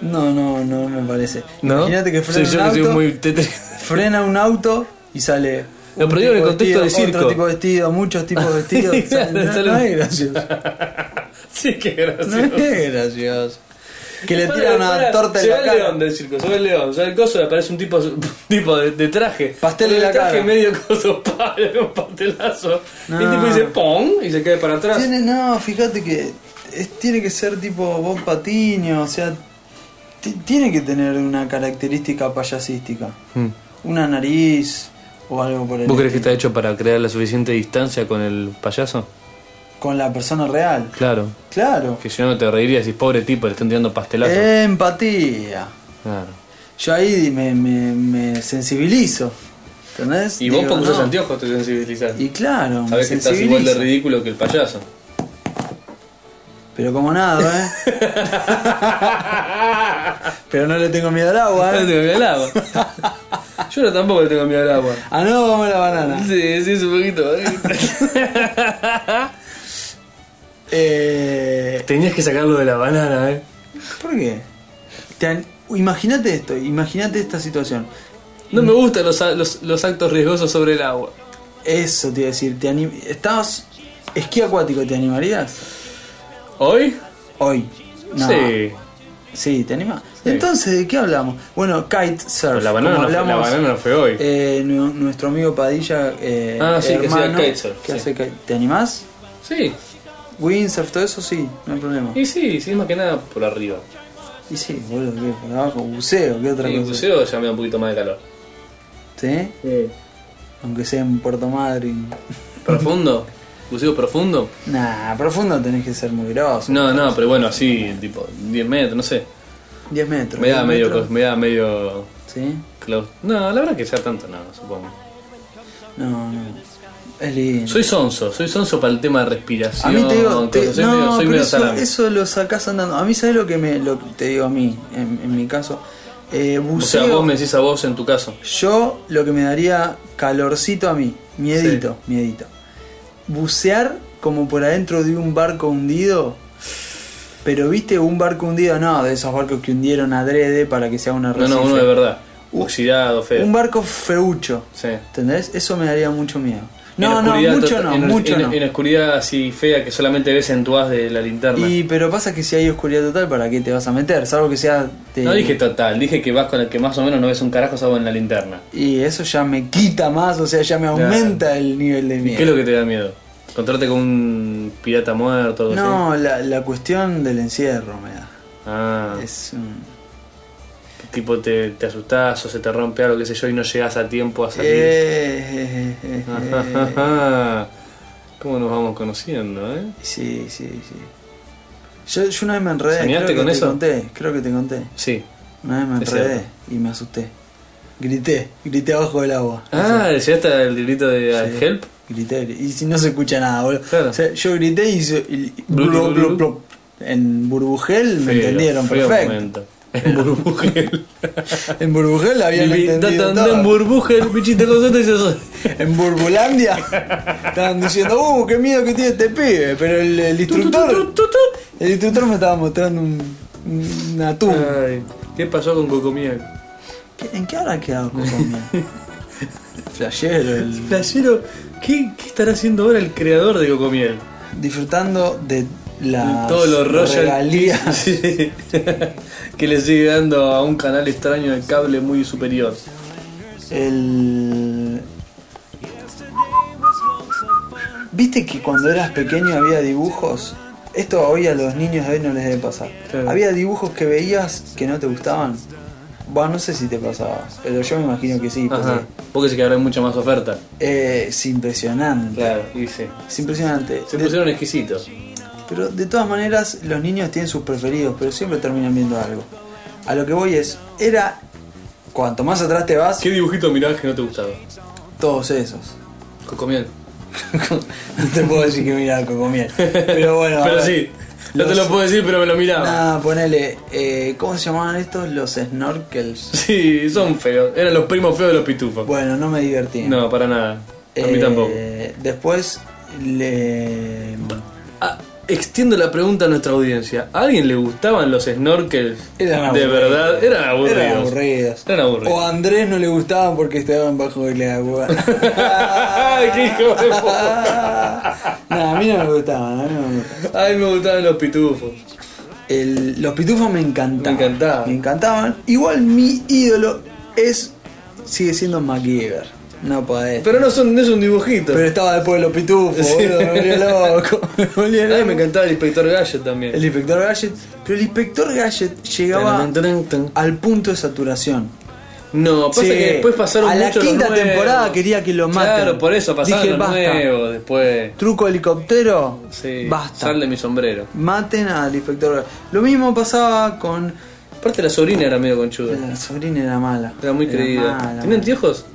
[SPEAKER 2] No, no, no me parece.
[SPEAKER 1] ¿No?
[SPEAKER 2] Imagínate que frena
[SPEAKER 1] Soy yo
[SPEAKER 2] un
[SPEAKER 1] que
[SPEAKER 2] auto,
[SPEAKER 1] soy muy tetre-
[SPEAKER 2] frena un auto y sale.
[SPEAKER 1] Lo
[SPEAKER 2] un
[SPEAKER 1] perdió en el
[SPEAKER 2] tipo
[SPEAKER 1] contexto
[SPEAKER 2] vestido,
[SPEAKER 1] de circo.
[SPEAKER 2] Otro tipo vestido, muchos tipos
[SPEAKER 1] (laughs)
[SPEAKER 2] vestidos.
[SPEAKER 1] Claro,
[SPEAKER 2] Sale- no,
[SPEAKER 1] sale
[SPEAKER 2] no
[SPEAKER 1] un-
[SPEAKER 2] es
[SPEAKER 1] (laughs)
[SPEAKER 2] gracioso.
[SPEAKER 1] sí, qué
[SPEAKER 2] No
[SPEAKER 1] gracioso.
[SPEAKER 2] es gracioso. Que le
[SPEAKER 1] Para,
[SPEAKER 2] tiran una
[SPEAKER 1] para,
[SPEAKER 2] torta
[SPEAKER 1] se
[SPEAKER 2] en
[SPEAKER 1] ve
[SPEAKER 2] la
[SPEAKER 1] el león
[SPEAKER 2] cara.
[SPEAKER 1] del circo, se ve el león, se ve el coso, le aparece un tipo, (laughs) un tipo de, de traje.
[SPEAKER 2] Pastel en
[SPEAKER 1] de
[SPEAKER 2] la
[SPEAKER 1] traje
[SPEAKER 2] cara.
[SPEAKER 1] medio (laughs) coso, padre, un pastelazo. Y el
[SPEAKER 2] No.
[SPEAKER 1] tipo dice ¡pong! y se cae para atrás.
[SPEAKER 2] Tiene, no, fíjate que es- tiene que ser tipo Bob Patiño, o sea, ti- tiene que tener una característica payasística. Una nariz o algo por el
[SPEAKER 1] Hmm. ¿Vos crees que
[SPEAKER 2] estilo.
[SPEAKER 1] está hecho para crear la suficiente distancia con el payaso?
[SPEAKER 2] Con la persona real.
[SPEAKER 1] Claro.
[SPEAKER 2] Claro.
[SPEAKER 1] Que si no no te reirías si pobre tipo, le están tirando pastelazo.
[SPEAKER 2] Eh. Empatía.
[SPEAKER 1] Claro.
[SPEAKER 2] Yo ahí me, me- me sensibilizo. ¿Entendés?
[SPEAKER 1] Y vos
[SPEAKER 2] Digo,
[SPEAKER 1] porque usás
[SPEAKER 2] no.
[SPEAKER 1] anteojos te sensibilizás.
[SPEAKER 2] Y claro, me
[SPEAKER 1] Sabés que estás igual de (laughs)
[SPEAKER 2] (laughs) sensibilizo.
[SPEAKER 1] ridículo que el payaso.
[SPEAKER 2] Pero
[SPEAKER 1] (laughs)
[SPEAKER 2] como nada, ¿eh? Pero no le tengo miedo al agua,
[SPEAKER 1] No le (laughs)
[SPEAKER 2] ¿eh?
[SPEAKER 1] tengo miedo al agua. Yo no tampoco le tengo miedo al agua.
[SPEAKER 2] Ah, no, vamos a la banana.
[SPEAKER 1] Sí, sí, es un poquito.
[SPEAKER 2] Eh,
[SPEAKER 1] (laughs) Tenías que sacarlo de la banana, eh.
[SPEAKER 2] ¿Por qué? Te an- Imagínate esto, imagínate esta situación.
[SPEAKER 1] No me gustan los, a- los- los actos riesgosos sobre el agua.
[SPEAKER 2] Eso te iba a decir, te anim... ¿Estás esquí acuático, te animarías?
[SPEAKER 1] ¿Hoy?
[SPEAKER 2] Hoy. No.
[SPEAKER 1] Sí.
[SPEAKER 2] Sí, ¿te animás? Entonces, ¿de qué hablamos? Bueno, kite surf.
[SPEAKER 1] Pero la banana,
[SPEAKER 2] como
[SPEAKER 1] no fue, la
[SPEAKER 2] hablamos,
[SPEAKER 1] banana no fue hoy.
[SPEAKER 2] eh, nu- nuestro amigo Padilla, eh,
[SPEAKER 1] Ah, sí, que hacía
[SPEAKER 2] hermano,
[SPEAKER 1] kitesurf,
[SPEAKER 2] que
[SPEAKER 1] sí.
[SPEAKER 2] hace kite- ¿Te animás?
[SPEAKER 1] Sí,
[SPEAKER 2] Windsurf, todo eso sí, no hay problema.
[SPEAKER 1] y sí, sí, más que nada por arriba.
[SPEAKER 2] Y sí, boludo, ¿qué? Por abajo, buceo, ¿qué otra
[SPEAKER 1] Y
[SPEAKER 2] cosa?
[SPEAKER 1] buceo ya me da un poquito más de calor.
[SPEAKER 2] ¿Sí? Aunque sea en Puerto Madryn.
[SPEAKER 1] ¿Profundo? ¿Buceo profundo?
[SPEAKER 2] Nah, profundo tenés que ser muy grosso.
[SPEAKER 1] No, no, pero bueno, así, tipo 10 metros, no sé.
[SPEAKER 2] 10 metros.
[SPEAKER 1] Me da
[SPEAKER 2] 10
[SPEAKER 1] medio.
[SPEAKER 2] metros.
[SPEAKER 1] cos- Me da medio.
[SPEAKER 2] ¿Sí?
[SPEAKER 1] clau- No, la verdad que ya tanto no, supongo.
[SPEAKER 2] No, no. Es lindo.
[SPEAKER 1] Soy sonso, soy sonso para el tema de
[SPEAKER 2] A
[SPEAKER 1] respiración.
[SPEAKER 2] mí te digo,
[SPEAKER 1] cosas,
[SPEAKER 2] te-
[SPEAKER 1] soy
[SPEAKER 2] no,
[SPEAKER 1] medio, soy
[SPEAKER 2] pero
[SPEAKER 1] medio
[SPEAKER 2] eso,
[SPEAKER 1] salame.
[SPEAKER 2] eso lo sacás andando. A mí, ¿sabes lo que me, lo, que te digo a mí, en, en mi caso? Eh,
[SPEAKER 1] O
[SPEAKER 2] buceo,
[SPEAKER 1] sea, vos me decís a vos en tu caso.
[SPEAKER 2] yo lo que me daría calorcito a mí, miedito, miedito. Bucear como por adentro de un barco hundido, pero viste, un barco hundido, no, de esos barcos que hundieron adrede para que sea una
[SPEAKER 1] No, no, uno de verdad.
[SPEAKER 2] Uh,
[SPEAKER 1] Oxidado, feo.
[SPEAKER 2] Un barco feucho,
[SPEAKER 1] Sí.
[SPEAKER 2] ¿entendés? Eso me daría mucho miedo.
[SPEAKER 1] En
[SPEAKER 2] No, no,
[SPEAKER 1] oscuridad
[SPEAKER 2] mucho
[SPEAKER 1] tot-
[SPEAKER 2] no,
[SPEAKER 1] en-
[SPEAKER 2] mucho
[SPEAKER 1] en,
[SPEAKER 2] no.
[SPEAKER 1] En oscuridad así fea que solamente ves en tu haz de la linterna.
[SPEAKER 2] Y pero pasa que si hay oscuridad total, ¿para qué te vas a meter? Salvo que sea de-
[SPEAKER 1] No dije total, dije que vas con el que más o menos no ves un carajo salvo en la linterna.
[SPEAKER 2] Y eso ya me quita más, o sea, ya me aumenta el nivel de
[SPEAKER 1] ¿Y qué es
[SPEAKER 2] miedo.
[SPEAKER 1] lo que te da miedo? ¿Encontrarte con un pirata muerto o algo así?
[SPEAKER 2] No, la, la cuestión del encierro me da.
[SPEAKER 1] Ah,
[SPEAKER 2] Es un-
[SPEAKER 1] tipo te, te asustás o se te rompe algo, qué sé yo, y no llegas a tiempo a salir.
[SPEAKER 2] Eh, eh, eh, eh, eh.
[SPEAKER 1] Ajá. (laughs) ¿Cómo nos vamos conociendo, eh?
[SPEAKER 2] Sí, sí, sí. Yo, yo una vez me enredé,
[SPEAKER 1] ¿Soñaste
[SPEAKER 2] creo que
[SPEAKER 1] con
[SPEAKER 2] te
[SPEAKER 1] eso?
[SPEAKER 2] conté, creo que te conté.
[SPEAKER 1] Sí.
[SPEAKER 2] Una vez me
[SPEAKER 1] Es
[SPEAKER 2] enredé
[SPEAKER 1] cierto.
[SPEAKER 2] y me asusté. Grité, grité abajo del agua.
[SPEAKER 1] Ah, ¿llegaste al librito de
[SPEAKER 2] Sí.
[SPEAKER 1] Help?
[SPEAKER 2] Grité, gr- y si no se escucha nada, boludo.
[SPEAKER 1] Claro.
[SPEAKER 2] O sea, yo grité y, se- y- y-
[SPEAKER 1] Blu, blu,
[SPEAKER 2] blu, blu,
[SPEAKER 1] blu.
[SPEAKER 2] blu. en burbujel me
[SPEAKER 1] Feo,
[SPEAKER 2] entendieron
[SPEAKER 1] feo
[SPEAKER 2] perfecto.
[SPEAKER 1] momento. En
[SPEAKER 2] (laughs)
[SPEAKER 1] burbujel.
[SPEAKER 2] En burbujel habían entendido
[SPEAKER 1] Tatandá, En
[SPEAKER 2] todo.
[SPEAKER 1] burbujel, bichita con suerte y yo soy.
[SPEAKER 2] En burbulandia estaban diciendo, "Uh, qué miedo que tiene este pibe", pero el, el instructor el instructor me estaba mostrando un, un- una tumba.
[SPEAKER 1] Ay, ¿Qué pasó con Cocomiel?
[SPEAKER 2] ¿Qué- ¿En qué habrá
[SPEAKER 1] (laughs)
[SPEAKER 2] quedado conmigo? Flashero, el-
[SPEAKER 1] Flashero, ¿qué, ¿qué estará haciendo ahora el creador de Cocomiel?
[SPEAKER 2] disfrutando de la
[SPEAKER 1] Todos los royalties
[SPEAKER 2] regalías. (laughs)
[SPEAKER 1] sí, que le sigue dando a un canal extraño de cable muy superior.
[SPEAKER 2] El. Viste que cuando eras pequeño había dibujos. Esto hoy a los niños de hoy no les debe pasar.
[SPEAKER 1] Claro.
[SPEAKER 2] Había dibujos que veías que no te gustaban. Bueno, no sé si te pasaba, pero yo me imagino que pues sí.
[SPEAKER 1] Ajá.
[SPEAKER 2] porque,
[SPEAKER 1] Porque se quedaron mucha más oferta.
[SPEAKER 2] eh, es impresionante.
[SPEAKER 1] Claro, y sí.
[SPEAKER 2] Es impresionante.
[SPEAKER 1] Se
[SPEAKER 2] De-
[SPEAKER 1] pusieron exquisitos.
[SPEAKER 2] pero de todas maneras, los niños tienen sus preferidos, pero siempre terminan viendo algo. A lo que voy es, era. Cuanto más atrás te vas,
[SPEAKER 1] ¿Qué dibujito mirabas que no te gustaba?
[SPEAKER 2] todos esos.
[SPEAKER 1] Cocomiel.
[SPEAKER 2] (laughs) no te puedo decir que mira Cocomiel. Pero bueno. a
[SPEAKER 1] pero
[SPEAKER 2] ver.
[SPEAKER 1] sí, no te
[SPEAKER 2] Los-
[SPEAKER 1] lo puedo decir, pero me lo miraba.
[SPEAKER 2] Nada, ponele. eh, ¿Cómo se llamaban estos? Los snorkels.
[SPEAKER 1] Sí, son feos. Eran los primos feos de los pitufos.
[SPEAKER 2] Bueno, no me divertí.
[SPEAKER 1] No, para nada. A mí
[SPEAKER 2] Eh,
[SPEAKER 1] tampoco.
[SPEAKER 2] Después le.
[SPEAKER 1] Ah, extiendo la pregunta a nuestra audiencia. ¿A alguien le gustaban los snorkels?
[SPEAKER 2] Eran
[SPEAKER 1] de
[SPEAKER 2] aburridos.
[SPEAKER 1] verdad, eran aburridos.
[SPEAKER 2] Eran aburridos.
[SPEAKER 1] Eran aburridos.
[SPEAKER 2] O a Andrés no le gustaban porque estaban bajo el agua.
[SPEAKER 1] (laughs) Ay, qué (laughs) hijo de
[SPEAKER 2] (laughs)
[SPEAKER 1] puta.
[SPEAKER 2] No, a mí no me gustaban, a mí no me gustaban.
[SPEAKER 1] Ay, me gustaban los pitufos.
[SPEAKER 2] El- los pitufos me encantaban.
[SPEAKER 1] Me encantaban.
[SPEAKER 2] Me encantaban. Igual mi ídolo es. sigue siendo MacGyver. No podés. Pero,
[SPEAKER 1] Pero no son, no es un dibujito.
[SPEAKER 2] estaba después de los pitufos,
[SPEAKER 1] Sí.
[SPEAKER 2] boludo, me volvía loco.
[SPEAKER 1] (laughs)
[SPEAKER 2] me volvía
[SPEAKER 1] Ay,
[SPEAKER 2] loco.
[SPEAKER 1] me encantaba el inspector Gallo también.
[SPEAKER 2] El inspector Gadget. Pero el inspector Gadget llegaba
[SPEAKER 1] Tan, tan, tan.
[SPEAKER 2] al punto de saturación.
[SPEAKER 1] No, pasa
[SPEAKER 2] Sí.
[SPEAKER 1] que después pasaron
[SPEAKER 2] A la
[SPEAKER 1] mucho los
[SPEAKER 2] quinta
[SPEAKER 1] nuevos.
[SPEAKER 2] temporada quería que lo maten.
[SPEAKER 1] Claro, por eso pasaron
[SPEAKER 2] Dije,
[SPEAKER 1] los
[SPEAKER 2] basta.
[SPEAKER 1] nuevos después.
[SPEAKER 2] Truco helicóptero.
[SPEAKER 1] Sí,
[SPEAKER 2] Basta.
[SPEAKER 1] Sal de mi sombrero.
[SPEAKER 2] Maten al inspector Gadget. Lo mismo pasaba con.
[SPEAKER 1] Aparte la sobrina era medio conchuda.
[SPEAKER 2] La sobrina era mala.
[SPEAKER 1] Era muy creída.
[SPEAKER 2] mala,
[SPEAKER 1] ¿Tiene anteojos?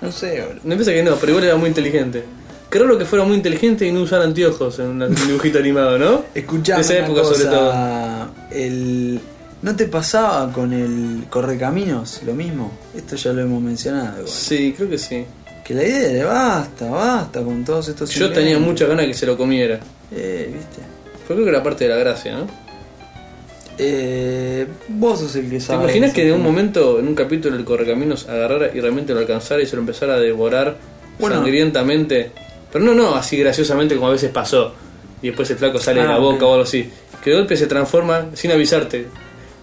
[SPEAKER 2] No sé, boludo.
[SPEAKER 1] No piensa que no, pero igual era muy inteligente. Qué raro que fuera muy inteligente y no usar anteojos en una- un dibujito animado, ¿no?
[SPEAKER 2] Escuchame
[SPEAKER 1] De esa
[SPEAKER 2] una
[SPEAKER 1] época,
[SPEAKER 2] cosa,
[SPEAKER 1] sobre todo.
[SPEAKER 2] El, ¿No te pasaba con el Correcaminos lo mismo? Esto ya lo hemos mencionado. igual.
[SPEAKER 1] Sí, creo que sí.
[SPEAKER 2] Que la idea era basta, basta con todos estos.
[SPEAKER 1] Yo tenía
[SPEAKER 2] ingredientes.
[SPEAKER 1] muchas ganas de que se lo comiera.
[SPEAKER 2] Eh, viste.
[SPEAKER 1] Yo creo que era parte de la gracia, ¿no?
[SPEAKER 2] Eh, vos sos el que
[SPEAKER 1] ¿Te
[SPEAKER 2] sabe.
[SPEAKER 1] imaginas que en un
[SPEAKER 2] momento
[SPEAKER 1] momento, en un capítulo, el Correcaminos agarrara y realmente lo alcanzara y se lo empezara a devorar
[SPEAKER 2] Bueno.
[SPEAKER 1] sangrientamente? Pero no, no, así graciosamente como a veces pasó. Y después el flaco sale de
[SPEAKER 2] Ah,
[SPEAKER 1] la boca
[SPEAKER 2] ok.
[SPEAKER 1] o algo así. Que de golpe se transforma sin avisarte.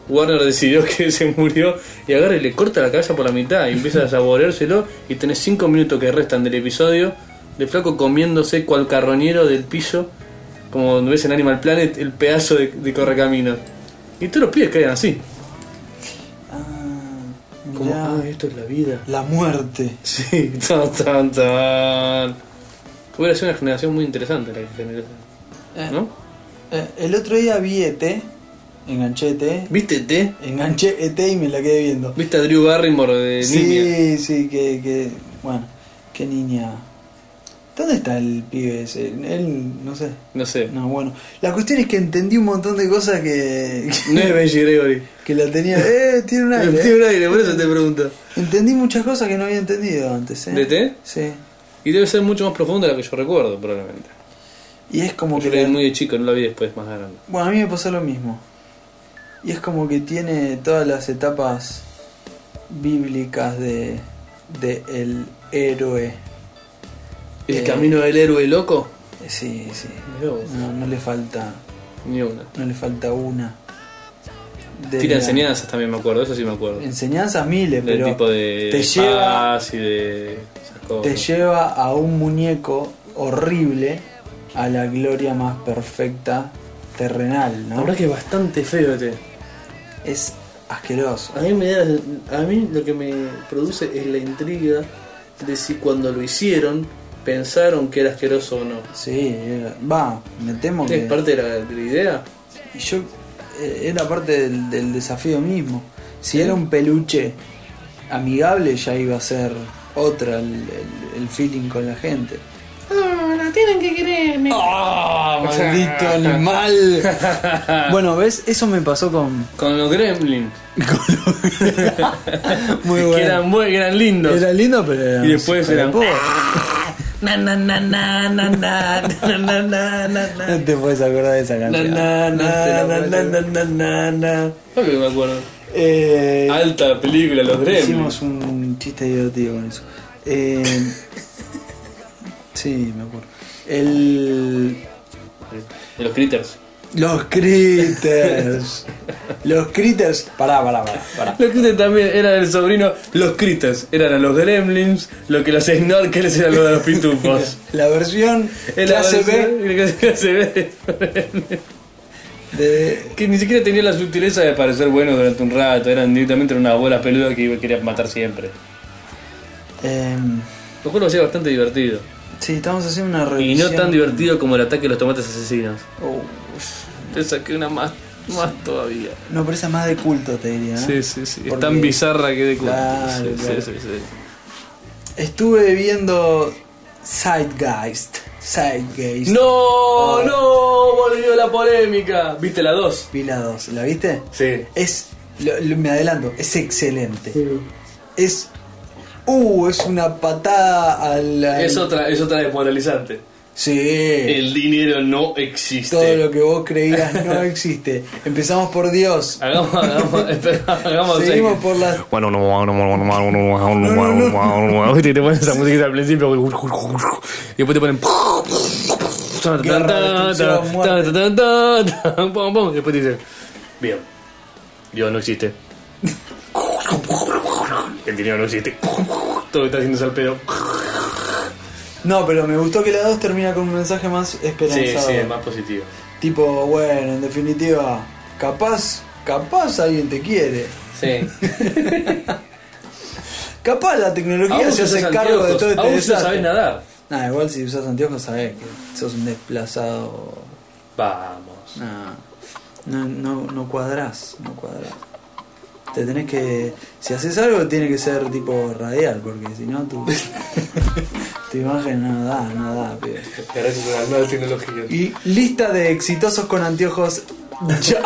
[SPEAKER 1] Warner decidió (laughs) que se murió y agarra y le corta la cabeza por la mitad y empieza a saboreárselo. Y tenés 5 minutos que restan del episodio de flaco comiéndose cual carroñero del piso, como donde ves en Animal Planet, el pedazo de, de correcaminos. Y todos los pibes caen así. Como, ah, esto es la vida.
[SPEAKER 2] Ah, la muerte.
[SPEAKER 1] Sí, (laughs) tan, tan, tan. Hubiera sido una generación muy interesante la que generó
[SPEAKER 2] Eh,
[SPEAKER 1] esa, ¿No?
[SPEAKER 2] eh, el otro día vi ET, enganché ET,
[SPEAKER 1] ¿Viste E T?
[SPEAKER 2] enganché ET y me la quedé viendo.
[SPEAKER 1] ¿Viste a Drew Barrymore de niña?
[SPEAKER 2] Sí, sí, que, que. Bueno, qué niña. ¿Dónde está el pibe ese? Él, no sé.
[SPEAKER 1] No sé.
[SPEAKER 2] No, bueno. La cuestión es que entendí un montón de cosas que. (laughs)
[SPEAKER 1] No es Benji Gregory.
[SPEAKER 2] que
[SPEAKER 1] (laughs)
[SPEAKER 2] la tenía. ¡Eh! Tiene un aire.
[SPEAKER 1] Tiene un aire, por eso te pregunto.
[SPEAKER 2] Entendí muchas cosas que no había entendido antes, ¿eh?
[SPEAKER 1] ¿De T?
[SPEAKER 2] Sí.
[SPEAKER 1] Y debe ser mucho más profunda de la que yo recuerdo, probablemente.
[SPEAKER 2] Y es como
[SPEAKER 1] Yo
[SPEAKER 2] que.
[SPEAKER 1] la vi
[SPEAKER 2] la-
[SPEAKER 1] muy de chico, no la vi después más grande.
[SPEAKER 2] Bueno, a mí me pasó lo mismo. Y es como que tiene todas las etapas bíblicas de. de el héroe.
[SPEAKER 1] ¿El
[SPEAKER 2] Eh.
[SPEAKER 1] camino del héroe loco?
[SPEAKER 2] Sí, sí.
[SPEAKER 1] Mirá vos.
[SPEAKER 2] No, no le falta.
[SPEAKER 1] Ni una.
[SPEAKER 2] No le falta una. De
[SPEAKER 1] Tira
[SPEAKER 2] la-
[SPEAKER 1] enseñanzas también me acuerdo, eso sí me acuerdo.
[SPEAKER 2] Enseñanzas miles,
[SPEAKER 1] Del
[SPEAKER 2] pero
[SPEAKER 1] tipo de,
[SPEAKER 2] te
[SPEAKER 1] de
[SPEAKER 2] lleva-
[SPEAKER 1] paz y de esas cosas.
[SPEAKER 2] te lleva a un muñeco horrible a la gloria más perfecta terrenal,
[SPEAKER 1] La
[SPEAKER 2] ¿no?
[SPEAKER 1] verdad que es bastante feo este.
[SPEAKER 2] Es asqueroso.
[SPEAKER 1] A mí, me da, a mí lo que me produce es la intriga de si cuando lo hicieron pensaron que era asqueroso o no.
[SPEAKER 2] Sí, era- va, me temo
[SPEAKER 1] ¿Es
[SPEAKER 2] que...
[SPEAKER 1] parte de la, de la idea?
[SPEAKER 2] Y yo eh, era parte del, del desafío mismo. Si era un peluche amigable ya iba a ser otra el, el- el feeling con la gente.
[SPEAKER 4] Ah,
[SPEAKER 1] Ah,
[SPEAKER 2] No, no tienen que creerme. maldito animal. bueno, ves, eso me pasó con
[SPEAKER 1] Con los gremlins.
[SPEAKER 2] (laughs) muy
[SPEAKER 1] Que
[SPEAKER 2] bueno.
[SPEAKER 1] eran, buen- que eran lindos.
[SPEAKER 2] Era lindo, pero era
[SPEAKER 1] Y después eran-
[SPEAKER 4] Na, na, na, na, na, na, na, na, na, na,
[SPEAKER 2] (laughs)
[SPEAKER 4] na.
[SPEAKER 2] No te puedes acordar de esa
[SPEAKER 4] Na,
[SPEAKER 2] canción.
[SPEAKER 4] na,
[SPEAKER 2] No
[SPEAKER 4] na,
[SPEAKER 2] te la
[SPEAKER 4] na,
[SPEAKER 2] puedes
[SPEAKER 4] na,
[SPEAKER 2] acordar.
[SPEAKER 4] na, na, na.
[SPEAKER 1] Claro que me acuerdo.
[SPEAKER 2] Eh,
[SPEAKER 1] Alta película, los gremlins.
[SPEAKER 2] Hicimos un chiste divertido con eso. Eh, sí, me acuerdo. El,
[SPEAKER 1] De los critters.
[SPEAKER 2] los critters. los critters. Pará, pará, pará.
[SPEAKER 1] (laughs)
[SPEAKER 2] pará.
[SPEAKER 1] Los critters también eran el sobrino. Los critters eran a los gremlins. Lo que los snorkels eran los de los (laughs) pitufos.
[SPEAKER 2] La versión
[SPEAKER 1] Era
[SPEAKER 2] clase B
[SPEAKER 1] versión- clase B.
[SPEAKER 2] de.
[SPEAKER 1] Que ni siquiera tenía la sutileza de parecer bueno durante un rato, eran directamente una bola peluda que iba- quería matar siempre.
[SPEAKER 2] em,
[SPEAKER 1] Lo cual lo hacía bastante divertido.
[SPEAKER 2] sí, estamos haciendo una
[SPEAKER 1] Y
[SPEAKER 2] revisión.
[SPEAKER 1] no tan divertido como el ataque de los tomates asesinos.
[SPEAKER 2] Oh,
[SPEAKER 1] Te saqué una más, más todavía.
[SPEAKER 2] no, pero esa es más de culto, te diría. ¿no?
[SPEAKER 1] Sí, sí, sí. Es
[SPEAKER 2] Porque-
[SPEAKER 1] tan bizarra que de culo.
[SPEAKER 2] Claro,
[SPEAKER 1] sí,
[SPEAKER 2] claro.
[SPEAKER 1] sí, sí, sí.
[SPEAKER 2] Estuve viendo Sidegeist. Sidegeist.
[SPEAKER 1] ¡No! ¡No! Volvió la polémica. ¿Viste la 2?
[SPEAKER 2] Pila 2, ¿la viste?
[SPEAKER 1] Sí.
[SPEAKER 2] Es, lo- lo- me adelanto, es excelente. Es, uh, es una patada al... al-
[SPEAKER 1] Es otra, es otra desmoralizante.
[SPEAKER 2] Sí.
[SPEAKER 1] El dinero no existe.
[SPEAKER 2] Eh. Todo lo que vos creías no (laughs) existe. Empezamos por Dios.
[SPEAKER 1] Hagamos,
[SPEAKER 2] (laughs)
[SPEAKER 1] hagamos, espera, hagamos
[SPEAKER 2] Seguimos por las...
[SPEAKER 5] Bueno, no, no, no, no, no, no, no, no,
[SPEAKER 1] (laughs)
[SPEAKER 5] no.
[SPEAKER 1] Viste, te ponen esa musiquita al principio y después te ponen (laughs)
[SPEAKER 2] Guerra, destrucción, muerte.
[SPEAKER 1] y después te dicen bien Dios no
[SPEAKER 2] (laughs)
[SPEAKER 1] existe el dinero no existe todo está haciendo al pedo
[SPEAKER 2] No, pero me gustó que la 2 termina con un mensaje más
[SPEAKER 1] sí,
[SPEAKER 2] esperanzador.
[SPEAKER 1] sí, más positivo
[SPEAKER 2] Tipo, bueno, en definitiva, capaz, capaz alguien te quiere.
[SPEAKER 1] sí
[SPEAKER 2] Capaz la tecnología se hace cargo de todo este
[SPEAKER 1] aún si no
[SPEAKER 2] desastre.
[SPEAKER 1] sabes nadar
[SPEAKER 2] Nah, igual si usas anteojos sabés que sos un desplazado.
[SPEAKER 1] vamos
[SPEAKER 2] Nah, no, no, no cuadrás, no cuadrás. Te tenés que. Si haces algo, tiene que ser tipo radial, porque si no, tu, (laughs) tu imagen no da, no da, pibe.
[SPEAKER 4] Gracias a las nuevas tecnologías.
[SPEAKER 2] Y lista de exitosos con anteojos. (laughs) Ya.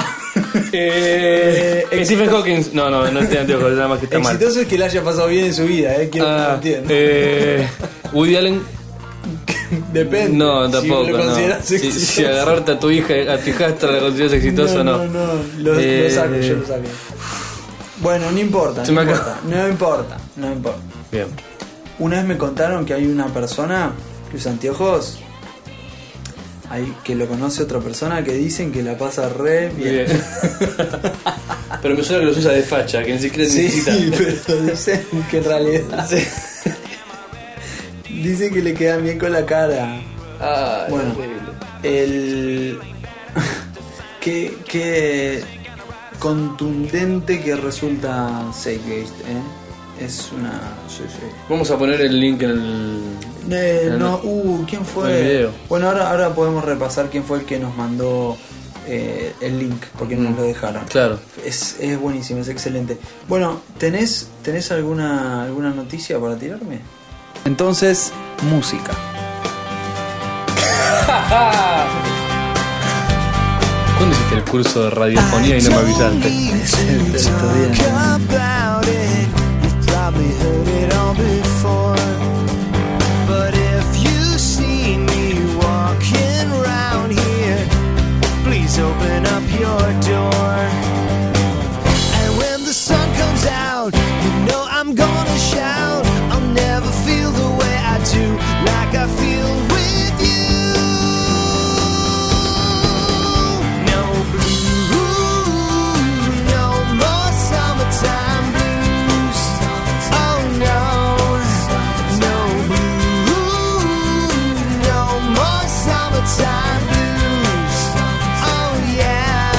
[SPEAKER 1] Eh,
[SPEAKER 2] Eh,
[SPEAKER 1] Stephen Hawking. No, no, no tiene anteojos, nada más que está mal.
[SPEAKER 2] Exitoso es que la haya pasado bien en su vida, ¿eh? Quiero que lo
[SPEAKER 1] Ah,
[SPEAKER 2] entiendan.
[SPEAKER 1] eh, Woody Allen.
[SPEAKER 2] Depende.
[SPEAKER 1] No,
[SPEAKER 2] si
[SPEAKER 1] tampoco.
[SPEAKER 2] lo
[SPEAKER 1] no.
[SPEAKER 2] consideras
[SPEAKER 1] Si,
[SPEAKER 2] exitoso.
[SPEAKER 1] si agarrarte a tu hija, a tu hijastra, la consideras exitosa o no.
[SPEAKER 2] No, no, no, Lo, lo
[SPEAKER 1] Eh,
[SPEAKER 2] saco, yo lo saco. Bueno, no importa.
[SPEAKER 1] Se
[SPEAKER 2] no,
[SPEAKER 1] me
[SPEAKER 2] importa no importa, no importa.
[SPEAKER 1] Bien.
[SPEAKER 2] Una vez me contaron que hay una persona que usa anteojos. Hay, que lo conoce otra persona que dicen que la pasa re
[SPEAKER 1] Muy
[SPEAKER 2] bien.
[SPEAKER 1] bien. Pero me suena que los usa de facha, que ni siquiera
[SPEAKER 2] (laughs) Sí,
[SPEAKER 1] necesita.
[SPEAKER 2] pero dicen que en realidad. (laughs) Dicen que le quedan bien con la cara.
[SPEAKER 1] Ah,
[SPEAKER 2] Bueno.
[SPEAKER 1] horrible.
[SPEAKER 2] El. (laughs) qué, qué contundente que resulta Segate, ¿eh? Es una. sí, sí.
[SPEAKER 1] Vamos a poner el link en el.
[SPEAKER 2] Eh,
[SPEAKER 1] El-
[SPEAKER 2] no, uh, ¿quién
[SPEAKER 1] el
[SPEAKER 2] fue?
[SPEAKER 1] video.
[SPEAKER 2] Bueno, ahora, ahora podemos repasar quién fue el que nos mandó eh, el link, porque no nos lo dejaron.
[SPEAKER 1] Mm. Claro.
[SPEAKER 2] Es, es buenísimo, es excelente. Bueno, ¿tenés, ¿tenés alguna, alguna noticia para tirarme? Entonces, música.
[SPEAKER 1] ¿Cuándo hiciste el curso de radiofonía y no me avisaste?
[SPEAKER 6] about it. You've probably heard it all before. But if you see me walking round here, please open up your door. And when the sun comes out, you know I'm gonna shout. I'll never feel the way I do, like I feel with you. No blue, no more summertime blues. Oh no, no blue, no more summertime blues. Oh yeah.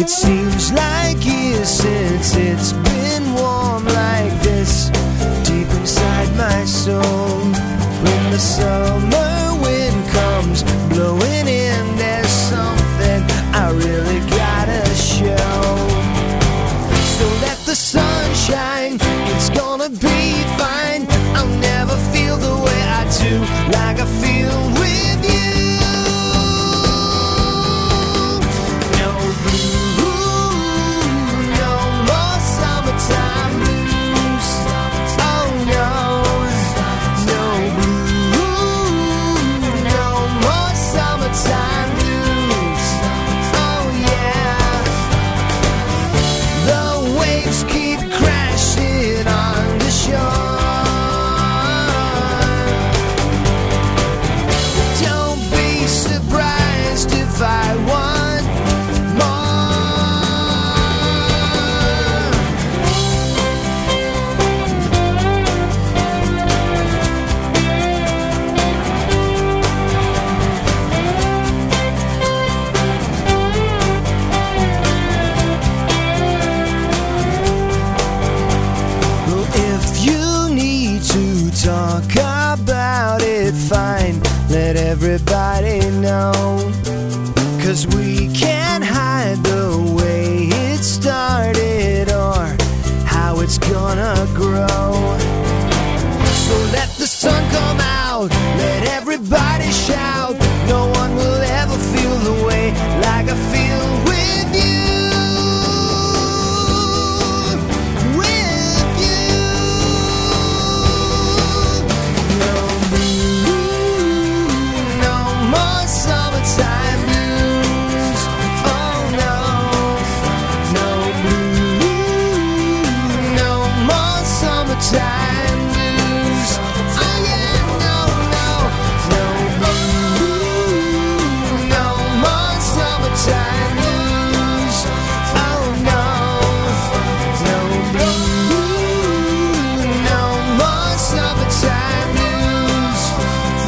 [SPEAKER 6] It seems like years since it's been warm like this, deep inside my soul. When the summer wind comes blowing in, there's something I really gotta show. So let the sun shine, it's gonna be fine. I'll never feel the way I do, like I feel with you. No blue, no more summertime blues. Oh no, no blue, no more summertime blues. Oh yeah. The waves keep crashing on the shore. Don't be surprised if I want more. Well, if you need to talk about it, fine, let everybody know. Cause we can't hide the way it started or how it's gonna grow. So let the sun come out, let everybody shout. No one will ever feel the way like I feel with you. With you. No blue, no more summertime blues. Oh no, no blue, no more summertime blues. Oh yeah, no, no, no blue, no more summertime blues. Oh no. No blue, no more summertime blues.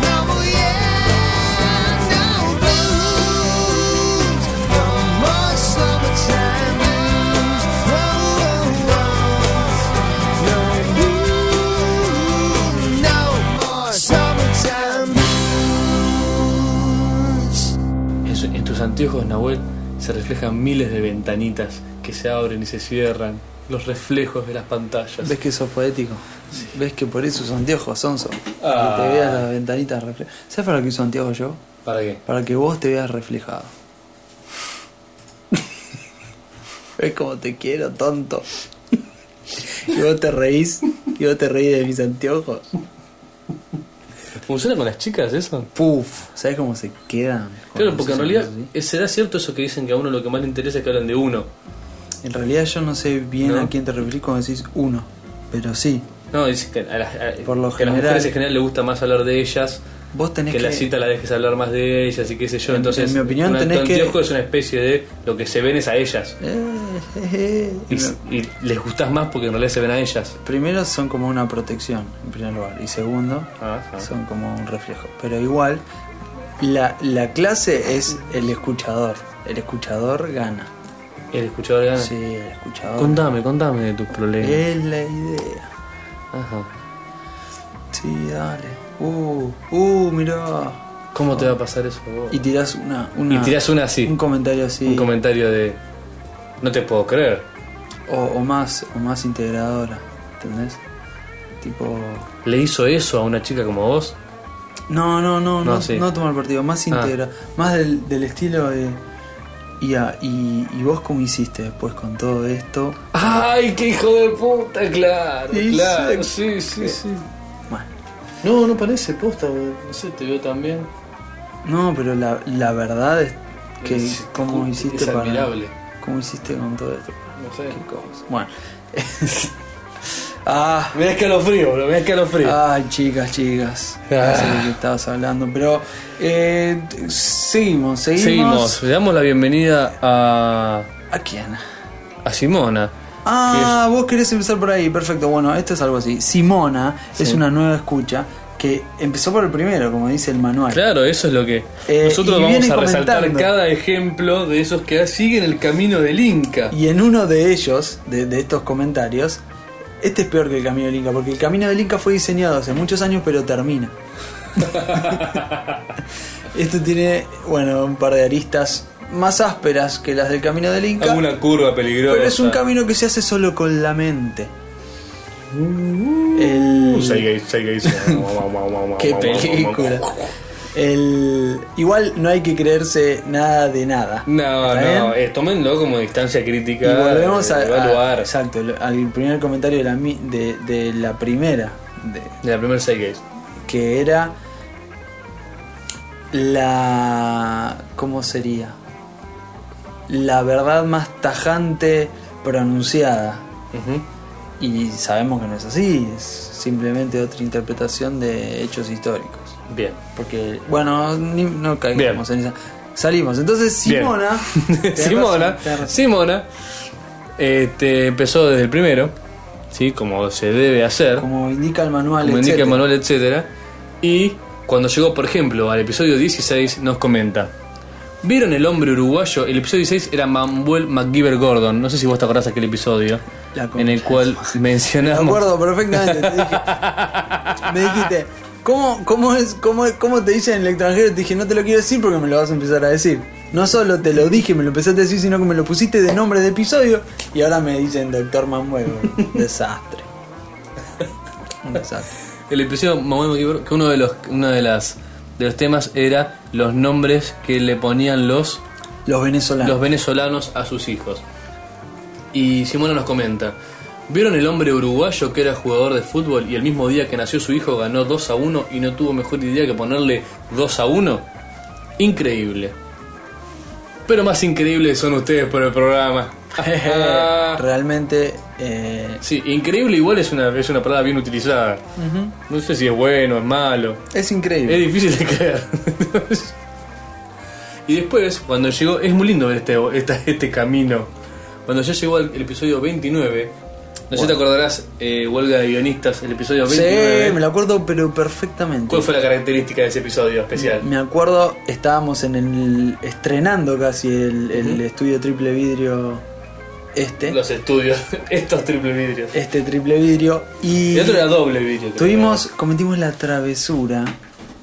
[SPEAKER 6] No, yeah, no blues, no more summertime blues. Oh, oh, no blue, no more summertime blues.
[SPEAKER 1] En, su- en tus anteojos, Nahuel, se reflejan miles de ventanitas que se abren y se cierran, los reflejos de las pantallas.
[SPEAKER 2] ¿Ves que sos poético? ¿Ves que por eso uso anteojos, Sonso?
[SPEAKER 1] Ah.
[SPEAKER 2] Que te veas las ventanitas reflejadas. ¿Sabes para qué uso anteojos yo?
[SPEAKER 1] ¿Para qué?
[SPEAKER 2] Para que vos te veas reflejado. (laughs) ¿Ves cómo te quiero, tonto? (laughs) y vos te reís, y vos te reís de mis anteojos.
[SPEAKER 1] ¿Funciona con las chicas eso?
[SPEAKER 2] Puf, ¿sabes cómo se quedan?
[SPEAKER 1] Claro,
[SPEAKER 2] Cuando
[SPEAKER 1] porque en
[SPEAKER 2] se
[SPEAKER 1] realidad
[SPEAKER 2] hacen
[SPEAKER 1] eh, será cierto eso que dicen que a uno lo que más le interesa es que hablan de uno.
[SPEAKER 2] así? En realidad yo no sé bien
[SPEAKER 1] ¿No?
[SPEAKER 2] a quién te referís cuando decís uno, pero sí.
[SPEAKER 1] No, dicen que a las, a-
[SPEAKER 2] Por lo
[SPEAKER 1] que a las
[SPEAKER 2] general-
[SPEAKER 1] mujeres en general le gusta más hablar de ellas,
[SPEAKER 2] Vos tenés
[SPEAKER 1] que,
[SPEAKER 2] que...
[SPEAKER 1] la cita la dejes hablar más de ellas y qué sé yo.
[SPEAKER 2] En-
[SPEAKER 1] Entonces,
[SPEAKER 2] en mi opinión
[SPEAKER 1] un
[SPEAKER 2] tenés que-
[SPEAKER 1] anteojo es una especie de lo que se ven es a ellas.
[SPEAKER 2] Eh, eh, eh.
[SPEAKER 1] Y,
[SPEAKER 2] No.
[SPEAKER 1] y les gustás más porque en realidad se ven a ellas.
[SPEAKER 2] Primero son como una protección, en primer lugar. Y segundo,
[SPEAKER 1] Ah, ah.
[SPEAKER 2] son como un reflejo. Pero igual, la, la clase es el escuchador. El escuchador gana.
[SPEAKER 1] El escuchador gana.
[SPEAKER 2] Sí, el escuchador.
[SPEAKER 1] Contame, contame de tus problemas.
[SPEAKER 2] Es la idea.
[SPEAKER 1] Ajá.
[SPEAKER 2] Sí, dale. Uh, uh, mirá.
[SPEAKER 1] ¿Cómo te va a pasar eso? a vos?
[SPEAKER 2] Y tirás una. una
[SPEAKER 1] Y tirás una así.
[SPEAKER 2] Un comentario así.
[SPEAKER 1] Un comentario de. No te puedo creer.
[SPEAKER 2] o, o más, o más integradora. ¿Entendés? Tipo.
[SPEAKER 1] ¿Le hizo eso a una chica como vos?
[SPEAKER 2] No, no, no, no,
[SPEAKER 1] No, sí.
[SPEAKER 2] no tomar partido, más
[SPEAKER 1] Ah.
[SPEAKER 2] íntegra, más del, del estilo de. Y, a- y, y vos cómo hiciste después con todo esto.
[SPEAKER 1] ¡Ay, qué hijo de puta! Claro,
[SPEAKER 2] Y
[SPEAKER 1] claro.
[SPEAKER 2] sí.
[SPEAKER 1] Sí, sí, sí.
[SPEAKER 2] Bueno,
[SPEAKER 1] No, no parece posta, boludo. No sé, te veo tan bien.
[SPEAKER 2] no, pero la, la verdad es que
[SPEAKER 1] Es-
[SPEAKER 2] cómo
[SPEAKER 1] es
[SPEAKER 2] hiciste para.
[SPEAKER 1] admirable.
[SPEAKER 2] ¿Cómo hiciste con todo esto?
[SPEAKER 1] No sé.
[SPEAKER 2] Qué cosa. Bueno. (laughs) ah.
[SPEAKER 1] Me da escalofrío, bro. Me da escalofrío.
[SPEAKER 2] Ay, chicas, chicas. No sé
[SPEAKER 1] Ah.
[SPEAKER 2] de qué estabas hablando, pero eh, t- seguimos, seguimos.
[SPEAKER 1] Seguimos. Le damos la bienvenida a.
[SPEAKER 2] ¿A quién?
[SPEAKER 1] a Simona.
[SPEAKER 2] Ah, vos querés empezar por ahí, perfecto. Bueno, esto es algo así. Simona es una nueva escucha que empezó por el primero, como dice el manual.
[SPEAKER 1] Claro, eso es lo que.
[SPEAKER 2] Eh,
[SPEAKER 1] Nosotros
[SPEAKER 2] y
[SPEAKER 1] vamos
[SPEAKER 2] viene
[SPEAKER 1] a resaltar
[SPEAKER 2] comentando.
[SPEAKER 1] cada ejemplo de esos que siguen el camino del Inca.
[SPEAKER 2] Y en uno de ellos, de, de estos comentarios, este es peor que el Camino del Inca, porque el Camino del Inca fue diseñado hace muchos años,
[SPEAKER 1] (laughs)
[SPEAKER 2] pero termina. esto tiene, bueno, un par de aristas más ásperas que las del Camino del Inca.
[SPEAKER 1] Alguna curva peligrosa.
[SPEAKER 2] Pero es un camino que se hace solo con la mente.
[SPEAKER 1] Uh,
[SPEAKER 2] El... Qué película. El... Igual no hay que creerse nada de nada.
[SPEAKER 1] No,
[SPEAKER 2] ¿Está
[SPEAKER 1] no,
[SPEAKER 2] bien?
[SPEAKER 1] eh, tómenlo como distancia crítica.
[SPEAKER 2] Y volvemos
[SPEAKER 1] eh,
[SPEAKER 2] a, a-
[SPEAKER 1] evaluar.
[SPEAKER 2] exacto, lo- al primer comentario de la, mi- de, de la primera, de-
[SPEAKER 1] de la primera Seigeis.
[SPEAKER 2] que era la... ¿Cómo sería? La verdad más tajante pronunciada. Y sabemos que no es así, es simplemente otra interpretación de hechos históricos.
[SPEAKER 1] Bien.
[SPEAKER 2] Porque, bueno, ni- no caigamos en esa. Salimos. Entonces,
[SPEAKER 1] Bien. (laughs)
[SPEAKER 2] Simona. tenés
[SPEAKER 1] Simona,
[SPEAKER 2] razón, tenés razón.
[SPEAKER 1] Simona este, empezó desde el primero, ¿sí? como se debe hacer, como,
[SPEAKER 2] Como indica el manual.
[SPEAKER 1] indica
[SPEAKER 2] etcétera.
[SPEAKER 1] el manual, etc. Y cuando llegó, por ejemplo, al episodio 16, nos comenta. ¿Vieron el hombre uruguayo? El episodio 16 era Manuel MacGyver Gordon. No sé si vos te acordás de aquel episodio
[SPEAKER 2] La concha
[SPEAKER 1] en el
[SPEAKER 2] de
[SPEAKER 1] cual
[SPEAKER 2] Me
[SPEAKER 1] mencionamos.
[SPEAKER 2] acuerdo perfectamente. te
[SPEAKER 1] (laughs)
[SPEAKER 2] dije. me dijiste, ¿cómo, cómo, es, cómo, es- ¿cómo te dicen en el extranjero? Te dije, no te lo quiero decir porque me lo vas a empezar a decir. No solo te lo dije, me lo empezaste a decir, sino que me lo pusiste de nombre de episodio y ahora me dicen Doctor
[SPEAKER 1] (laughs)
[SPEAKER 2] Manuel. Desastre. Un desastre.
[SPEAKER 1] El episodio Mamá Me Equivoco, que uno de los uno de las de los temas era los nombres que le ponían los
[SPEAKER 2] Los venezolanos.
[SPEAKER 1] los venezolanos a sus hijos. Y Simona nos comenta, ¿vieron el hombre uruguayo que era jugador de fútbol y el mismo día que nació su hijo ganó 2 a 1 y no tuvo mejor idea que ponerle 2 a 1? Increíble. Pero más increíbles son ustedes por el programa. (laughs)
[SPEAKER 2] Realmente. eh,
[SPEAKER 1] sí, increíble igual es una, es una palabra bien utilizada. No sé si es bueno, es malo.
[SPEAKER 2] es increíble.
[SPEAKER 1] Es difícil de creer. (laughs) y después, cuando llegó, es muy lindo ver este, esta- este camino. Cuando ya llegó al- el episodio 29, no sé si te acordarás, eh, huelga de guionistas, el episodio
[SPEAKER 2] Sí,
[SPEAKER 1] 29.
[SPEAKER 2] me lo acuerdo, pero perfectamente.
[SPEAKER 1] ¿Cuál fue la característica de ese episodio especial?
[SPEAKER 2] Me acuerdo, estábamos en el. estrenando casi el, el estudio triple vidrio este.
[SPEAKER 1] Los estudios, (laughs) estos triple vidrios.
[SPEAKER 2] Este triple vidrio. Y
[SPEAKER 1] El otro era doble vidrio. creo.
[SPEAKER 2] tuvimos. cometimos la travesura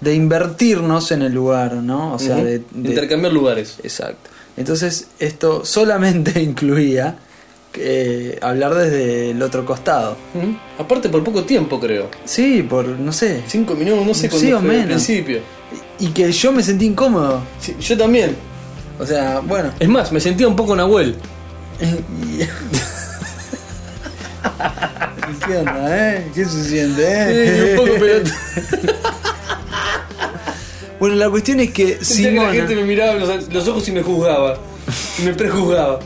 [SPEAKER 2] de invertirnos en el lugar, ¿no? O sea,
[SPEAKER 1] Ujú.
[SPEAKER 2] de- de
[SPEAKER 1] Intercambiar lugares.
[SPEAKER 2] Exacto. Entonces, esto solamente (laughs) incluía eh, hablar desde el otro costado.
[SPEAKER 1] Ujú. Aparte por poco tiempo, creo.
[SPEAKER 2] Sí, por, no sé.
[SPEAKER 1] Cinco minutos, no sé
[SPEAKER 2] Sí,
[SPEAKER 1] cuándo
[SPEAKER 2] o
[SPEAKER 1] fue,
[SPEAKER 2] menos.
[SPEAKER 1] al principio.
[SPEAKER 2] Y que yo me sentí incómodo.
[SPEAKER 1] Sí, yo también.
[SPEAKER 2] O sea, bueno.
[SPEAKER 1] Es más, me sentía un poco
[SPEAKER 2] (laughs)
[SPEAKER 1] Nahuel.
[SPEAKER 2] Y- ¿Qué onda, eh? ¿Qué se siente,
[SPEAKER 1] Eh,
[SPEAKER 2] eh? (laughs)
[SPEAKER 1] un poco pelota.
[SPEAKER 2] Bueno, la cuestión es que
[SPEAKER 1] Sentía que
[SPEAKER 2] Simona...
[SPEAKER 1] la gente me miraba los, los ojos y me juzgaba. Y me prejuzgaba.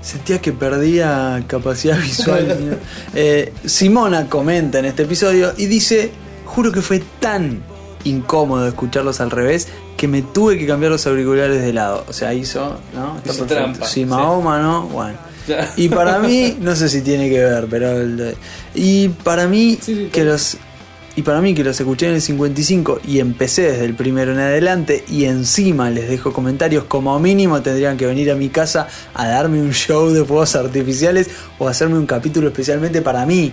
[SPEAKER 2] Sentía que perdía capacidad visual.
[SPEAKER 1] (laughs)
[SPEAKER 2] ¿no? Eh, Simona comenta en este episodio y dice, juro que fue tan incómodo escucharlos al revés que me tuve que cambiar los auriculares de lado. O sea, hizo, ¿no?
[SPEAKER 1] Hizo
[SPEAKER 2] perfecto.
[SPEAKER 1] trampa,
[SPEAKER 2] Si
[SPEAKER 1] sí.
[SPEAKER 2] Mahoma, ¿no? Bueno.
[SPEAKER 1] Claro.
[SPEAKER 2] Y para mí, no sé si tiene que ver, pero... el- y para mí,
[SPEAKER 1] Sí, sí,
[SPEAKER 2] que los... Y para mí que los escuché en el 55 y empecé desde el primero en adelante y encima les dejo comentarios, como mínimo tendrían que venir a mi casa a darme un show de fuegos artificiales o hacerme un capítulo especialmente para mí.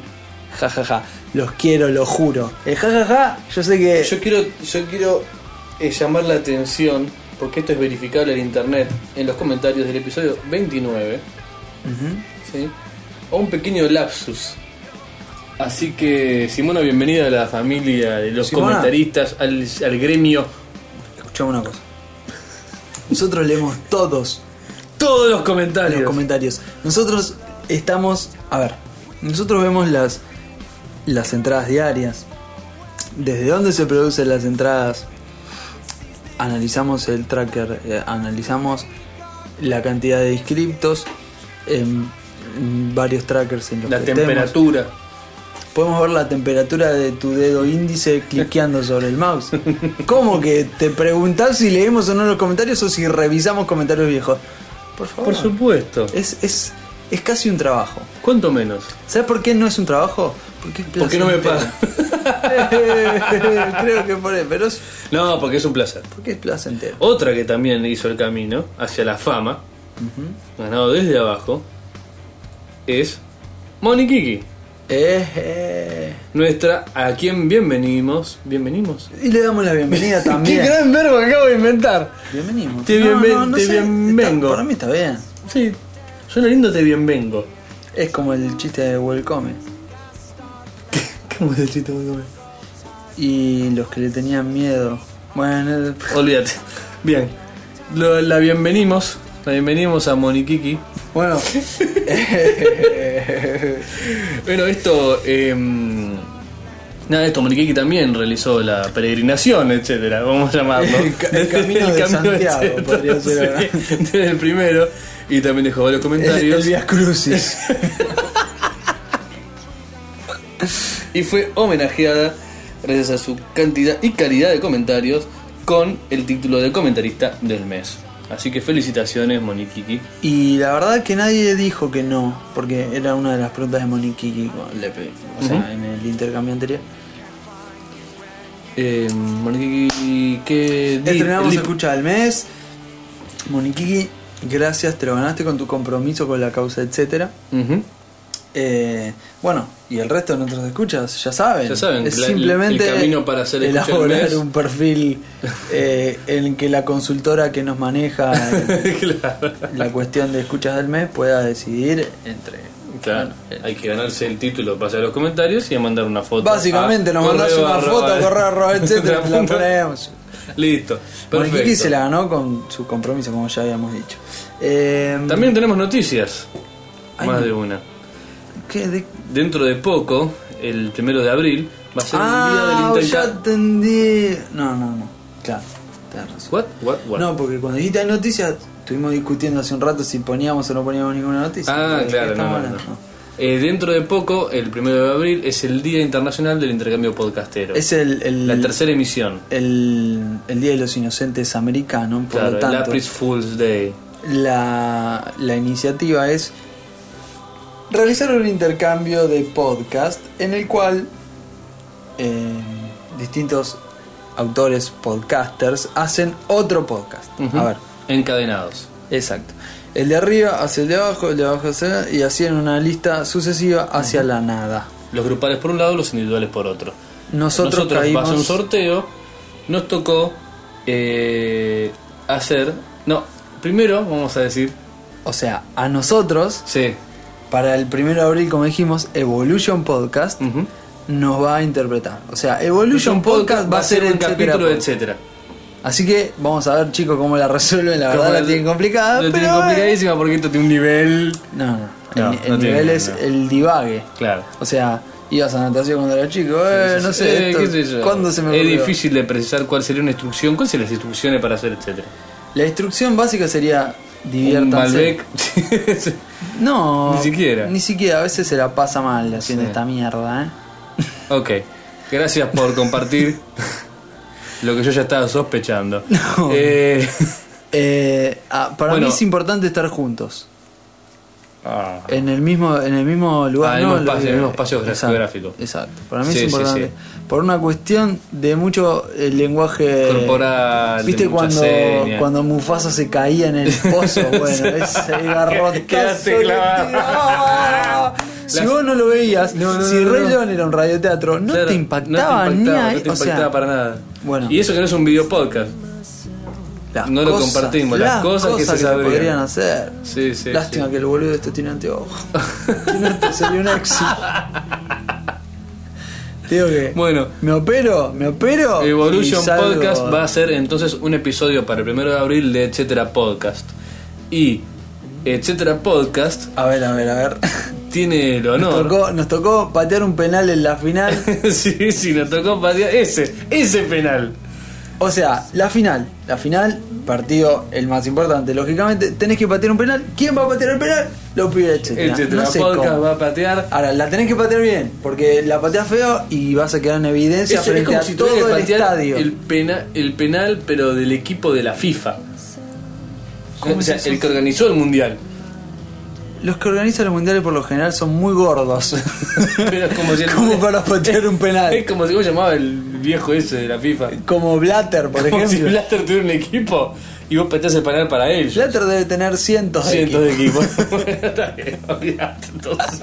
[SPEAKER 2] Ja ja ja, los quiero, lo juro. El ja ja ja, yo sé que...
[SPEAKER 1] Eh, Yo quiero, yo quiero eh, llamar la atención, porque esto es verificable en internet, en los comentarios del episodio 29. ¿sí? A un pequeño lapsus. Así que, Simona, bienvenida a la familia de los
[SPEAKER 2] Simona.
[SPEAKER 1] comentaristas, al, al gremio.
[SPEAKER 2] Escuchame una cosa. Nosotros leemos todos
[SPEAKER 1] Todos los
[SPEAKER 2] los
[SPEAKER 1] comentarios.
[SPEAKER 2] comentarios. Nosotros estamos, a ver, nosotros vemos las las entradas diarias. Desde dónde se producen las entradas. Analizamos el tracker, eh, analizamos la cantidad de inscriptos en, en varios trackers en los
[SPEAKER 1] la
[SPEAKER 2] que estemos.
[SPEAKER 1] temperatura.
[SPEAKER 2] Podemos ver la temperatura de tu dedo índice
[SPEAKER 1] (laughs)
[SPEAKER 2] cliqueando sobre el mouse. ¿Cómo que te preguntás si leemos o no los comentarios o si revisamos comentarios viejos? Por favor.
[SPEAKER 1] Por supuesto.
[SPEAKER 2] Es, es, es casi un trabajo.
[SPEAKER 1] ¿Cuánto menos?
[SPEAKER 2] ¿Sabes por qué no es un trabajo? Porque, es
[SPEAKER 1] Porque no me pagan.
[SPEAKER 2] placentero. (laughs) Creo que por eso, pero es,
[SPEAKER 1] No, porque es un placer.
[SPEAKER 2] porque es placentero.
[SPEAKER 1] Otra que también hizo el camino hacia la fama, ganado desde abajo, es Moni Kiki.
[SPEAKER 2] Eh, eh.
[SPEAKER 1] Nuestra, a quien bienvenimos. ¿Bienvenimos?
[SPEAKER 2] Y le damos
[SPEAKER 1] (laughs)
[SPEAKER 2] la bienvenida también.
[SPEAKER 1] verbo que acabo de inventar!
[SPEAKER 2] Bienvenimos.
[SPEAKER 1] Te bienven- te bienvengo.
[SPEAKER 2] Está- para mí está bien.
[SPEAKER 1] Sí, suena lindo te bienvengo.
[SPEAKER 2] Es como el chiste de Welcome.
[SPEAKER 1] ¿Cómo es el chiste? Welcome?
[SPEAKER 2] Y los que le tenían miedo. Bueno, el-
[SPEAKER 1] Olvídate. Bien, Lo- la bienvenimos. La bienvenimos a Moni Kiki. (laughs)
[SPEAKER 2] bueno.
[SPEAKER 1] Bueno, esto. em, nada, esto, Moniquiki también realizó la peregrinación, etcétera, vamos a llamarlo.
[SPEAKER 2] El
[SPEAKER 1] (laughs)
[SPEAKER 2] ca- el camino de Santiago, podría ser, ¿verdad?
[SPEAKER 1] sí, desde el primero. Y también dejó varios
[SPEAKER 2] el, el
[SPEAKER 1] comentarios.
[SPEAKER 2] Vía
[SPEAKER 1] (laughs)
[SPEAKER 2] Crucis.
[SPEAKER 1] y fue homenajeada, gracias a su cantidad y calidad de comentarios, con el título de comentarista del mes. Así que felicitaciones, Moniquiki.
[SPEAKER 2] Y la verdad que nadie dijo que no, porque era una de las preguntas de Monique o sea,
[SPEAKER 1] Ujú.
[SPEAKER 2] en el intercambio anterior.
[SPEAKER 1] Eh, Moniquiki, ¿qué di-
[SPEAKER 2] Estrenamos
[SPEAKER 1] li-
[SPEAKER 2] Escucha al Mes. Moniquiqui, gracias, te lo ganaste con tu compromiso con la causa, etcétera.
[SPEAKER 1] Ujú. (laughs)
[SPEAKER 2] Eh, bueno, y el resto de nuestros escuchas, ya saben.
[SPEAKER 1] Ya saben,
[SPEAKER 2] es
[SPEAKER 1] la- el-
[SPEAKER 2] simplemente
[SPEAKER 1] el camino para hacer Escucha al Mes.
[SPEAKER 2] elaborar
[SPEAKER 1] (laughs)
[SPEAKER 2] un perfil eh, en el que la consultora que
[SPEAKER 1] (laughs)
[SPEAKER 2] nos maneja eh,
[SPEAKER 1] claro.
[SPEAKER 2] la cuestión de escuchas del mes pueda decidir entre
[SPEAKER 1] Claro, hay que ganarse el título, pasar los comentarios y a mandar una foto.
[SPEAKER 2] Básicamente
[SPEAKER 1] a
[SPEAKER 2] nos mandás
[SPEAKER 1] correo
[SPEAKER 2] una
[SPEAKER 1] arroba- eh.
[SPEAKER 2] foto,
[SPEAKER 1] (laughs)
[SPEAKER 2] correo, arroba, etcétera, te la ponemos.
[SPEAKER 1] Listo,
[SPEAKER 2] Bueno,
[SPEAKER 1] perfecto.
[SPEAKER 2] Kiki se la ganó con su compromiso, como ya habíamos dicho. Eh,
[SPEAKER 1] También tenemos noticias,
[SPEAKER 2] Ay,
[SPEAKER 1] más
[SPEAKER 2] no.
[SPEAKER 1] de una.
[SPEAKER 2] ¿qué? De-
[SPEAKER 1] Dentro de poco, el primero de abril, va a ser
[SPEAKER 2] Ah,
[SPEAKER 1] el día
[SPEAKER 2] ya
[SPEAKER 1] del intercambio.
[SPEAKER 2] entendí. No, no, no. Claro, tenés razón.
[SPEAKER 1] What? What? What?
[SPEAKER 2] No, porque cuando dijiste hay noticias, estuvimos discutiendo hace un rato si poníamos o no poníamos ninguna noticia.
[SPEAKER 1] ah,
[SPEAKER 2] Entonces,
[SPEAKER 1] claro,
[SPEAKER 2] estamos
[SPEAKER 1] no, no.
[SPEAKER 2] hablando,
[SPEAKER 1] Eh, dentro de poco, el primero de abril, es el Día Internacional del Intercambio Podcastero.
[SPEAKER 2] Es el, el,
[SPEAKER 1] la tercera emisión.
[SPEAKER 2] el, el Día de los Inocentes americano, por
[SPEAKER 1] Claro,
[SPEAKER 2] lo
[SPEAKER 1] el
[SPEAKER 2] tanto.
[SPEAKER 1] Lapis Fool's Day.
[SPEAKER 2] la, la iniciativa es realizar un intercambio de podcast en el cual eh, distintos autores, podcasters, hacen otro podcast.
[SPEAKER 1] Ujú.
[SPEAKER 2] A ver,
[SPEAKER 1] Encadenados.
[SPEAKER 2] exacto. El de arriba hacia el de abajo, el de abajo hacia el y así en una lista sucesiva hacia la nada.
[SPEAKER 1] Los grupales por un lado, los individuales por otro.
[SPEAKER 2] Nosotros,
[SPEAKER 1] Nosotros
[SPEAKER 2] caímos...
[SPEAKER 1] pasó un sorteo, nos tocó eh, hacer. No, primero vamos a decir.
[SPEAKER 2] O sea, a nosotros
[SPEAKER 1] Sí,
[SPEAKER 2] para el 1 de abril, como dijimos, Evolution Podcast
[SPEAKER 1] Ujú.
[SPEAKER 2] nos va a interpretar. O sea, Evolution Podcast va a ser pues.
[SPEAKER 1] un
[SPEAKER 2] el
[SPEAKER 1] capítulo, etcétera.
[SPEAKER 2] Así que vamos a ver, chicos, cómo la resuelven. La verdad
[SPEAKER 1] Como
[SPEAKER 2] la,
[SPEAKER 1] el-
[SPEAKER 2] tienen complicada.
[SPEAKER 1] Lo
[SPEAKER 2] pero
[SPEAKER 1] tienen
[SPEAKER 2] bueno.
[SPEAKER 1] complicadísima porque esto tiene un nivel.
[SPEAKER 2] No, no. El,
[SPEAKER 1] No,
[SPEAKER 2] ni- el
[SPEAKER 1] no tiene
[SPEAKER 2] nivel
[SPEAKER 1] nada,
[SPEAKER 2] es
[SPEAKER 1] no.
[SPEAKER 2] el divague.
[SPEAKER 1] Claro.
[SPEAKER 2] O sea, ibas a natación cuando era chico. eh, no sé,
[SPEAKER 1] Eh,
[SPEAKER 2] esto-
[SPEAKER 1] qué sé yo.
[SPEAKER 2] ¿cuándo se me
[SPEAKER 1] Es
[SPEAKER 2] ocurrió?
[SPEAKER 1] difícil de precisar cuál sería una instrucción, cuáles serían las instrucciones para hacer, etcétera.
[SPEAKER 2] La instrucción básica sería
[SPEAKER 1] Un
[SPEAKER 2] diviértanse.
[SPEAKER 1] Malbec. (laughs)
[SPEAKER 2] No.
[SPEAKER 1] Ni siquiera.
[SPEAKER 2] Ni siquiera, a veces se la pasa mal haciendo
[SPEAKER 1] Sí.
[SPEAKER 2] esta mierda, ¿eh?
[SPEAKER 1] ok. Gracias
[SPEAKER 2] (laughs)
[SPEAKER 1] por compartir lo que yo ya estaba sospechando.
[SPEAKER 2] No.
[SPEAKER 1] Eh,
[SPEAKER 2] Eh, ah, para
[SPEAKER 1] Bueno.
[SPEAKER 2] mí es importante estar juntos.
[SPEAKER 1] ah.
[SPEAKER 2] En el mismo, en el mismo lugar.
[SPEAKER 1] Ah, en
[SPEAKER 2] ¿no?
[SPEAKER 1] el mismo espacio-
[SPEAKER 2] Lo que-
[SPEAKER 1] en el mismo espacio
[SPEAKER 2] Exacto,
[SPEAKER 1] geográfico.
[SPEAKER 2] Exacto. Para mí
[SPEAKER 1] Sí,
[SPEAKER 2] es
[SPEAKER 1] sí,
[SPEAKER 2] importante.
[SPEAKER 1] sí.
[SPEAKER 2] Por una cuestión de mucho eh, lenguaje.
[SPEAKER 1] Corporal, de
[SPEAKER 2] ¿Viste
[SPEAKER 1] mucha
[SPEAKER 2] cuando,
[SPEAKER 1] seña.
[SPEAKER 2] cuando Mufasa se caía en el
[SPEAKER 1] (laughs)
[SPEAKER 2] pozo? Bueno, ese garrotazo.
[SPEAKER 1] Quedaste
[SPEAKER 2] le
[SPEAKER 1] clavado.
[SPEAKER 2] tiraba. Si
[SPEAKER 1] Las-
[SPEAKER 2] vos no lo veías,
[SPEAKER 1] No, no,
[SPEAKER 2] si
[SPEAKER 1] no, no,
[SPEAKER 2] Rey
[SPEAKER 1] no.
[SPEAKER 2] León era un radioteatro, no
[SPEAKER 1] Claro,
[SPEAKER 2] te impactaba ni
[SPEAKER 1] impactaba,
[SPEAKER 2] ahí.
[SPEAKER 1] No te
[SPEAKER 2] o sea,
[SPEAKER 1] impactaba para nada.
[SPEAKER 2] bueno.
[SPEAKER 1] Y eso que no es un video podcast.
[SPEAKER 2] las
[SPEAKER 1] no lo
[SPEAKER 2] cosas-
[SPEAKER 1] compartimos, las cosas que se sabrían.
[SPEAKER 2] podrían hacer.
[SPEAKER 1] Sí, sí.
[SPEAKER 2] Lástima
[SPEAKER 1] sí.
[SPEAKER 2] que el boludo este tiene anteojos. tiene anteojos, sería un éxito. Te Digo que.
[SPEAKER 1] Bueno.
[SPEAKER 2] Me opero, me opero.
[SPEAKER 1] Evolution
[SPEAKER 2] y salgo-
[SPEAKER 1] Podcast va a ser entonces un episodio para el primero de abril de Etcétera Podcast. Y Etcétera Podcast
[SPEAKER 2] A ver, a ver,
[SPEAKER 1] (laughs)
[SPEAKER 2] a ver.
[SPEAKER 1] tiene el
[SPEAKER 2] Nos
[SPEAKER 1] honor.
[SPEAKER 2] tocó, nos tocó patear un penal en la final.
[SPEAKER 1] (laughs) sí, sí, nos tocó patear ese, ese penal.
[SPEAKER 2] O sea, la final. La final, partido el más importante. Lógicamente, tenés que patear un penal. ¿Quién va a patear el penal? Los pibes, etcétera.
[SPEAKER 1] Etcétera
[SPEAKER 2] No sé
[SPEAKER 1] Podcast
[SPEAKER 2] cómo.
[SPEAKER 1] va a patear.
[SPEAKER 2] Ahora, la tenés que patear bien, porque la pateas feo y vas a quedar en evidencia
[SPEAKER 1] Ese
[SPEAKER 2] frente a
[SPEAKER 1] tuviera que
[SPEAKER 2] todo el
[SPEAKER 1] patear
[SPEAKER 2] estadio.
[SPEAKER 1] El, pena- el penal, pero del equipo de la FIFA. O sea, el que organizó el mundial.
[SPEAKER 2] Los que organizan los mundiales por lo general son muy gordos.
[SPEAKER 1] (laughs) Pero es
[SPEAKER 2] (laughs)
[SPEAKER 1] como si el-
[SPEAKER 2] Como para patear un
[SPEAKER 1] Es
[SPEAKER 2] penal.
[SPEAKER 1] como si vos llamabas el viejo ese de la FIFA.
[SPEAKER 2] Como Blatter, por
[SPEAKER 1] Como si
[SPEAKER 2] ejemplo.
[SPEAKER 1] Blaster tuviera un equipo y vos pateás el penal para él.
[SPEAKER 2] Blatter debe tener cientos,
[SPEAKER 1] Cientos
[SPEAKER 2] de
[SPEAKER 1] de
[SPEAKER 2] equipos.
[SPEAKER 1] equipos. (laughs) Bueno, está bien, olvidate, entonces.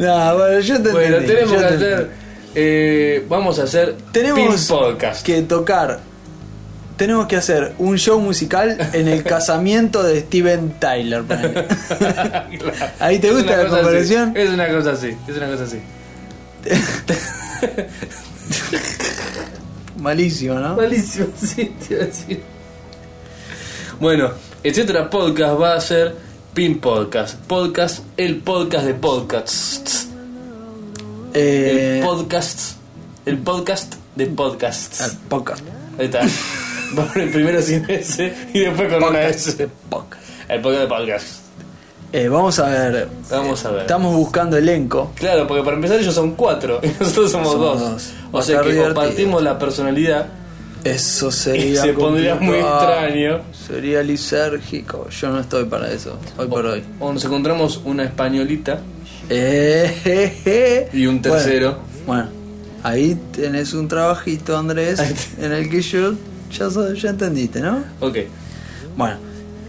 [SPEAKER 2] No, bueno, yo te
[SPEAKER 1] Bueno,
[SPEAKER 2] entendí,
[SPEAKER 1] tenemos
[SPEAKER 2] yo
[SPEAKER 1] que
[SPEAKER 2] te
[SPEAKER 1] hacer. eh, vamos a hacer
[SPEAKER 2] Tenemos
[SPEAKER 1] Pin Podcast.
[SPEAKER 2] que tocar. Tenemos que hacer un show musical en el casamiento de Steven Tyler.
[SPEAKER 1] (laughs)
[SPEAKER 2] ponele. (laughs) Ahí te
[SPEAKER 1] Es
[SPEAKER 2] gusta
[SPEAKER 1] una
[SPEAKER 2] la
[SPEAKER 1] cosa así,
[SPEAKER 2] comparación.
[SPEAKER 1] Es una cosa así, es una cosa así.
[SPEAKER 2] Malísimo, ¿no?
[SPEAKER 1] Malísimo, (laughs) sí, te iba a decir. Bueno, etcétera podcast va a ser Pin Podcast. Podcast, el podcast de podcasts.
[SPEAKER 2] Eh,
[SPEAKER 1] El podcast. El podcast de podcasts.
[SPEAKER 2] ah, podcast.
[SPEAKER 1] Ahí
[SPEAKER 2] (laughs)
[SPEAKER 1] está. Va por el primero sin S y después con una S.
[SPEAKER 2] Podcast.
[SPEAKER 1] El podcast de podcast.
[SPEAKER 2] Eh, vamos a ver.
[SPEAKER 1] Vamos a ver.
[SPEAKER 2] Estamos buscando elenco.
[SPEAKER 1] Claro, porque para empezar ellos son cuatro (laughs) y nosotros somos,
[SPEAKER 2] Somos
[SPEAKER 1] dos.
[SPEAKER 2] dos.
[SPEAKER 1] O
[SPEAKER 2] Va a
[SPEAKER 1] sea
[SPEAKER 2] estar
[SPEAKER 1] que
[SPEAKER 2] divertido.
[SPEAKER 1] compartimos la personalidad
[SPEAKER 2] Eso
[SPEAKER 1] y (laughs)
[SPEAKER 2] sería.
[SPEAKER 1] se pondría muy
[SPEAKER 2] complicado.
[SPEAKER 1] extraño.
[SPEAKER 2] Sería lisérgico. Yo no estoy para eso. Hoy por hoy.
[SPEAKER 1] O nos encontramos una españolita.
[SPEAKER 2] Eh, (laughs) je, je.
[SPEAKER 1] Y un tercero.
[SPEAKER 2] Bueno, bueno, ahí tenés un trabajito, Andrés, (laughs) en el que yo ya, so- ya entendiste, ¿no?
[SPEAKER 1] Ok.
[SPEAKER 2] Bueno,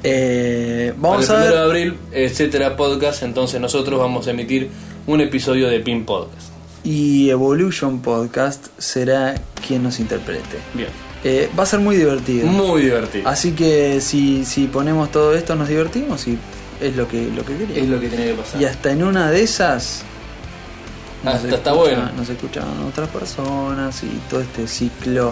[SPEAKER 2] eh, vamos
[SPEAKER 1] para el
[SPEAKER 2] a ver.
[SPEAKER 1] primero de abril, etcétera, podcast. Entonces nosotros vamos a emitir un episodio de Pin Podcast.
[SPEAKER 2] Y Evolution Podcast será quien nos interprete.
[SPEAKER 1] Bien. Ah,
[SPEAKER 2] Eh, va a ser muy divertido.
[SPEAKER 1] Muy divertido.
[SPEAKER 2] Así que si, si ponemos todo esto, nos divertimos y es lo que, lo que
[SPEAKER 1] Es
[SPEAKER 2] quería.
[SPEAKER 1] lo que tiene que pasar.
[SPEAKER 2] Y hasta en una de esas.
[SPEAKER 1] Ah,
[SPEAKER 2] nos
[SPEAKER 1] está- está
[SPEAKER 2] escucha-
[SPEAKER 1] bueno.
[SPEAKER 2] Nos escuchan otras personas y todo este ciclo.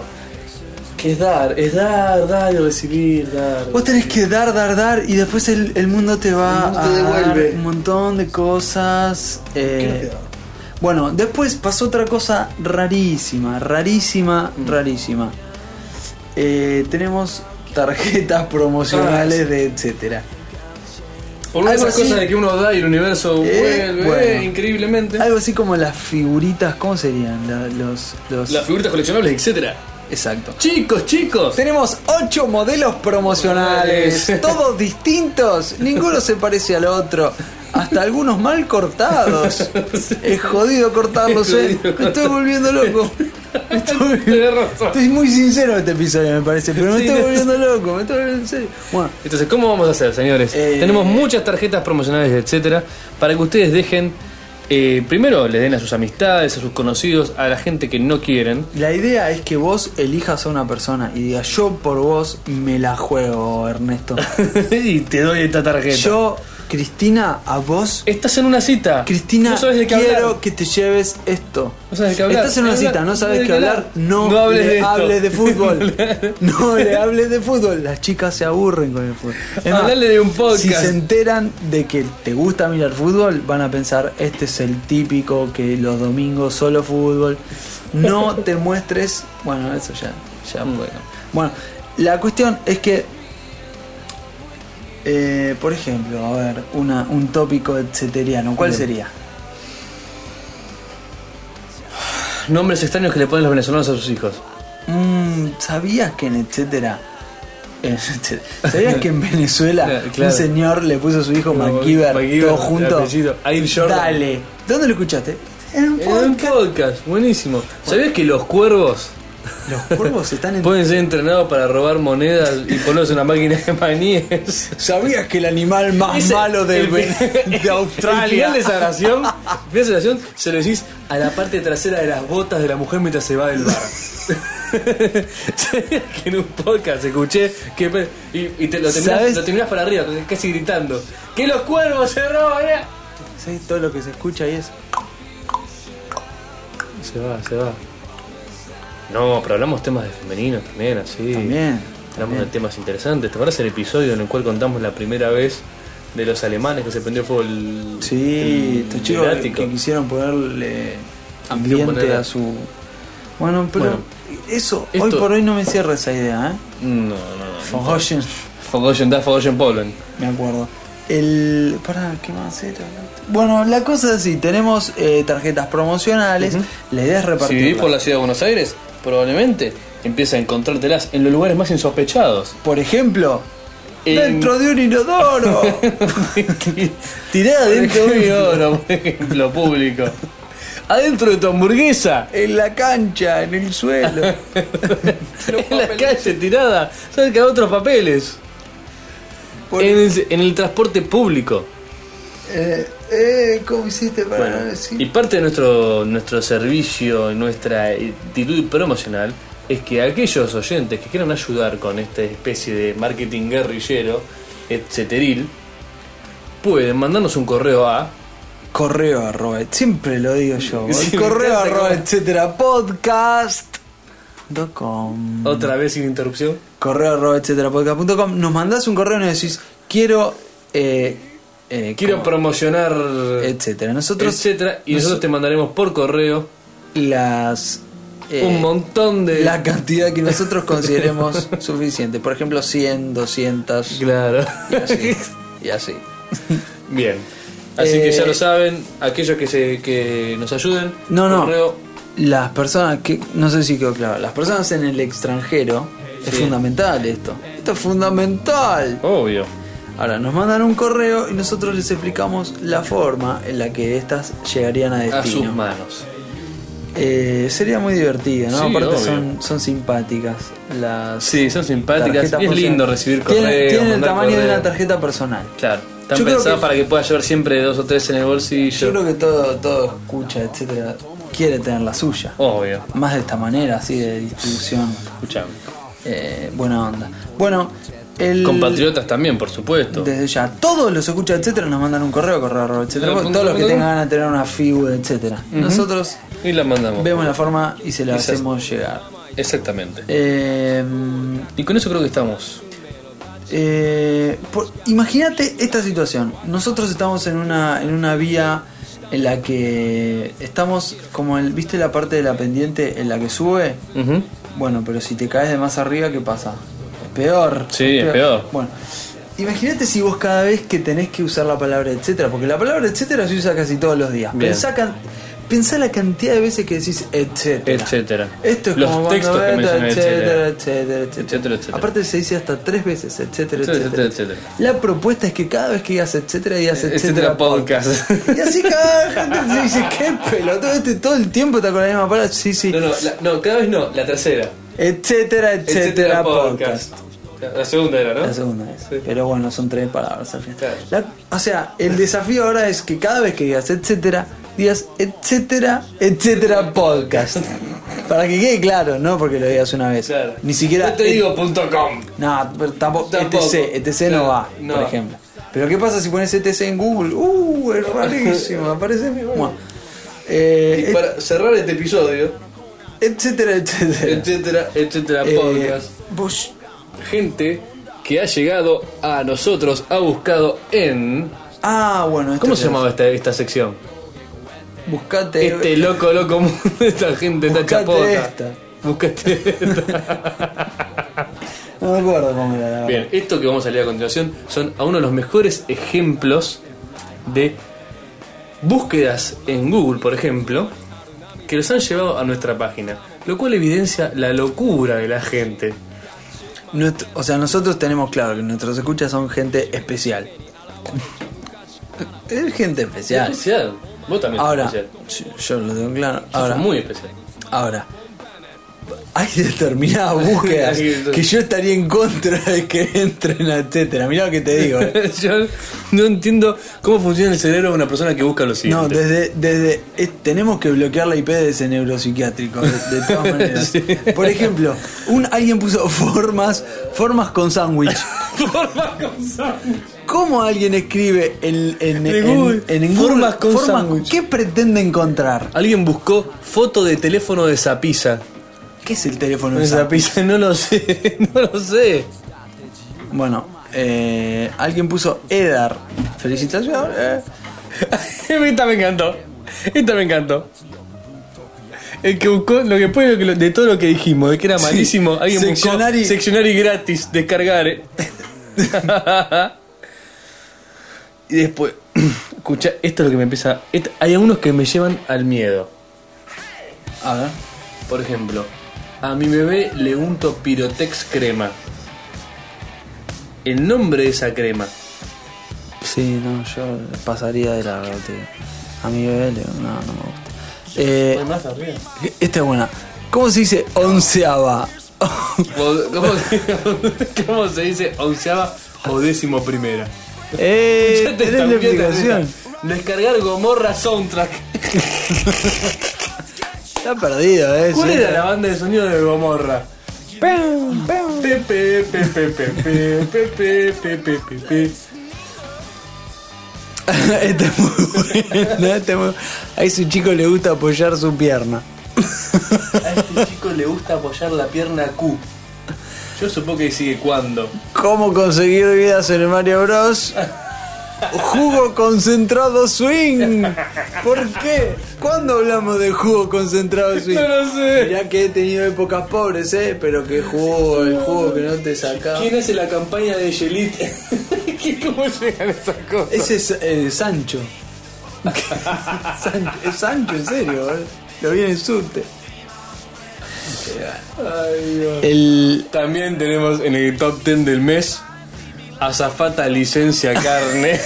[SPEAKER 1] ¿Qué es dar? Es dar, dar y recibir, dar.
[SPEAKER 2] Vos tenés que dar, dar, dar y después el, el mundo te va
[SPEAKER 1] El mundo te
[SPEAKER 2] a dar
[SPEAKER 1] devuelve.
[SPEAKER 2] un montón de cosas. eh, bueno, después pasó otra cosa rarísima, rarísima,
[SPEAKER 1] Mm.
[SPEAKER 2] rarísima. Eh, tenemos tarjetas (laughs) promocionales
[SPEAKER 1] Ah,
[SPEAKER 2] de etcétera.
[SPEAKER 1] Por una de
[SPEAKER 2] Algo
[SPEAKER 1] esas cosas
[SPEAKER 2] así.
[SPEAKER 1] de que uno da y el universo
[SPEAKER 2] Eh,
[SPEAKER 1] vuelve
[SPEAKER 2] bueno.
[SPEAKER 1] increíblemente.
[SPEAKER 2] Algo así como las figuritas, ¿cómo serían? La- los, los-
[SPEAKER 1] Las figuritas coleccionables, etcétera.
[SPEAKER 2] Exacto.
[SPEAKER 1] Chicos, chicos.
[SPEAKER 2] Tenemos ocho modelos promocionales,
[SPEAKER 1] (laughs)
[SPEAKER 2] todos distintos, ninguno se parece al otro, hasta algunos mal
[SPEAKER 1] (laughs)
[SPEAKER 2] cortados. Es jodido cortarlos, eh. Me estoy volviendo loco.
[SPEAKER 1] (laughs)
[SPEAKER 2] Me estoy,
[SPEAKER 1] Tenés razón.
[SPEAKER 2] estoy muy sincero en este episodio, me parece, pero me
[SPEAKER 1] Sí,
[SPEAKER 2] estoy
[SPEAKER 1] no.
[SPEAKER 2] volviendo loco, me estoy volviendo en serio. Bueno,
[SPEAKER 1] Entonces, ¿cómo vamos a hacer, señores?
[SPEAKER 2] Eh.
[SPEAKER 1] Tenemos muchas tarjetas promocionales, etcétera, para que ustedes dejen. eh, primero le den a sus amistades, a sus conocidos, a la gente que no quieren.
[SPEAKER 2] la idea es que vos elijas a una persona y digas,
[SPEAKER 1] (laughs)
[SPEAKER 2] yo por vos me la juego, Ernesto.
[SPEAKER 1] y te doy esta tarjeta.
[SPEAKER 2] Yo Cristina, a vos.
[SPEAKER 1] Estás en una cita.
[SPEAKER 2] Cristina,
[SPEAKER 1] no sabes de qué
[SPEAKER 2] quiero
[SPEAKER 1] hablar.
[SPEAKER 2] que te lleves esto.
[SPEAKER 1] No sabes de qué hablar.
[SPEAKER 2] Estás en una
[SPEAKER 1] No
[SPEAKER 2] cita,
[SPEAKER 1] hablar-
[SPEAKER 2] no sabes
[SPEAKER 1] de
[SPEAKER 2] qué hablar. No,
[SPEAKER 1] No hables
[SPEAKER 2] le
[SPEAKER 1] de esto.
[SPEAKER 2] hables de
[SPEAKER 1] (laughs) No
[SPEAKER 2] fútbol.
[SPEAKER 1] le-
[SPEAKER 2] no le hables de fútbol. Las chicas se aburren con el fútbol. Es más,
[SPEAKER 1] Hablale de un podcast.
[SPEAKER 2] Si se enteran de que te gusta mirar fútbol, van a pensar, este es el típico que los domingos solo fútbol.
[SPEAKER 1] (laughs)
[SPEAKER 2] No te muestres. Bueno, eso ya, ya
[SPEAKER 1] Mm.
[SPEAKER 2] puedo. Bueno, la cuestión es que. eh, por ejemplo, a ver, una, un tópico etcéteriano, ¿cuál
[SPEAKER 1] Bien.
[SPEAKER 2] sería?
[SPEAKER 1] Nombres extraños que le ponen los venezolanos a sus hijos.
[SPEAKER 2] Mm, ¿Sabías que en etcétera? en etcétera- ¿Sabías que
[SPEAKER 1] (laughs)
[SPEAKER 2] en Venezuela
[SPEAKER 1] Claro, claro.
[SPEAKER 2] un señor le puso a su hijo
[SPEAKER 1] Como
[SPEAKER 2] MacGyver,
[SPEAKER 1] MacGyver,
[SPEAKER 2] todo
[SPEAKER 1] el
[SPEAKER 2] junto?
[SPEAKER 1] apellido, Air Jordan.
[SPEAKER 2] Dale. ¿Dónde lo escuchaste? En un
[SPEAKER 1] En Eh, un
[SPEAKER 2] podcast.
[SPEAKER 1] podcast, buenísimo. ¿Sabías que los cuervos
[SPEAKER 2] Los cuervos
[SPEAKER 1] (laughs)
[SPEAKER 2] están en.
[SPEAKER 1] pueden ser entrenados para robar monedas y ponerlos en una máquina de (laughs) maníes?
[SPEAKER 2] ¿Sabías que el animal más
[SPEAKER 1] Ese-
[SPEAKER 2] malo
[SPEAKER 1] (laughs)
[SPEAKER 2] de,
[SPEAKER 1] el-
[SPEAKER 2] Ve- (laughs) de
[SPEAKER 1] Al final de
[SPEAKER 2] Australia?
[SPEAKER 1] esa oración, al final de esa oración, se lo decís a la parte trasera de las botas de la mujer mientras se va del bar. (laughs) ¿Sabías que en un podcast escuché que pe- y, y te lo terminás,
[SPEAKER 2] ¿Sabes?
[SPEAKER 1] lo terminás para arriba, casi gritando. ¡Que los cuervos se roban! eh?".
[SPEAKER 2] (laughs) Sí, todo lo que se escucha ahí es.
[SPEAKER 1] Se va, se va. No, pero hablamos temas de femeninos también, así.
[SPEAKER 2] También.
[SPEAKER 1] Hablamos de temas interesantes. ¿Te acuerdas el episodio en el cual contamos la primera vez de los alemanes que se prendió fuego el.
[SPEAKER 2] Sí,
[SPEAKER 1] el-
[SPEAKER 2] estos
[SPEAKER 1] el
[SPEAKER 2] chicos que,
[SPEAKER 1] ático?
[SPEAKER 2] que quisieron ponerle
[SPEAKER 1] Quisieron
[SPEAKER 2] ambiente
[SPEAKER 1] ponerle-
[SPEAKER 2] a su. Bueno, pero
[SPEAKER 1] Bueno.
[SPEAKER 2] eso, hoy
[SPEAKER 1] Esto-
[SPEAKER 2] por hoy no me cierra esa idea, ¿eh?
[SPEAKER 1] No, no, no.
[SPEAKER 2] Von Hoyen,
[SPEAKER 1] Forgotten Death, Forgotten Poland.
[SPEAKER 2] me acuerdo. El. Pará, ¿qué más era? Bueno, la cosa es así: tenemos eh, tarjetas promocionales, la idea es
[SPEAKER 1] Si
[SPEAKER 2] repartir.
[SPEAKER 1] vivís por la ciudad de Buenos Aires, probablemente empieza a encontrártelas en los lugares más insospechados.
[SPEAKER 2] Por ejemplo,
[SPEAKER 1] En-
[SPEAKER 2] dentro de
[SPEAKER 1] (laughs)
[SPEAKER 2] un inodoro. Tirada dentro de un
[SPEAKER 1] de
[SPEAKER 2] inodoro.
[SPEAKER 1] oro, por ejemplo, público. Adentro de tu
[SPEAKER 2] (laughs)
[SPEAKER 1] hamburguesa,
[SPEAKER 2] En la cancha, en
[SPEAKER 1] (laughs)
[SPEAKER 2] el suelo.
[SPEAKER 1] en la calle tirada, cerca de otros papeles.
[SPEAKER 2] Por-
[SPEAKER 1] En el, en el transporte público.
[SPEAKER 2] Eh, eh, ¿Cómo hiciste para no
[SPEAKER 1] Y
[SPEAKER 2] decir?
[SPEAKER 1] parte de nuestro, nuestro servicio, nuestra actitud promocional, es que aquellos oyentes que quieran ayudar con esta especie de marketing guerrillero, etcéteril, pueden mandarnos un correo a
[SPEAKER 2] Correo arroba, siempre lo digo yo.
[SPEAKER 1] Sí, me
[SPEAKER 2] correo
[SPEAKER 1] encanta
[SPEAKER 2] arroba,
[SPEAKER 1] cómo-
[SPEAKER 2] etcétera, podcast. punto com.
[SPEAKER 1] otra vez sin interrupción.
[SPEAKER 2] Correo arroba, etcétera, podcast. punto com. Nos mandás un correo y nos decís, quiero. eh, eh,
[SPEAKER 1] Quiero
[SPEAKER 2] como-
[SPEAKER 1] promocionar,
[SPEAKER 2] etcétera. Nosotros.
[SPEAKER 1] etcétera, y nosotros te mandaremos por correo
[SPEAKER 2] Las. eh,
[SPEAKER 1] un montón de.
[SPEAKER 2] la cantidad que nosotros consideremos (laughs) suficiente. Por ejemplo, 100, 200
[SPEAKER 1] Claro.
[SPEAKER 2] y así. (laughs) Y así.
[SPEAKER 1] Bien. Así que ya
[SPEAKER 2] Eh,
[SPEAKER 1] lo saben, aquellos que se que nos ayuden,
[SPEAKER 2] No, no.
[SPEAKER 1] correo
[SPEAKER 2] Las personas que. No sé si quedó claro. Las personas en el extranjero. Es
[SPEAKER 1] Sí.
[SPEAKER 2] fundamental esto. Esto es fundamental.
[SPEAKER 1] obvio.
[SPEAKER 2] Ahora, nos mandan un correo y nosotros les explicamos la forma en la que estas llegarían a
[SPEAKER 1] A sus
[SPEAKER 2] destino.
[SPEAKER 1] manos.
[SPEAKER 2] Eh, sería muy divertido, ¿no?
[SPEAKER 1] Sí,
[SPEAKER 2] Aparte
[SPEAKER 1] obvio.
[SPEAKER 2] son, son simpáticas las.
[SPEAKER 1] Sí, son simpáticas.
[SPEAKER 2] tarjetas
[SPEAKER 1] y es
[SPEAKER 2] funcionales.
[SPEAKER 1] lindo recibir correos.
[SPEAKER 2] Tienen, tienen el
[SPEAKER 1] mandar
[SPEAKER 2] tamaño de
[SPEAKER 1] correos.
[SPEAKER 2] una tarjeta personal.
[SPEAKER 1] Claro. Están
[SPEAKER 2] Yo creo
[SPEAKER 1] pensadas
[SPEAKER 2] que-
[SPEAKER 1] para que puedas llevar siempre dos o tres en el
[SPEAKER 2] Yo
[SPEAKER 1] bolsillo.
[SPEAKER 2] creo que todo, todo escucha, etcétera, quiere tener la suya.
[SPEAKER 1] Obvio.
[SPEAKER 2] Más de esta manera, así de distribución.
[SPEAKER 1] Escuchame.
[SPEAKER 2] Eh, buena onda. Bueno, el.
[SPEAKER 1] Compatriotas también, por supuesto.
[SPEAKER 2] Desde ya, todos los escucha, etcétera, nos mandan un correo, correo, arroba, etcétera.
[SPEAKER 1] Correo, punto,
[SPEAKER 2] porque Todos los que
[SPEAKER 1] punto,
[SPEAKER 2] tengan ganas de tener una FIU, etcétera. Nosotros
[SPEAKER 1] Y la mandamos.
[SPEAKER 2] vemos la forma y se la
[SPEAKER 1] Y se-
[SPEAKER 2] hacemos llegar.
[SPEAKER 1] Exactamente.
[SPEAKER 2] Eh,
[SPEAKER 1] Y con eso creo que estamos.
[SPEAKER 2] eh, por- Imagínate esta situación. Nosotros estamos en una, en una vía en la que estamos como el. ¿Viste la parte de la pendiente en la que sube?
[SPEAKER 1] Ujú.
[SPEAKER 2] Bueno, pero si te caes de más arriba, ¿qué pasa? Es peor.
[SPEAKER 1] Sí, es peor.
[SPEAKER 2] Bueno, imagínate si vos cada vez que tenés que usar la palabra etcétera, porque la palabra etcétera se usa casi todos los días.
[SPEAKER 1] Bien.
[SPEAKER 2] Pensá, can- pensá la cantidad de veces que decís etcétera.
[SPEAKER 1] Etcétera.
[SPEAKER 2] Esto es
[SPEAKER 1] Los
[SPEAKER 2] como cuando
[SPEAKER 1] textos que
[SPEAKER 2] ves,
[SPEAKER 1] mencioné,
[SPEAKER 2] etcétera,
[SPEAKER 1] etcétera.
[SPEAKER 2] etcétera,
[SPEAKER 1] Etcétera, etcétera.
[SPEAKER 2] Aparte se dice hasta tres veces etcétera, etcétera.
[SPEAKER 1] Etcétera, etcétera.
[SPEAKER 2] La propuesta es que cada vez que digas etcétera, digas etcétera,
[SPEAKER 1] Etcétera podcast. (laughs)
[SPEAKER 2] Y así cada vez la gente se dice, qué pelotudo, este todo el tiempo está con la misma palabra. Sí, sí.
[SPEAKER 1] No, no, la- no, cada vez no, la tercera.
[SPEAKER 2] Etcétera, etcétera, podcast.
[SPEAKER 1] La segunda era, ¿no?
[SPEAKER 2] La segunda es.
[SPEAKER 1] Sí.
[SPEAKER 2] Pero bueno, son tres palabras al final.
[SPEAKER 1] Claro.
[SPEAKER 2] La- o sea, el desafío ahora es que cada vez que digas etcétera, digas etcétera,
[SPEAKER 1] (laughs)
[SPEAKER 2] etcétera podcast. Para que quede claro, no porque lo digas una vez.
[SPEAKER 1] Claro.
[SPEAKER 2] Ni siquiera.
[SPEAKER 1] Yo te digo punto com.
[SPEAKER 2] No, pero tampoco.
[SPEAKER 1] Tampoco.
[SPEAKER 2] ETC, ETC no
[SPEAKER 1] Claro,
[SPEAKER 2] va,
[SPEAKER 1] no
[SPEAKER 2] por
[SPEAKER 1] va.
[SPEAKER 2] ejemplo. Pero ¿qué pasa si pones ETC en Google? Uh, es
[SPEAKER 1] (laughs)
[SPEAKER 2] rarísimo, aparece. Mua. Eh,
[SPEAKER 1] Y para cerrar este episodio,
[SPEAKER 2] etcétera, etcétera.
[SPEAKER 1] etcétera, etcétera,
[SPEAKER 2] Eh,
[SPEAKER 1] podcast.
[SPEAKER 2] vos-
[SPEAKER 1] Gente que ha llegado a nosotros, ha buscado en.
[SPEAKER 2] Ah, bueno. esto
[SPEAKER 1] ¿Cómo
[SPEAKER 2] ya
[SPEAKER 1] se llamaba esta, esta sección?
[SPEAKER 2] es. Buscate.
[SPEAKER 1] Este loco, loco (laughs) mundo, esta gente, esta
[SPEAKER 2] Buscate
[SPEAKER 1] chapota.
[SPEAKER 2] esta.
[SPEAKER 1] Buscate esta.
[SPEAKER 2] No me acuerdo cómo era. la verdad.
[SPEAKER 1] Bien, esto que vamos a leer a continuación son a uno de los mejores ejemplos de búsquedas en Google, por ejemplo, que los han llevado a nuestra página, lo cual evidencia la locura de la gente.
[SPEAKER 2] Nuestro- o sea, nosotros tenemos claro que nuestros escuchas son gente especial. (laughs) Es gente especial.
[SPEAKER 1] Especial. Vos también sos
[SPEAKER 2] Ahora,
[SPEAKER 1] especial.
[SPEAKER 2] yo, yo lo tengo claro.
[SPEAKER 1] Sos
[SPEAKER 2] Ahora,
[SPEAKER 1] muy especial.
[SPEAKER 2] ahora, hay
[SPEAKER 1] (laughs)
[SPEAKER 2] determinadas búsquedas que yo estaría en contra de que entren, etcétera. Mirá lo que te digo. eh.
[SPEAKER 1] (laughs) Yo no entiendo cómo funciona el cerebro de una persona que busca lo
[SPEAKER 2] No,
[SPEAKER 1] siguiente.
[SPEAKER 2] desde, desde eh, tenemos que bloquear la IP de ese neuropsiquiátrico, de, de
[SPEAKER 1] (laughs)
[SPEAKER 2] todas maneras.
[SPEAKER 1] Sí.
[SPEAKER 2] Por ejemplo, un alguien puso formas, formas
[SPEAKER 1] (laughs)
[SPEAKER 2] con sándwich.
[SPEAKER 1] Forma con sándwich.
[SPEAKER 2] ¿Cómo alguien escribe en, en,
[SPEAKER 1] De
[SPEAKER 2] en-
[SPEAKER 1] Google.
[SPEAKER 2] en- en
[SPEAKER 1] Formas con
[SPEAKER 2] formas-
[SPEAKER 1] sándwich.
[SPEAKER 2] ¿Qué pretende encontrar?
[SPEAKER 1] Alguien buscó foto de teléfono de Zapisa.
[SPEAKER 2] ¿Qué es el teléfono de sándwich?
[SPEAKER 1] Zapisa, (laughs) no lo sé, no lo sé.
[SPEAKER 2] Bueno, eh, alguien puso Edar. Felicitaciones. eh.
[SPEAKER 1] (laughs) Esta me encantó. Esta me encantó. El que buscó lo que puede lo que- de todo lo que dijimos, de que era malísimo, alguien
[SPEAKER 2] Seccionari-
[SPEAKER 1] buscó seccionari gratis, descargar.
[SPEAKER 2] (laughs)
[SPEAKER 1] eh. y después, (clears throat) escucha, esto es lo que me empieza. et- hay algunos que me llevan al miedo.
[SPEAKER 2] A ver.
[SPEAKER 1] Por ejemplo, a mi bebé le unto Pirotex crema. El nombre de esa crema.
[SPEAKER 2] Sí, no, yo pasaría de largo, tío. A mi bebé le- no, no me gusta. Eh, esta es buena. ¿Cómo se dice onceava? (laughs)
[SPEAKER 1] ¿Cómo, cómo se (laughs) dice onceava o décimo primera? Este
[SPEAKER 2] eh,
[SPEAKER 1] Te
[SPEAKER 2] tenés la
[SPEAKER 1] estampé, te
[SPEAKER 2] explicación.
[SPEAKER 1] estampé. Descargar Gomorra Soundtrack.
[SPEAKER 2] Está perdido, eh.
[SPEAKER 1] ¿Cuál
[SPEAKER 2] sí.
[SPEAKER 1] era la banda de sonido de Gomorra?
[SPEAKER 2] Pam, pam.
[SPEAKER 1] Pepe, pepe, pepe, pepe, pepe, pepe.
[SPEAKER 2] (laughs) Esta Este es muy buena, esta es muy- A ese chico le gusta apoyar su pierna. (laughs)
[SPEAKER 1] A este chico le gusta apoyar la pierna Q. Yo supongo que sigue cuando.
[SPEAKER 2] ¿Cómo conseguir vidas en el Mario Bros? Jugo concentrado swing. ¿Por qué? ¿Cuándo hablamos de jugo concentrado swing?
[SPEAKER 1] No lo sé.
[SPEAKER 2] Mirá que he tenido épocas pobres, eh, pero que jugo, el jugo que no te sacaba.
[SPEAKER 1] ¿Quién hace la campaña de Yelit? (laughs) ¿Cómo llegan esas cosas?
[SPEAKER 2] Ese es eh, Sancho. (laughs) Sancho. Es Sancho, en serio, eh. Lo vi en el subte. El.
[SPEAKER 1] También tenemos en el top 10 del mes Azafata Licencia (laughs) Carne.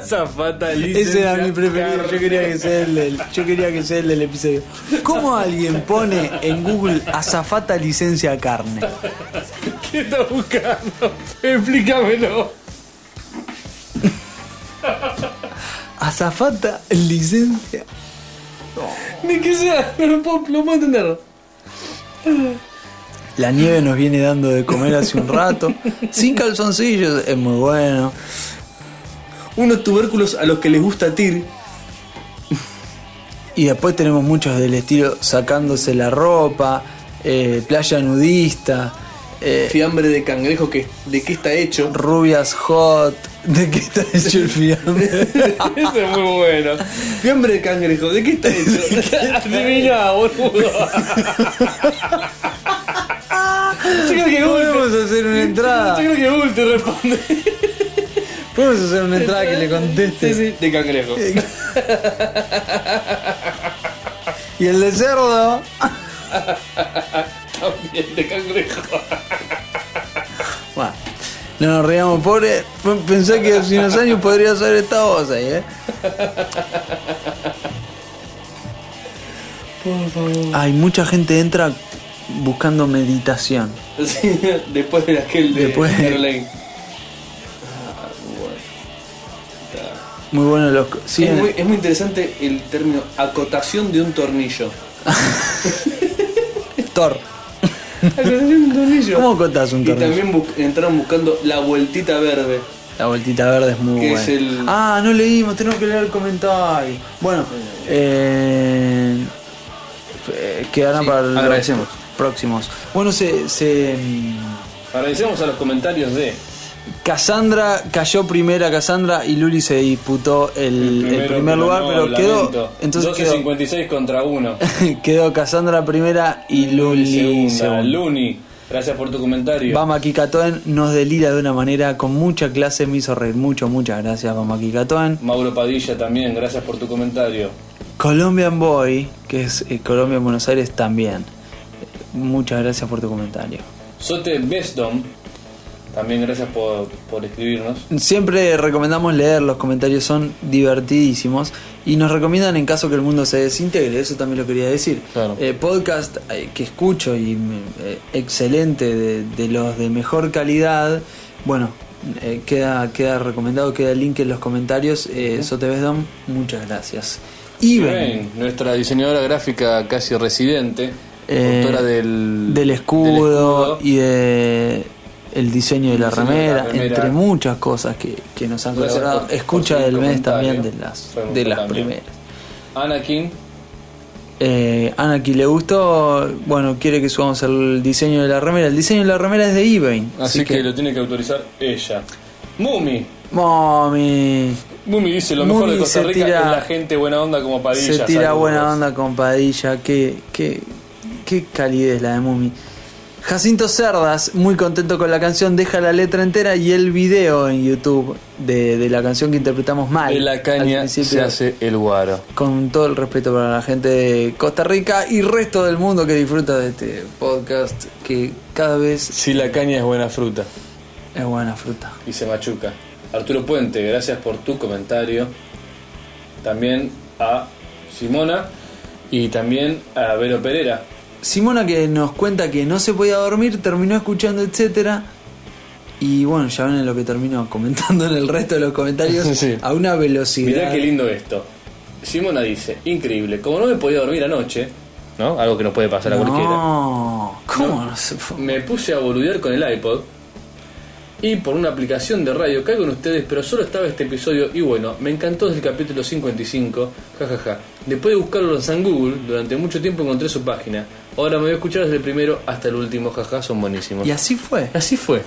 [SPEAKER 1] Azafata Licencia
[SPEAKER 2] Ese era mi preferido,
[SPEAKER 1] Carne.
[SPEAKER 2] yo quería, que sea el del, yo quería que sea el del episodio. ¿Cómo alguien pone en Google azafata licencia carne?
[SPEAKER 1] ¿Qué está buscando? Explícamelo.
[SPEAKER 2] Azafata licencia.
[SPEAKER 1] Ni que sea, no lo puedo, no puedo entenderlo.
[SPEAKER 2] La nieve nos viene dando de comer hace un rato. Sin calzoncillos, es muy bueno.
[SPEAKER 1] Unos tubérculos a los que les gusta TIR.
[SPEAKER 2] Y después tenemos muchos del estilo sacándose la ropa, eh, playa nudista, eh,
[SPEAKER 1] Fiambre de cangrejo, que, ¿de qué está (laughs) hecho?
[SPEAKER 2] rubias hot. (laughs) ¿De qué está hecho
[SPEAKER 1] (laughs)
[SPEAKER 2] el fiambre?
[SPEAKER 1] Eso es muy bueno. Fiambre de cangrejo, ¿de (laughs) qué está hecho? Adivina, (laughs) boludo. Yo creo que Google
[SPEAKER 2] Podemos hacer
[SPEAKER 1] (laughs)
[SPEAKER 2] una
[SPEAKER 1] Yo
[SPEAKER 2] entrada.
[SPEAKER 1] creo que Google te responde.
[SPEAKER 2] Podemos hacer una entrada que le conteste.
[SPEAKER 1] Sí, Eh. sí, de cangrejo.
[SPEAKER 2] Y el de cerdo. ah,
[SPEAKER 1] También de cangrejo.
[SPEAKER 2] Bueno, no nos reíamos, pobre. Pensé que hace unos años podría ser esta voz ahí, ¿eh? Hay mucha gente entra buscando meditación.
[SPEAKER 1] (laughs) Sí, después de aquel de
[SPEAKER 2] Después.
[SPEAKER 1] Caroline.
[SPEAKER 2] Muy bueno los. Sí,
[SPEAKER 1] es, muy, es muy interesante el término acotación de un tornillo.
[SPEAKER 2] Thor.
[SPEAKER 1] Acotación de un tornillo.
[SPEAKER 2] ¿Cómo contás un
[SPEAKER 1] Y
[SPEAKER 2] tornillo?
[SPEAKER 1] también bu- entraron buscando la vueltita verde.
[SPEAKER 2] La vueltita verde es muy
[SPEAKER 1] Que
[SPEAKER 2] buena.
[SPEAKER 1] es el-
[SPEAKER 2] Ah, no leímos, tenemos que leer el comentario. Bueno, eh, eh, quedarán
[SPEAKER 1] Sí,
[SPEAKER 2] para los
[SPEAKER 1] agradecemos.
[SPEAKER 2] próximos. Bueno, se, se mm,
[SPEAKER 1] Agradecemos a los comentarios de.
[SPEAKER 2] Cassandra cayó primera, Cassandra y Luli se disputó el, el primer lugar, pero quedó. Entonces quedó,
[SPEAKER 1] 12.56 contra 1.
[SPEAKER 2] (laughs) quedó Cassandra primera y Luli
[SPEAKER 1] Luni segunda.
[SPEAKER 2] segunda.
[SPEAKER 1] Luni, gracias por tu comentario.
[SPEAKER 2] Bama Kikatoen nos delira de una manera con mucha clase, me hizo reír mucho, muchas gracias Bama Kikatoen.
[SPEAKER 1] Mauro Padilla también, gracias por tu comentario.
[SPEAKER 2] Colombian Boy, que es eh, Colombia en Buenos Aires también. Muchas gracias por tu comentario.
[SPEAKER 1] Sote Besdom, también gracias por, por escribirnos.
[SPEAKER 2] Siempre recomendamos leer, los comentarios son divertidísimos y nos recomiendan en caso que el mundo se desintegre, eso también lo quería decir.
[SPEAKER 1] Claro.
[SPEAKER 2] Eh, podcast eh, que escucho y me- eh, excelente, de, de los de mejor calidad, bueno, eh, queda, queda recomendado, queda el link en los comentarios. Eh, Sotebes Dom, muchas gracias. Iben,
[SPEAKER 1] Bien, nuestra diseñadora gráfica casi residente,
[SPEAKER 2] eh,
[SPEAKER 1] autora del,
[SPEAKER 2] del escudo,
[SPEAKER 1] del escudo.
[SPEAKER 2] y de el diseño de la,
[SPEAKER 1] diseño de la
[SPEAKER 2] remera,
[SPEAKER 1] remera.
[SPEAKER 2] entre muchas cosas que, que nos han
[SPEAKER 1] Gracias
[SPEAKER 2] colaborado.
[SPEAKER 1] por-
[SPEAKER 2] Escucha
[SPEAKER 1] por su
[SPEAKER 2] del mes
[SPEAKER 1] comentario.
[SPEAKER 2] también de las
[SPEAKER 1] Fue muy
[SPEAKER 2] de las
[SPEAKER 1] también.
[SPEAKER 2] primeras.
[SPEAKER 1] Anakin,
[SPEAKER 2] Eh, Anaki le gustó, bueno, quiere que subamos el diseño de la remera. El diseño de la remera es de Ibain.
[SPEAKER 1] así que, lo tiene que autorizar ella. Mumi,
[SPEAKER 2] Mami,
[SPEAKER 1] Mumi dice lo
[SPEAKER 2] Mumi
[SPEAKER 1] mejor de Costa
[SPEAKER 2] se
[SPEAKER 1] Rica
[SPEAKER 2] tira-
[SPEAKER 1] es la gente buena onda como Padilla.
[SPEAKER 2] se tira
[SPEAKER 1] saludos.
[SPEAKER 2] buena onda con Padilla, qué, qué, qué calidez la de Mumi. Jacinto Cerdas, muy contento con la canción, deja la letra entera y el video en YouTube de, de la canción que interpretamos mal.
[SPEAKER 1] De la
[SPEAKER 2] al
[SPEAKER 1] caña
[SPEAKER 2] principio.
[SPEAKER 1] se hace el guaro.
[SPEAKER 2] Con todo el respeto para la gente de Costa Rica y resto del mundo que disfruta de este podcast que cada vez
[SPEAKER 1] Si la caña es buena fruta.
[SPEAKER 2] es buena fruta.
[SPEAKER 1] y se machuca. Arturo Puente, gracias por tu comentario. También a Simona y también a Vero Pereira.
[SPEAKER 2] Simona que nos cuenta que no se podía dormir, terminó escuchando, etcétera. Y bueno, ya ven lo que termino comentando en el resto de los comentarios
[SPEAKER 1] Sí.
[SPEAKER 2] a una velocidad.
[SPEAKER 1] Mirá qué lindo esto. Simona dice, increíble, como no me podía dormir anoche, ¿no? Algo que nos puede pasar a cualquiera.
[SPEAKER 2] no, ¿cómo no se fue?
[SPEAKER 1] Me puse a boludear con el iPod y por una aplicación de radio caigo en ustedes, pero solo estaba este episodio y bueno, me encantó desde el capítulo 55, jajaja. Después de buscarlos en Google, durante mucho tiempo encontré su página. Ahora me voy a escuchar desde el primero hasta el último, jaja, son buenísimos.
[SPEAKER 2] Y así fue.
[SPEAKER 1] Así fue.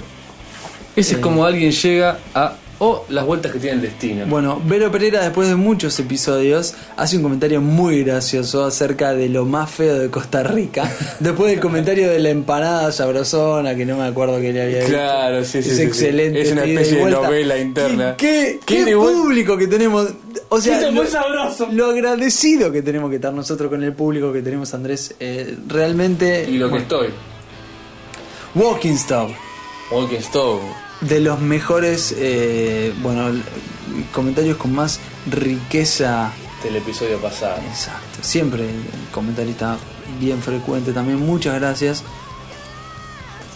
[SPEAKER 1] Ese es como alguien llega a... O las vueltas que tiene el destino.
[SPEAKER 2] Bueno, Vero Pereira, después de muchos episodios, hace un comentario muy gracioso acerca de lo más feo de Costa Rica. (laughs) Después del comentario de la empanada sabrosona, que no me acuerdo que le había dicho.
[SPEAKER 1] Claro, sí, sí,
[SPEAKER 2] Es
[SPEAKER 1] sí, sí.
[SPEAKER 2] excelente.
[SPEAKER 1] Es una
[SPEAKER 2] ida y
[SPEAKER 1] especie de
[SPEAKER 2] vuelta.
[SPEAKER 1] novela interna. ¿Qué
[SPEAKER 2] ¿Qué, qué- qué
[SPEAKER 1] de vuel-
[SPEAKER 2] público que tenemos? O sea,
[SPEAKER 1] Esto es
[SPEAKER 2] lo,
[SPEAKER 1] muy sabroso.
[SPEAKER 2] lo agradecido que tenemos que estar nosotros con el público que tenemos, Andrés. Eh, realmente.
[SPEAKER 1] Y lo que
[SPEAKER 2] bueno,
[SPEAKER 1] estoy.
[SPEAKER 2] Walking Stop.
[SPEAKER 1] Walking Stone.
[SPEAKER 2] De los mejores, eh, bueno, l- comentarios con más riqueza
[SPEAKER 1] Del episodio pasado.
[SPEAKER 2] Exacto. Siempre el comentarista bien frecuente también. Muchas gracias.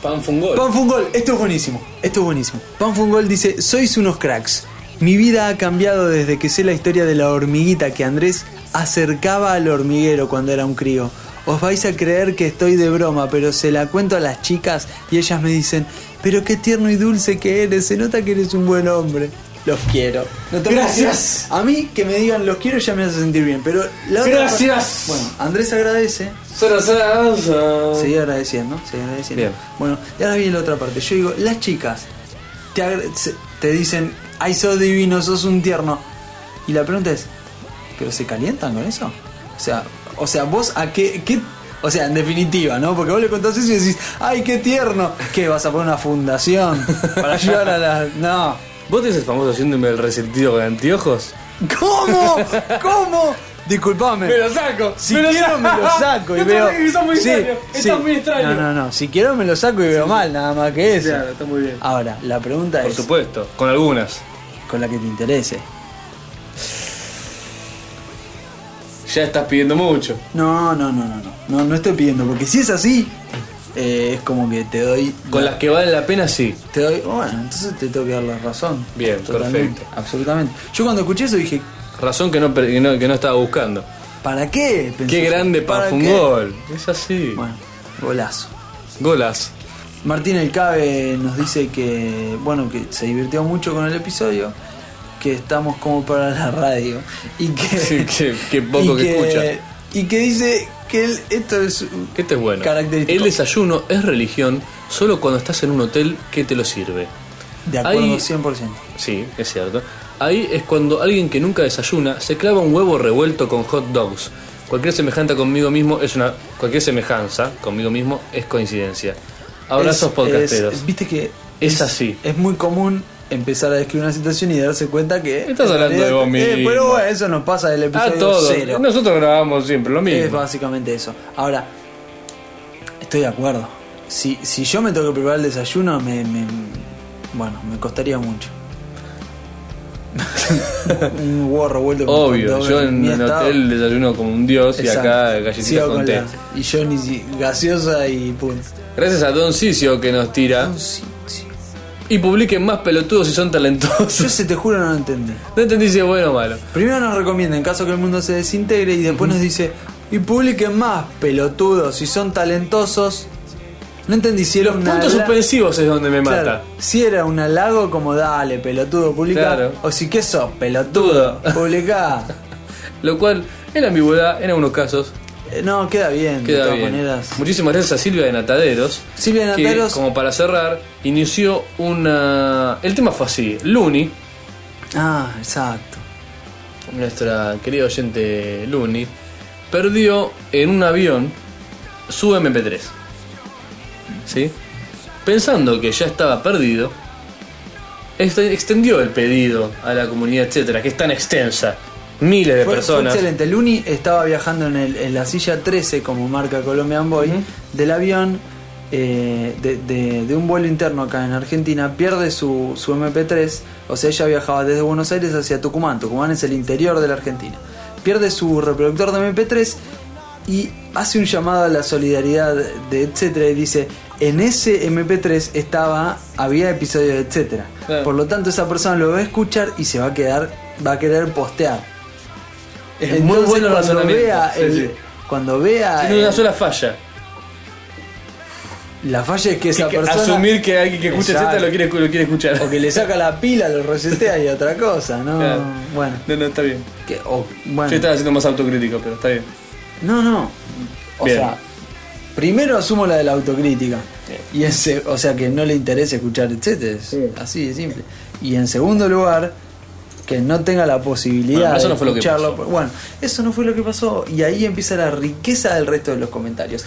[SPEAKER 1] Pan Fungol.
[SPEAKER 2] Panfungol, esto es buenísimo. Esto es buenísimo. Panfungol dice, sois unos cracks. Mi vida ha cambiado desde que sé la historia de la hormiguita que Andrés acercaba al hormiguero cuando era un crío. Os vais a creer que estoy de broma, pero se la cuento a las chicas y ellas me dicen, pero qué tierno y dulce que eres, se nota que eres un buen hombre. Los quiero. No te-
[SPEAKER 4] Gracias.
[SPEAKER 2] A mí que me digan los quiero ya me hace sentir bien, pero la otra-
[SPEAKER 4] Gracias.
[SPEAKER 2] Bueno, Andrés agradece, Seguí agradeciendo, seguí agradeciendo.
[SPEAKER 1] Bien.
[SPEAKER 2] Bueno, y ahora viene la otra parte. Yo digo, las chicas te, agra- se- te dicen, ay, sos divino, sos un tierno. Y la pregunta es, ¿pero se calientan con eso? O sea, o sea vos a qué, qué- O sea, en definitiva, ¿no? Porque vos le contás eso y decís, ay, qué tierno. ¿Qué, vas a poner una fundación para ayudar a las... No.
[SPEAKER 1] ¿Vos te haces famoso haciéndome el resentido con anteojos?
[SPEAKER 2] ¿Cómo? ¿Cómo? Disculpame.
[SPEAKER 1] ¡Me lo saco!
[SPEAKER 2] Si quiero me
[SPEAKER 4] (laughs)
[SPEAKER 2] lo saco y veo. Sí, sí. No, no, no. Si quiero me lo saco y veo mal, nada más que eso.
[SPEAKER 4] Claro, está muy bien.
[SPEAKER 2] Ahora, la pregunta
[SPEAKER 1] Por
[SPEAKER 2] es
[SPEAKER 1] supuesto, con algunas.
[SPEAKER 2] con la que te interese.
[SPEAKER 1] Ya estás pidiendo mucho.
[SPEAKER 2] No, no, no, no, no. No, no estoy pidiendo, porque si es así, eh, es como que te doy.
[SPEAKER 1] Con las que valen la pena, sí.
[SPEAKER 2] Te doy. Bueno, entonces te tengo que dar la razón.
[SPEAKER 1] Bien, perfecto.
[SPEAKER 2] Absolutamente. Yo cuando escuché eso dije,
[SPEAKER 1] Razón que no, per- que no, que no estaba buscando.
[SPEAKER 2] ¿para qué? Pensé
[SPEAKER 1] ¡Qué
[SPEAKER 2] yo,
[SPEAKER 1] grande
[SPEAKER 2] ¿para
[SPEAKER 1] para un
[SPEAKER 2] qué?
[SPEAKER 1] gol! Es así.
[SPEAKER 2] Bueno, golazo.
[SPEAKER 1] Golas.
[SPEAKER 2] Martín El Cabe nos dice que, bueno, que se divirtió mucho con el episodio, que estamos como para la radio
[SPEAKER 1] (laughs)
[SPEAKER 2] y que,
[SPEAKER 4] Sí, que-
[SPEAKER 2] (laughs)
[SPEAKER 4] que poco
[SPEAKER 2] y
[SPEAKER 4] que escucha.
[SPEAKER 2] Y que dice que él, esto es
[SPEAKER 1] Que este es bueno.
[SPEAKER 2] Característico.
[SPEAKER 1] El desayuno es religión solo cuando estás en un hotel que te lo sirve.
[SPEAKER 2] de acuerdo
[SPEAKER 1] Ahí-
[SPEAKER 2] 100%.
[SPEAKER 1] Sí, es cierto. Ahí es cuando alguien que nunca desayuna se clava un huevo revuelto con hot dogs. Cualquier semejanza conmigo mismo es una. Cualquier semejanza conmigo mismo es coincidencia. Abrazos
[SPEAKER 2] Es-
[SPEAKER 1] podcasteros.
[SPEAKER 2] es- Viste que
[SPEAKER 1] Es así.
[SPEAKER 2] Es muy común empezar a describir una situación y darse cuenta que
[SPEAKER 1] Estás
[SPEAKER 2] en
[SPEAKER 1] hablando de
[SPEAKER 2] realidad-
[SPEAKER 1] vos
[SPEAKER 2] Eh,
[SPEAKER 1] mismo.
[SPEAKER 2] pero bueno, eso nos pasa del
[SPEAKER 1] a
[SPEAKER 2] episodio
[SPEAKER 1] todos.
[SPEAKER 2] cero.
[SPEAKER 1] Nosotros grabamos siempre lo
[SPEAKER 2] Es
[SPEAKER 1] mismo.
[SPEAKER 2] básicamente eso. Ahora, estoy de acuerdo. Si, si yo me tengo que preparar el desayuno, me, me- bueno, me costaría mucho. (laughs) un huevo revuelto con
[SPEAKER 1] Obvio,
[SPEAKER 2] hot dog
[SPEAKER 1] yo en
[SPEAKER 2] mi
[SPEAKER 1] el
[SPEAKER 2] estado.
[SPEAKER 1] hotel desayuno como un dios y
[SPEAKER 2] Exacto.
[SPEAKER 1] acá galletitas
[SPEAKER 2] Sigo
[SPEAKER 1] con
[SPEAKER 2] con
[SPEAKER 1] té.
[SPEAKER 2] la- Y yo ni si- gaseosa y punto.
[SPEAKER 1] Gracias a Don Cicio que nos tira.
[SPEAKER 2] Sí, sí.
[SPEAKER 1] Y publiquen más pelotudos si son
[SPEAKER 2] Yo (laughs)
[SPEAKER 1] talentosos.
[SPEAKER 2] se te juro no lo entendí.
[SPEAKER 1] No entendí si es bueno o malo.
[SPEAKER 2] Primero nos recomienda en caso que el mundo se desintegre y después nos dice, y publiquen más, pelotudos, si son talentosos. No entendí si era
[SPEAKER 1] Los
[SPEAKER 2] una
[SPEAKER 1] puntos
[SPEAKER 2] la-
[SPEAKER 1] suspensivos es donde me
[SPEAKER 2] Claro,
[SPEAKER 1] mata.
[SPEAKER 2] si era un halago como dale, pelotudo, publica.
[SPEAKER 1] Claro.
[SPEAKER 2] O si que sos, pelotudo,
[SPEAKER 1] Dudo. (laughs)
[SPEAKER 2] publica.
[SPEAKER 1] Lo cual, en ambigüedad, en algunos casos,
[SPEAKER 2] Eh, No, queda bien, de
[SPEAKER 1] queda
[SPEAKER 2] todas
[SPEAKER 1] bien.
[SPEAKER 2] maneras.
[SPEAKER 1] Muchísimas gracias a Silvia de Nataderos.
[SPEAKER 2] Silvia de
[SPEAKER 1] que,
[SPEAKER 2] Nataderos-
[SPEAKER 1] como para cerrar, inició una. El tema fue así: Luni,
[SPEAKER 2] Ah, exacto.
[SPEAKER 1] nuestra querida oyente Luni, perdió en un avión su MP3. ¿Sí? Pensando que ya estaba perdido, est- extendió el pedido a la comunidad, etcétera, que es tan extensa. Miles de
[SPEAKER 2] Fue, fue
[SPEAKER 1] personas.
[SPEAKER 2] excelente. Luni estaba viajando en, el- en la silla 13, como marca Colombian Boy, del avión, eh, de, de- de un vuelo interno acá en Argentina, pierde su, su MP3, o sea, ella viajaba desde Buenos Aires hacia Tucumán, Tucumán es el interior de la Argentina, pierde su reproductor de MP3 y hace un llamado a la solidaridad de etcétera y dice, en ese MP3 estaba, había episodio de etcétera.
[SPEAKER 1] Claro.
[SPEAKER 2] Por lo tanto, esa persona lo va a escuchar y se va a quedar, va a querer postear.
[SPEAKER 1] Es muy bueno el
[SPEAKER 2] cuando
[SPEAKER 1] razonamiento,
[SPEAKER 2] vea,
[SPEAKER 1] sí,
[SPEAKER 2] el-
[SPEAKER 1] sí.
[SPEAKER 2] cuando vea
[SPEAKER 1] Tiene una
[SPEAKER 2] el-
[SPEAKER 1] sola falla.
[SPEAKER 2] la falla es que esa
[SPEAKER 1] Que- que
[SPEAKER 2] persona
[SPEAKER 1] Asumir que alguien que escucha
[SPEAKER 2] Exacto.
[SPEAKER 1] Z lo quiere, lo quiere escuchar.
[SPEAKER 2] o que le saca la pila, lo resetea y otra cosa, ¿no?
[SPEAKER 1] Claro.
[SPEAKER 2] Bueno,
[SPEAKER 1] No, no, está bien.
[SPEAKER 2] que- o- bueno.
[SPEAKER 1] Yo estaba siendo más autocrítico, pero está bien.
[SPEAKER 2] No, no. O
[SPEAKER 1] Bien.
[SPEAKER 2] sea, primero asumo la de la autocrítica. Y ese, o sea, que no le interesa escuchar, etcétera. Es Así de simple. Y en segundo lugar, que no tenga la posibilidad
[SPEAKER 1] Bueno, eso no
[SPEAKER 2] de
[SPEAKER 1] fue lo que
[SPEAKER 2] escucharlo.
[SPEAKER 1] pasó.
[SPEAKER 2] Bueno, eso no fue lo que pasó. Y ahí empieza la riqueza del resto de los comentarios.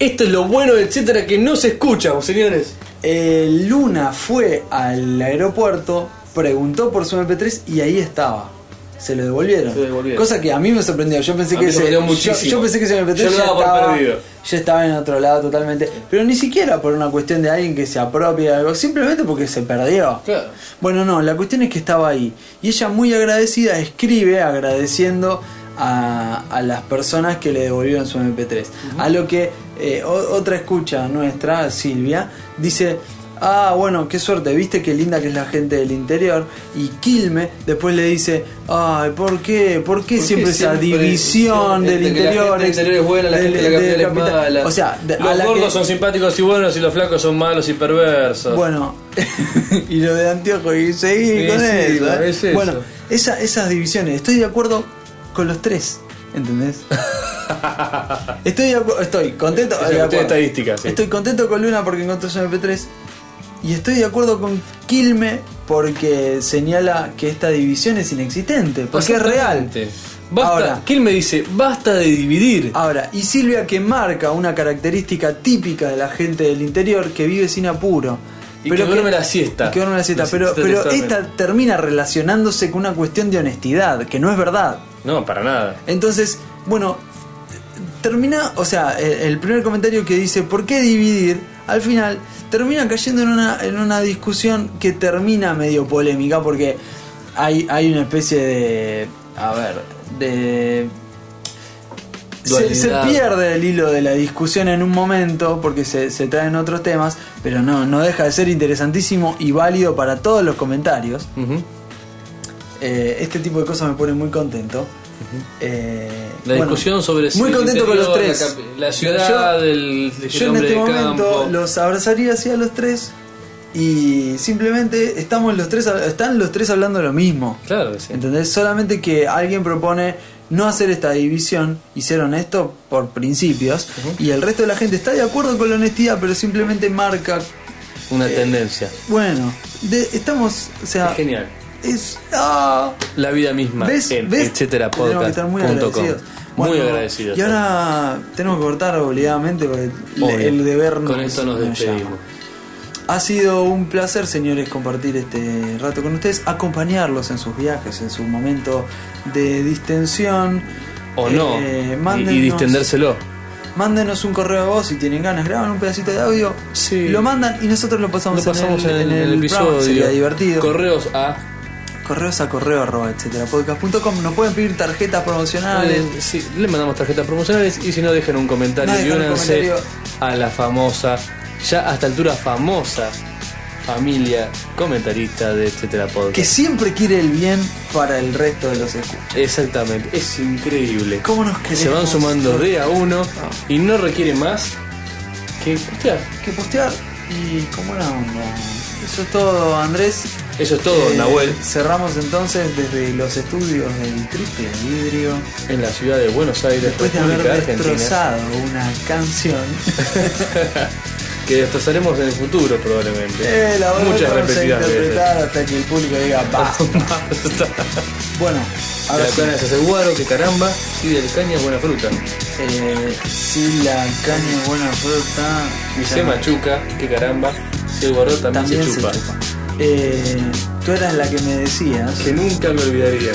[SPEAKER 1] Esto es lo bueno de etcétera que no se escucha, señores.
[SPEAKER 2] Eh, Luna fue al aeropuerto, preguntó por su MP3 y ahí estaba. Se lo devolvieron.
[SPEAKER 1] Se lo devolvieron.
[SPEAKER 2] Cosa que a mí me sorprendió. Yo pensé
[SPEAKER 1] A mí
[SPEAKER 2] que
[SPEAKER 1] me
[SPEAKER 2] ese,
[SPEAKER 1] sorprendió
[SPEAKER 2] yo-
[SPEAKER 1] muchísimo.
[SPEAKER 2] Yo, pensé que ese MP3
[SPEAKER 1] Yo lo
[SPEAKER 2] ya,
[SPEAKER 1] daba por
[SPEAKER 2] estaba,
[SPEAKER 1] perdido.
[SPEAKER 2] ya estaba en otro lado totalmente. Pero ni siquiera por una cuestión de alguien que se apropia de algo, simplemente porque se perdió.
[SPEAKER 1] Claro.
[SPEAKER 2] Bueno, no, la cuestión es que estaba ahí. Y ella muy agradecida escribe agradeciendo a, a las personas que le devolvieron su MP3. A lo que eh, o- otra escucha nuestra, Silvia, dice... Ah, bueno, qué suerte, viste qué linda que es la gente del interior. Y Quilme después le dice, ay, ¿por qué? ¿Por qué
[SPEAKER 1] ¿Por qué
[SPEAKER 2] siempre esa
[SPEAKER 1] siempre
[SPEAKER 2] división
[SPEAKER 1] entre
[SPEAKER 2] del
[SPEAKER 1] que la
[SPEAKER 2] interior?
[SPEAKER 1] gente del interior es buena, la
[SPEAKER 2] del-
[SPEAKER 1] gente de la
[SPEAKER 2] del
[SPEAKER 1] capital es
[SPEAKER 2] capital?"
[SPEAKER 1] mala.
[SPEAKER 2] O sea, de- a
[SPEAKER 1] los
[SPEAKER 2] la
[SPEAKER 1] gordos
[SPEAKER 2] que-
[SPEAKER 1] son simpáticos y buenos y los flacos son malos y perversos.
[SPEAKER 2] bueno, (laughs) y lo de anteojo y seguir
[SPEAKER 1] Sí,
[SPEAKER 2] con
[SPEAKER 1] sí,
[SPEAKER 2] eso. ¿eh?
[SPEAKER 1] es eso.
[SPEAKER 2] Bueno, esa- esas divisiones, estoy de acuerdo con los tres,
[SPEAKER 1] (laughs)
[SPEAKER 2] ¿entendés? estoy, de acu- estoy contento.
[SPEAKER 1] Es una
[SPEAKER 2] de
[SPEAKER 1] cuestión
[SPEAKER 2] acuerdo.
[SPEAKER 1] estadística, sí.
[SPEAKER 2] Estoy contento con Luna porque encontró su MP3. Y estoy de acuerdo con Quilme porque señala que esta división es inexistente, porque es real.
[SPEAKER 1] Exactamente. Basta,
[SPEAKER 2] Ahora- Ah.
[SPEAKER 1] ¿Quién me dice? Basta de dividir.
[SPEAKER 2] Ahora, y Silvia que marca una característica típica de la gente del interior que vive sin apuro.
[SPEAKER 1] Y que duerme la siesta.
[SPEAKER 2] y que duerme la siesta.
[SPEAKER 1] La
[SPEAKER 2] pero
[SPEAKER 1] siesta
[SPEAKER 2] pero
[SPEAKER 1] totalmente.
[SPEAKER 2] esta termina relacionándose con una cuestión de honestidad, que no es verdad.
[SPEAKER 1] No, para nada.
[SPEAKER 2] Entonces, bueno, termina, o sea, el, el primer comentario que dice, ¿por qué dividir? Al final, termina cayendo en una, en una discusión que termina medio polémica, porque hay, hay una especie de, a ver, de... Se, se
[SPEAKER 1] Dualidad.
[SPEAKER 2] pierde el hilo de la discusión en un momento porque se, se traen otros temas, pero no, no deja de ser interesantísimo y válido para todos los comentarios.
[SPEAKER 1] Ujú.
[SPEAKER 2] Eh, este tipo de cosas me pone muy contento. Eh,
[SPEAKER 1] La
[SPEAKER 2] bueno,
[SPEAKER 1] discusión sobre si
[SPEAKER 2] Muy
[SPEAKER 1] el
[SPEAKER 2] contento con los
[SPEAKER 1] interior,
[SPEAKER 2] tres.
[SPEAKER 1] La, capi- la ciudad, el, el
[SPEAKER 2] Yo en
[SPEAKER 1] hombre
[SPEAKER 2] este
[SPEAKER 1] de
[SPEAKER 2] momento
[SPEAKER 1] campo.
[SPEAKER 2] los abrazaría así a los tres y simplemente estamos los tres, están los tres hablando lo mismo.
[SPEAKER 1] Claro que sí.
[SPEAKER 2] ¿Entendés? Solamente que alguien propone no hacer esta división, hicieron esto por principios y el resto de la gente está de acuerdo con la honestidad, pero simplemente marca,
[SPEAKER 1] Una tendencia.
[SPEAKER 2] bueno, de- estamos, o sea,
[SPEAKER 1] Es genial.
[SPEAKER 2] es ah,
[SPEAKER 1] La vida misma.
[SPEAKER 2] ¿Ves?
[SPEAKER 1] en
[SPEAKER 2] ¿Ves?
[SPEAKER 1] etcétera
[SPEAKER 2] Tenemos que estar muy
[SPEAKER 1] podcast punto com.
[SPEAKER 2] agradecidos.
[SPEAKER 1] Muy
[SPEAKER 2] Bueno,
[SPEAKER 1] agradecidos.
[SPEAKER 2] Y ahora tenemos que cortar obligadamente porque
[SPEAKER 1] Obvio.
[SPEAKER 2] el- el deber
[SPEAKER 1] Con esto nos
[SPEAKER 2] llama.
[SPEAKER 1] despedimos.
[SPEAKER 2] Ha sido un placer, señores, compartir este rato con ustedes, acompañarlos en sus viajes, en su momento de distensión.
[SPEAKER 1] O
[SPEAKER 2] Eh,
[SPEAKER 1] no. y,
[SPEAKER 2] mándenos-
[SPEAKER 1] y distendérselo.
[SPEAKER 2] Mándenos un correo a vos si tienen ganas, graban un pedacito de audio,
[SPEAKER 1] Sí.
[SPEAKER 2] lo mandan y nosotros lo pasamos,
[SPEAKER 1] Lo pasamos
[SPEAKER 2] en el, en el programa,
[SPEAKER 1] episodio.
[SPEAKER 2] Sería divertido.
[SPEAKER 1] Correos a
[SPEAKER 2] Correos a correo arroba etcétera podcast.com. Nos pueden pedir tarjetas promocionales.
[SPEAKER 1] Eh, sí, le mandamos tarjetas promocionales y si no dejen un comentario
[SPEAKER 2] No,
[SPEAKER 1] y
[SPEAKER 2] dejen un
[SPEAKER 1] únanse
[SPEAKER 2] comentario.
[SPEAKER 1] a la famosa, ya hasta altura famosa familia comentarista de este etcétera podcast.
[SPEAKER 2] que siempre quiere el bien para el resto de los escuchas.
[SPEAKER 1] Exactamente, es increíble.
[SPEAKER 2] ¿Cómo nos queremos? Ah.
[SPEAKER 1] Se van sumando de a uno y no requiere más que hostia,
[SPEAKER 2] Que postear y cómo la onda. Eso es todo, Andrés.
[SPEAKER 1] Eso es todo,
[SPEAKER 2] Eh,
[SPEAKER 1] Nahuel,
[SPEAKER 2] Cerramos entonces desde los estudios del triple vidrio.
[SPEAKER 1] en la ciudad de Buenos Aires,
[SPEAKER 2] Después de haber
[SPEAKER 1] República Argentina,
[SPEAKER 2] destrozado una
[SPEAKER 1] (laughs)
[SPEAKER 2] canción.
[SPEAKER 1] que destrozaremos en el futuro probablemente.
[SPEAKER 2] Eh, la verdad
[SPEAKER 1] Muchas
[SPEAKER 2] que vamos a
[SPEAKER 1] repetidas veces. (laughs)
[SPEAKER 2] interpretar hasta que el público diga basta. bueno,
[SPEAKER 1] De
[SPEAKER 2] ahora
[SPEAKER 1] la
[SPEAKER 2] sí.
[SPEAKER 1] caña se hace guaro, que caramba, y del caña es buena fruta.
[SPEAKER 2] Eh, si la caña es buena fruta.
[SPEAKER 1] Y
[SPEAKER 2] ya
[SPEAKER 1] se
[SPEAKER 2] no-
[SPEAKER 1] machuca, que caramba, si el guaro también,
[SPEAKER 2] También
[SPEAKER 1] se chupa.
[SPEAKER 2] Eh, tú eras la que me decías.
[SPEAKER 1] Que nunca me olvidaría.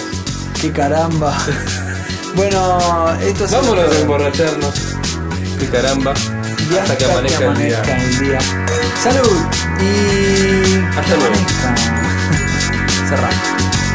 [SPEAKER 2] Qué caramba. (laughs) bueno, esto es.
[SPEAKER 1] Vámonos a emborracharnos, que caramba,
[SPEAKER 2] Y
[SPEAKER 1] hasta que amanezca, el día.
[SPEAKER 2] el día. Salud y.
[SPEAKER 1] Hasta luego.
[SPEAKER 2] (laughs) Cerramos.